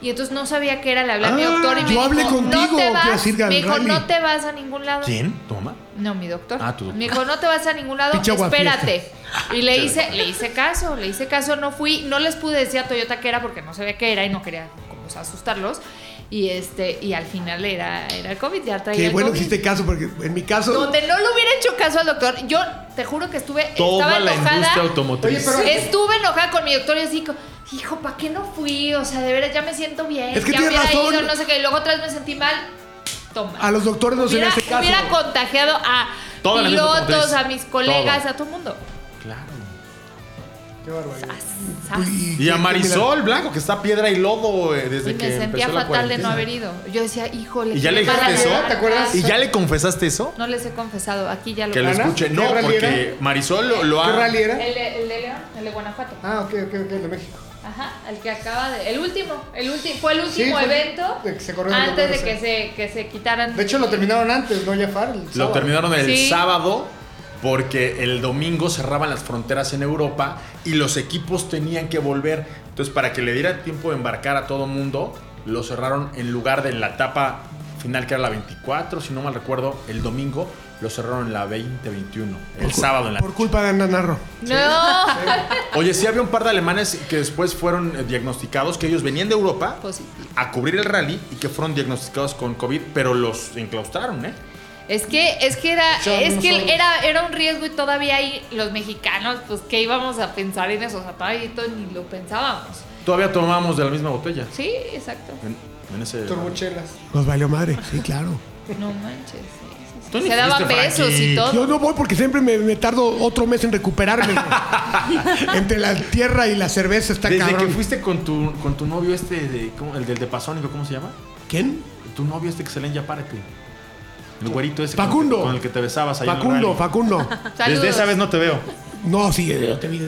Speaker 6: Y entonces no sabía qué era, le hablé a mi
Speaker 2: Eh. Ah,
Speaker 6: doctor y me
Speaker 2: yo
Speaker 6: dijo,
Speaker 2: hablé
Speaker 6: no
Speaker 2: contigo,
Speaker 6: te
Speaker 2: quiero
Speaker 6: vas,
Speaker 2: decir,
Speaker 6: me dijo,
Speaker 2: Galvani.
Speaker 6: no te vas a ningún lado.
Speaker 3: ¿Quién? ¿Toma?
Speaker 6: No, mi doctor.
Speaker 3: Ah, tu doctor.
Speaker 6: Me dijo, no te vas a ningún lado,
Speaker 2: Pinche aguafiestas.
Speaker 6: espérate. Y le hice, le hice caso, le hice caso, no fui, no les pude decir a Toyota que era porque no sabía qué era y no quería como, o sea, asustarlos. Y este, y al final era, era el COVID, ya traía
Speaker 2: Que
Speaker 6: el
Speaker 2: bueno que
Speaker 6: COVID.
Speaker 2: hiciste caso, porque en mi caso.
Speaker 6: Donde no le hubiera hecho caso al doctor, yo te juro que estuve, estaba
Speaker 3: Toda la
Speaker 6: enojada.
Speaker 3: industria automotriz.
Speaker 6: Oye, pero- Estuve enojada con mi doctor y así, co- hijo, ¿para qué no fui? O sea, de veras ya me siento bien.
Speaker 2: Es que
Speaker 6: ya
Speaker 2: tienes
Speaker 6: hubiera
Speaker 2: razón.
Speaker 6: ido, no sé qué. Y luego otra vez me sentí mal. Toma.
Speaker 2: A los doctores no se le
Speaker 6: hubiera,
Speaker 2: hace caso.
Speaker 6: hubiera contagiado a
Speaker 13: Toda la industria
Speaker 6: pilotos,
Speaker 13: automotriz.
Speaker 6: a mis colegas,
Speaker 13: Todo.
Speaker 6: a todo el mundo.
Speaker 13: Claro.
Speaker 5: Qué barbaridad.
Speaker 6: ¿Sabes?
Speaker 3: Y a Marisol Blanco, que está piedra y lodo eh, desde
Speaker 6: Y
Speaker 3: que
Speaker 6: me sentía
Speaker 3: empezó la
Speaker 6: fatal de no
Speaker 3: cuarentena.
Speaker 6: haber ido. Yo decía, híjole.
Speaker 3: ¿Y ya
Speaker 6: qué
Speaker 3: le
Speaker 6: mala
Speaker 3: dijiste eso?
Speaker 6: verdad.
Speaker 5: ¿Te acuerdas?
Speaker 3: ¿Y ya le confesaste eso?
Speaker 6: No les he confesado. Aquí ya lo
Speaker 3: Que lo
Speaker 5: ¿Ana?
Speaker 3: escuche. No,
Speaker 5: ¿Qué rally
Speaker 3: porque
Speaker 5: era?
Speaker 3: Marisol lo, lo
Speaker 5: ¿Qué
Speaker 3: ha...
Speaker 5: rally era?
Speaker 6: El, el de León, el de Guanajuato.
Speaker 5: Ah, ok, ok, ok, el de México.
Speaker 6: Ajá, el que acaba de. El último, el último, fue el último
Speaker 5: fue el
Speaker 6: evento
Speaker 5: de que se corrió el
Speaker 6: antes de
Speaker 5: WRC.
Speaker 6: que se, que se quitaran.
Speaker 5: De hecho, lo terminaron antes, ¿no, Jafar? El
Speaker 3: Lo
Speaker 5: sábado.
Speaker 3: terminaron el
Speaker 6: Sí.
Speaker 3: sábado porque el domingo cerraban las fronteras en Europa y los equipos tenían que volver. Entonces, para que le diera tiempo de embarcar a todo mundo, lo cerraron en lugar de en la etapa final que era la 24, si no mal recuerdo, el domingo lo cerraron en la 20-21, el sábado en la
Speaker 2: Por culpa de Ana Narro.
Speaker 6: No,
Speaker 3: Oye, sí había un par de alemanes que después fueron eh, diagnosticados, que ellos venían de Europa
Speaker 6: Positivo.
Speaker 3: a cubrir el rally y que fueron diagnosticados con COVID, pero los enclaustraron, ¿eh?
Speaker 6: es que, es que era,
Speaker 5: Yo
Speaker 6: es
Speaker 5: no
Speaker 6: que
Speaker 5: sabía.
Speaker 6: era, era un riesgo y todavía ahí los mexicanos, pues, ¿qué íbamos a pensar en eso? O sea, todavía esto ni lo pensábamos.
Speaker 3: Todavía tomábamos de la misma botella.
Speaker 6: Sí, exacto.
Speaker 3: En, en ese...
Speaker 5: Turbochelas.
Speaker 2: Nos valió madre. Sí, claro.
Speaker 6: No manches. sí, sí, sí.
Speaker 3: Tú ni
Speaker 6: Se daban
Speaker 3: fuiste, Frankie.
Speaker 6: besos y todo.
Speaker 2: Eh, Yo no voy porque siempre me, me tardo otro mes en recuperarme. güey. Entre la tierra y la cerveza está
Speaker 3: Desde
Speaker 2: cabrón.
Speaker 3: que fuiste con tu, con tu novio este, de, ¿cómo? el del de Pasónico, ¿cómo se llama?
Speaker 2: ¿Quién?
Speaker 3: Tu novio este excelente, ya párate. El güerito ese. con-
Speaker 2: Facundo.
Speaker 3: Con el que te besabas ahí en el
Speaker 2: Facundo,
Speaker 3: rally.
Speaker 2: Facundo.
Speaker 6: Saludos.
Speaker 3: Desde esa vez no te veo.
Speaker 2: No, sí, eh, yo te vi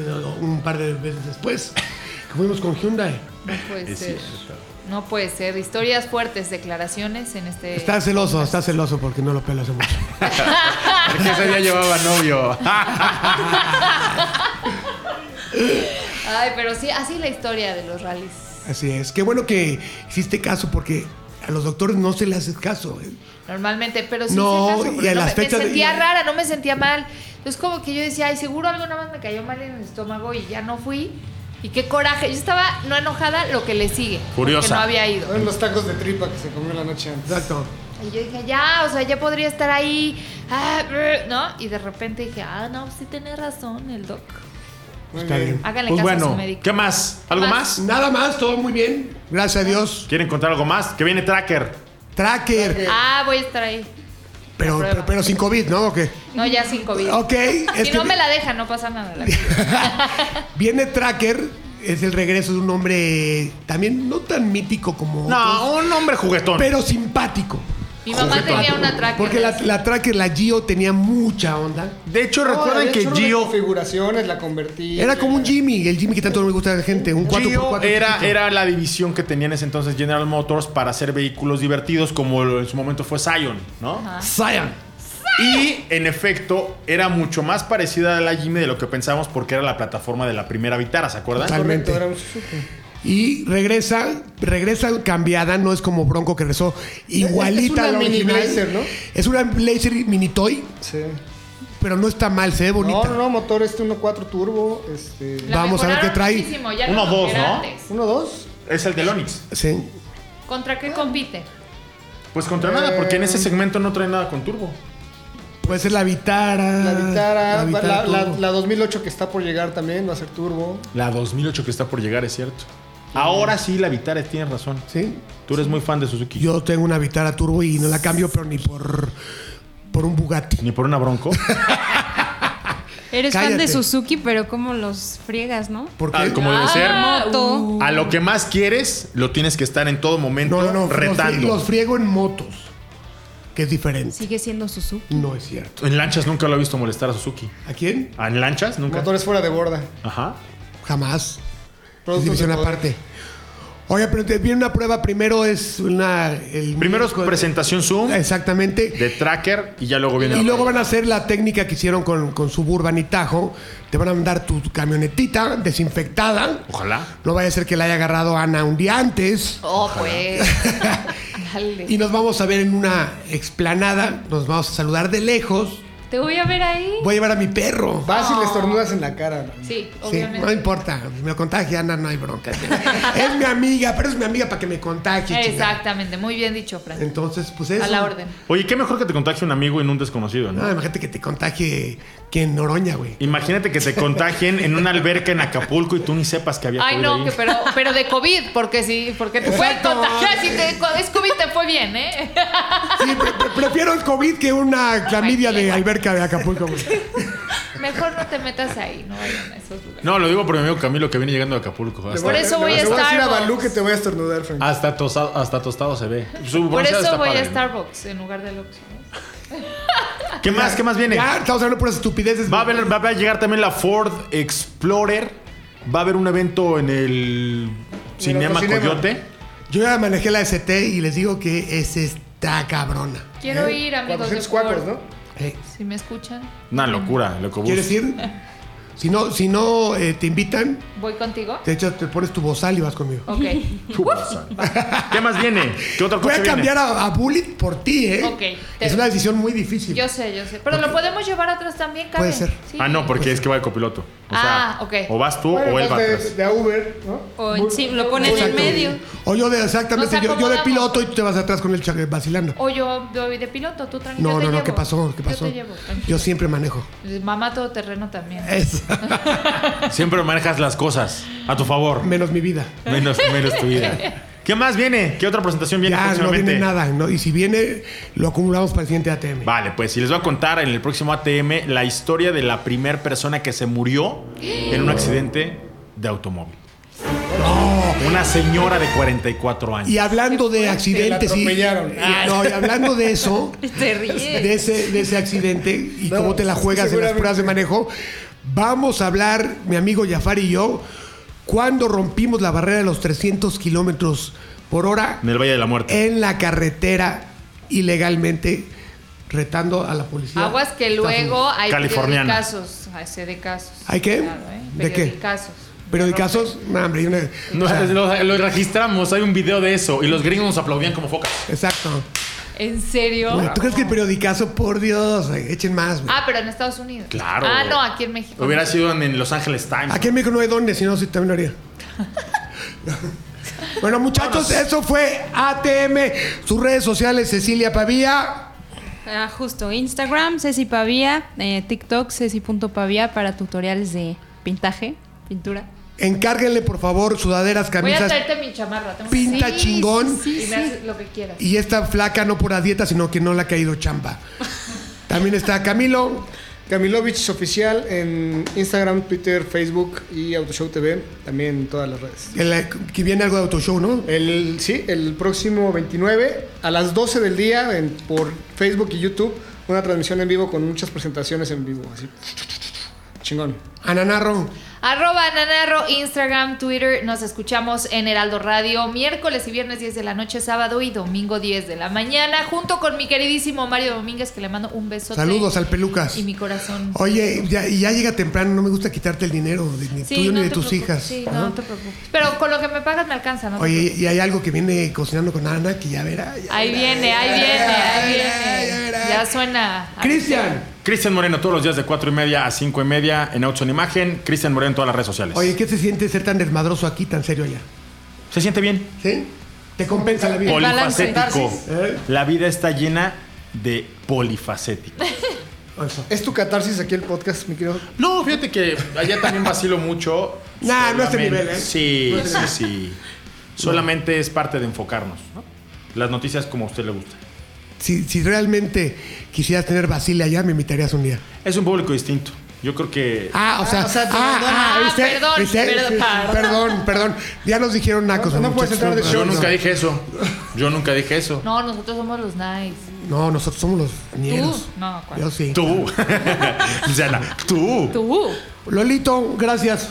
Speaker 2: un par de veces después. Que fuimos con Hyundai.
Speaker 6: No puede
Speaker 3: Es
Speaker 6: ser.
Speaker 3: cierto.
Speaker 6: No puede ser. Historias fuertes, declaraciones en este.
Speaker 2: Está celoso, está celoso porque no lo pelo hace mucho.
Speaker 3: Porque ese día llevaba novio.
Speaker 6: Ay, pero sí, así la historia de los rallies.
Speaker 2: Así es. Qué bueno que hiciste caso porque a los doctores no se le hace caso. ¿eh?
Speaker 6: Normalmente, pero sí
Speaker 2: No,
Speaker 6: hice caso, porque
Speaker 2: y a
Speaker 6: no
Speaker 2: las
Speaker 6: me- me,
Speaker 2: fechas de-
Speaker 6: sentía rara, no me sentía mal. Entonces como que yo decía, ay, seguro algo nada más me cayó mal en el estómago y ya no fui. Y qué coraje. Yo estaba no enojada, lo que le sigue.
Speaker 13: Furiosa.
Speaker 6: Que no había ido.
Speaker 5: Fueron los tacos de tripa que se comió la noche antes.
Speaker 2: Exacto.
Speaker 6: Y yo dije, ya, o sea, ya podría estar ahí. Ah, brr, ¿No? Y de repente dije, ah, no, sí tiene razón el doc.
Speaker 5: Muy
Speaker 2: Está bien.
Speaker 6: Háganle
Speaker 13: Pues
Speaker 6: caso a su
Speaker 13: bueno,
Speaker 6: médico.
Speaker 13: ¿qué más? ¿Algo más?
Speaker 6: Más.
Speaker 2: Nada más, todo muy bien. Gracias a Dios.
Speaker 13: ¿Quieren contar algo más? Que viene Tracker.
Speaker 2: Tracker.
Speaker 6: Ah, voy a estar ahí.
Speaker 2: Pero, pero, pero sin COVID, ¿no? ¿O qué?
Speaker 6: No, ya sin COVID.
Speaker 2: Ok. es
Speaker 6: si
Speaker 2: que
Speaker 6: no
Speaker 2: vi-
Speaker 6: me la dejan, no pasa nada. la-
Speaker 2: Viene Tracker. Es el regreso de un hombre también no tan mítico como otros,
Speaker 13: No, un hombre juguetón.
Speaker 2: pero simpático.
Speaker 6: Mi mamá tenía una tracker.
Speaker 2: Porque la, la Tracker, la Gio, tenía mucha onda.
Speaker 3: De hecho,
Speaker 5: No,
Speaker 3: recuerdan
Speaker 5: Ah, había
Speaker 3: que
Speaker 5: hecho unas
Speaker 3: Gio
Speaker 5: configuraciones, la convertí.
Speaker 2: Era como un Jimmy, el Jimmy que tanto no me gusta a la gente. Un 4
Speaker 3: Gio era, era la división que tenía en ese entonces General Motors para hacer vehículos divertidos como lo- en su momento fue Scion, ¿no?
Speaker 2: Zion.
Speaker 3: Y en efecto era mucho más parecida a la Jimmy de lo que pensábamos porque era la plataforma de la primera Vitara, ¿se acuerdan?
Speaker 2: Total.
Speaker 5: Correcto,
Speaker 2: Totalmente.
Speaker 5: era un Suzuki.
Speaker 2: Y regresa, regresa cambiada, no es como Bronco que rezó igualita
Speaker 5: Es
Speaker 2: a
Speaker 5: una
Speaker 2: la
Speaker 5: mini
Speaker 2: original.
Speaker 5: Blazer, ¿no?
Speaker 2: Es una Blazer mini toy,
Speaker 5: Sí.
Speaker 2: pero no está mal, se ve bonita.
Speaker 5: No, no, no, motor este 1.4 turbo, este...
Speaker 6: La
Speaker 2: Vamos a ver qué
Speaker 6: mejoraron
Speaker 2: trae.
Speaker 6: muchísimo, ya
Speaker 3: Uno,
Speaker 6: lo
Speaker 3: dos,
Speaker 6: era
Speaker 3: ¿no?
Speaker 6: antes.
Speaker 5: 1.2.
Speaker 3: Es el del Onix.
Speaker 2: Sí.
Speaker 6: ¿Contra qué compite?
Speaker 3: Pues contra nada, porque en ese segmento no trae nada con turbo.
Speaker 2: Puede ser la Vitara.
Speaker 5: La Vitara, la,
Speaker 2: Ah, Vitara
Speaker 5: la-
Speaker 2: todo.
Speaker 5: la 2008 que está por llegar también, va a ser turbo.
Speaker 3: La 2008 que está por llegar, es cierto. Ahora sí, la Vitara, tienes razón.
Speaker 2: Sí.
Speaker 3: Tú eres muy fan de Suzuki.
Speaker 2: Yo tengo una Vitara turbo y no la cambio, pero ni por, por un Bugatti.
Speaker 3: Ni por una bronco.
Speaker 4: Eres fan
Speaker 2: Cállate.
Speaker 4: de Suzuki, pero como los friegas, ¿no?
Speaker 2: Porque
Speaker 3: Ah, como debe ser.
Speaker 4: Moto.
Speaker 3: A lo que más quieres, lo tienes que estar en todo momento
Speaker 2: no, no, no, los frie-
Speaker 3: retando.
Speaker 2: Los friego en motos, que es diferente.
Speaker 4: Sigue siendo Suzuki.
Speaker 2: No es cierto.
Speaker 3: En lanchas nunca lo he visto molestar a Suzuki.
Speaker 2: ¿A quién?
Speaker 3: Ah, ¿En lanchas? Nunca.
Speaker 5: Motores fuera de borda.
Speaker 3: Ajá.
Speaker 2: Jamás. Es
Speaker 5: Productos
Speaker 2: división
Speaker 5: de poder.
Speaker 2: aparte. Oye, pero te viene una prueba. Primero es una. El
Speaker 3: Primero es presentación Zoom
Speaker 2: Exactamente.
Speaker 3: de tracker y ya luego viene.
Speaker 2: Y
Speaker 3: la
Speaker 2: luego
Speaker 3: prueba.
Speaker 2: van a hacer la técnica que hicieron con, con Suburban y Tajo. Te van a mandar tu camionetita desinfectada.
Speaker 3: Ojalá.
Speaker 2: No vaya a ser que la haya agarrado Ana un día antes.
Speaker 6: Oh, pues. Dale.
Speaker 2: Y nos vamos a ver en una explanada. Nos vamos a saludar de lejos.
Speaker 6: Te voy a ver ahí.
Speaker 2: Voy a llevar a mi perro.
Speaker 5: Vas y le estornudas en la cara. ¿no?
Speaker 2: Sí,
Speaker 6: Sí, obviamente.
Speaker 2: no importa, me contagia, Ana, no hay bronca. es mi amiga, pero es mi amiga para que me contagie. chingada.
Speaker 6: Exactamente, muy bien dicho, Fran.
Speaker 2: Entonces, pues eso.
Speaker 6: A la orden.
Speaker 3: Oye, qué mejor que te contagie un amigo en un desconocido, ¿no?
Speaker 2: No, imagínate que te contagie que en Noroña, güey.
Speaker 3: Imagínate que te contagien en una alberca en Acapulco y tú ni sepas que había
Speaker 6: Ay,
Speaker 3: COVID
Speaker 6: no,
Speaker 3: ahí.
Speaker 6: que pero, pero de COVID, porque sí, porque te pueden
Speaker 2: Exacto.
Speaker 6: contagiar. Si te, es COVID, te fue bien, ¿eh?
Speaker 2: Sí, pre- pre- prefiero el COVID que una clamidia de alberca de Acapulco, güey.
Speaker 6: Mejor no te metas ahí, no vayan a esos lugares.
Speaker 3: No, lo digo por mi amigo Camilo que viene llegando a Acapulco.
Speaker 5: Te
Speaker 3: Hasta,
Speaker 6: Por
Speaker 5: voy a-
Speaker 6: eso voy
Speaker 5: le
Speaker 6: a
Speaker 5: voy a decir a
Speaker 6: Starbucks.
Speaker 5: Balú que te voy a estornudar, Frank.
Speaker 3: hasta tostado, hasta tostado se ve. Su
Speaker 6: Por
Speaker 3: bronceado
Speaker 6: eso
Speaker 3: está
Speaker 6: voy a
Speaker 3: padre.
Speaker 6: Starbucks en lugar del Oxxo. ¿no?
Speaker 3: ¿Qué más? ¿Qué más viene?
Speaker 2: Ya, estamos hablando puras estupideces.
Speaker 3: Va a, haber- va a llegar también la Ford Explorer. Va a haber un evento en el Cinema
Speaker 5: Autocinema.
Speaker 3: Coyote.
Speaker 2: Yo ya manejé la ST y les digo que es esta cabrona.
Speaker 6: Quiero
Speaker 5: ¿Eh?
Speaker 6: ir, amigos. De
Speaker 5: 400 cuacos,
Speaker 6: Ford.
Speaker 5: ¿no?
Speaker 2: Eh,
Speaker 6: Si me escuchan,
Speaker 3: Una locura, loco.
Speaker 2: ¿Quieres ir? Si no, si no eh, te invitan,
Speaker 6: voy contigo.
Speaker 2: de hecho te pones tu bozal y vas conmigo.
Speaker 3: Ah,
Speaker 6: Ok,
Speaker 3: ¿Qué más viene? ¿Qué otro
Speaker 2: Voy
Speaker 3: coche
Speaker 2: a
Speaker 3: viene?
Speaker 2: cambiar a, a Bullet por ti, ¿eh?
Speaker 6: Ok, te-
Speaker 2: Es una decisión muy difícil.
Speaker 6: yo sé, yo sé. Pero lo podemos llevar atrás también, Karen.
Speaker 2: Puede ser.
Speaker 6: Sí.
Speaker 3: Ah, no, porque es que va de copiloto. O sea,
Speaker 6: Ah, ok.
Speaker 3: O vas tú
Speaker 5: Bueno,
Speaker 3: o él
Speaker 5: vas
Speaker 3: va
Speaker 5: de,
Speaker 3: atrás.
Speaker 5: de a Uber, ¿no?
Speaker 4: O en- sí, lo ponen en
Speaker 2: Exacto.
Speaker 4: medio.
Speaker 2: O yo de exactamente,
Speaker 6: Nos
Speaker 2: yo, yo de
Speaker 6: acomodamos.
Speaker 2: piloto y tú te vas atrás con el chaque vacilando.
Speaker 6: O yo voy de piloto, tú tranquilo.
Speaker 2: No,
Speaker 6: yo te
Speaker 2: no, no,
Speaker 6: llevo.
Speaker 2: ¿qué pasó? ¿Qué
Speaker 6: Yo
Speaker 2: pasó?
Speaker 6: te llevo. tranquilo.
Speaker 2: Yo siempre manejo.
Speaker 6: Mamá todoterreno también.
Speaker 2: Es,
Speaker 3: Siempre manejas las cosas a tu favor.
Speaker 2: menos mi vida.
Speaker 3: Menos, menos tu vida. ¿Qué más viene? ¿Qué otra presentación viene
Speaker 2: Ya no
Speaker 3: próximamente?
Speaker 2: viene nada, ¿no? Y si viene, lo acumulamos para el siguiente ATM.
Speaker 3: Vale, pues si les voy a contar en el próximo ATM la historia de la primera persona que se murió en un accidente de automóvil. Una señora de 44 años.
Speaker 2: Y
Speaker 5: Ah,
Speaker 2: hablando de accidentes y,
Speaker 5: atropellaron. Ah.
Speaker 2: y- no, y hablando de eso,
Speaker 4: Te ríes.
Speaker 2: de ese, de ese accidente y
Speaker 5: No,
Speaker 2: cómo te la juegas en las
Speaker 5: seguramente.
Speaker 2: pruebas de manejo, vamos a hablar, mi amigo Jafar y yo, cuando rompimos la barrera de los 300 kilómetros por hora
Speaker 3: En el Valle de la Muerte.
Speaker 2: en la carretera ilegalmente, retando a la policía.
Speaker 6: Aguas que luego hay
Speaker 3: Californiana.
Speaker 6: casos. Hay sé de casos. ¿eh?
Speaker 2: ¿Hay qué? ¿De
Speaker 6: ¿De
Speaker 2: qué?
Speaker 6: qué?
Speaker 2: Pero de casos, no, hombre, hay una-
Speaker 3: No,
Speaker 2: o sea,
Speaker 3: lo, lo registramos, hay un video de eso. Y los gringos nos aplaudían como focas.
Speaker 2: exacto.
Speaker 6: ¿En serio?
Speaker 2: Güey, ¿Tú crees que el periodicazo, por Dios, güey, echen más? güey.
Speaker 6: Ah, pero en Estados Unidos.
Speaker 3: Claro.
Speaker 6: Ah, no, aquí en México.
Speaker 3: Hubiera sido en, en Los Ángeles Times.
Speaker 2: Aquí en México no hay dónde, si no, sí también lo haría. bueno, muchachos, eso fue ATM. Sus redes sociales, Cecilia Pavía.
Speaker 4: Ah, justo. Instagram, Ceci Pavía. eh, TikTok, Ceci.pavía para tutoriales de pintaje, pintura.
Speaker 2: Encárguenle, por favor, sudaderas,
Speaker 6: Voy a
Speaker 2: camisas.
Speaker 6: traerte mi chamarra. tengo-
Speaker 2: Pinta
Speaker 6: Sí,
Speaker 2: chingón.
Speaker 6: sí, sí, y me haces lo que quieras.
Speaker 2: Y esta flaca no por la dieta, sino que no le ha caído chamba. También está Camilo.
Speaker 5: Camilovich Oficial en Instagram, Twitter, Facebook y Autoshow TV, también en todas las redes.
Speaker 2: el- que viene algo de autoshow, ¿no?
Speaker 5: El, sí, el próximo 29 a las 12 del día en- por Facebook y YouTube, una transmisión en vivo con muchas presentaciones en vivo. Así. Chingón.
Speaker 2: Ananarro.
Speaker 6: Arroba Nanarro, Instagram, Twitter. Nos escuchamos en Heraldo Radio miércoles y viernes 10 de la noche, sábado y domingo 10 de la mañana, junto con mi queridísimo Mario Domínguez, que le mando un beso.
Speaker 2: Saludos al Pelucas.
Speaker 6: Y mi corazón.
Speaker 2: Oye, ya, y ya llega temprano, no me gusta quitarte el dinero de, ni
Speaker 6: Sí,
Speaker 2: tuyo
Speaker 6: no
Speaker 2: ni de
Speaker 6: te
Speaker 2: tus
Speaker 6: preocupes,
Speaker 2: hijas.
Speaker 6: Sí,
Speaker 2: ¿no?
Speaker 6: no te preocupes. Pero con lo que me pagas me alcanza, ¿no? te
Speaker 2: Oye, y hay algo que viene cocinando con Ana que ya verá. ya
Speaker 6: Ahí
Speaker 2: verá,
Speaker 6: viene,
Speaker 2: ya
Speaker 6: ahí
Speaker 2: verá,
Speaker 6: viene,
Speaker 2: ya
Speaker 6: ahí
Speaker 2: verá, ya
Speaker 6: viene.
Speaker 2: verá.
Speaker 6: Ya suena.
Speaker 2: Cristian.
Speaker 3: Cristian Moreno todos los días de 4 y media a 5 y media en Autos en Imagen. Cristian Moreno en todas las redes sociales.
Speaker 2: Oye, ¿qué se siente ser tan desmadroso aquí, tan serio allá?
Speaker 3: ¿Se siente bien?
Speaker 2: ¿Sí? Te compensa la vida.
Speaker 4: Poli-
Speaker 3: Polifacético.
Speaker 4: Balance.
Speaker 2: ¿Eh?
Speaker 3: La vida está llena de polifacético.
Speaker 2: Eso.
Speaker 5: ¿Es tu catarsis aquí el podcast, mi querido?
Speaker 3: No, fíjate que allá también vacilo mucho.
Speaker 2: Nah, no es de
Speaker 3: Solamente-
Speaker 2: nivel, ¿eh?
Speaker 3: Sí, sí, sí. Solamente es parte de enfocarnos. ¿no? Las noticias como a usted le gusta.
Speaker 2: Si, si realmente quisieras tener Basile allá, me invitarías un día.
Speaker 3: Es un público distinto. Yo creo que.
Speaker 2: Ah, o sea, ah,
Speaker 5: o sea,
Speaker 2: ah,
Speaker 6: perdón.
Speaker 2: ¿viste?
Speaker 6: Ah, perdón,
Speaker 2: ¿viste?
Speaker 6: perdón.
Speaker 2: Sí, sí, Perdón, perdón. Ya nos dijeron nacos.
Speaker 5: No, no puedes
Speaker 2: muchachos.
Speaker 5: entrar de
Speaker 3: yo
Speaker 5: shorts.
Speaker 3: nunca dije eso. Yo nunca dije eso.
Speaker 6: No, nosotros somos los nice.
Speaker 2: No, nosotros somos los ñeros.
Speaker 6: No, ¿cuál?
Speaker 2: Yo sí.
Speaker 3: Tú. Luciana, tú.
Speaker 6: Tú.
Speaker 2: Lolito, gracias.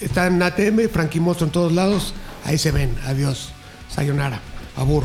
Speaker 2: Está en ATM, Frankie Mostro en todos lados. Ahí se ven. Adiós. Sayonara. Abur.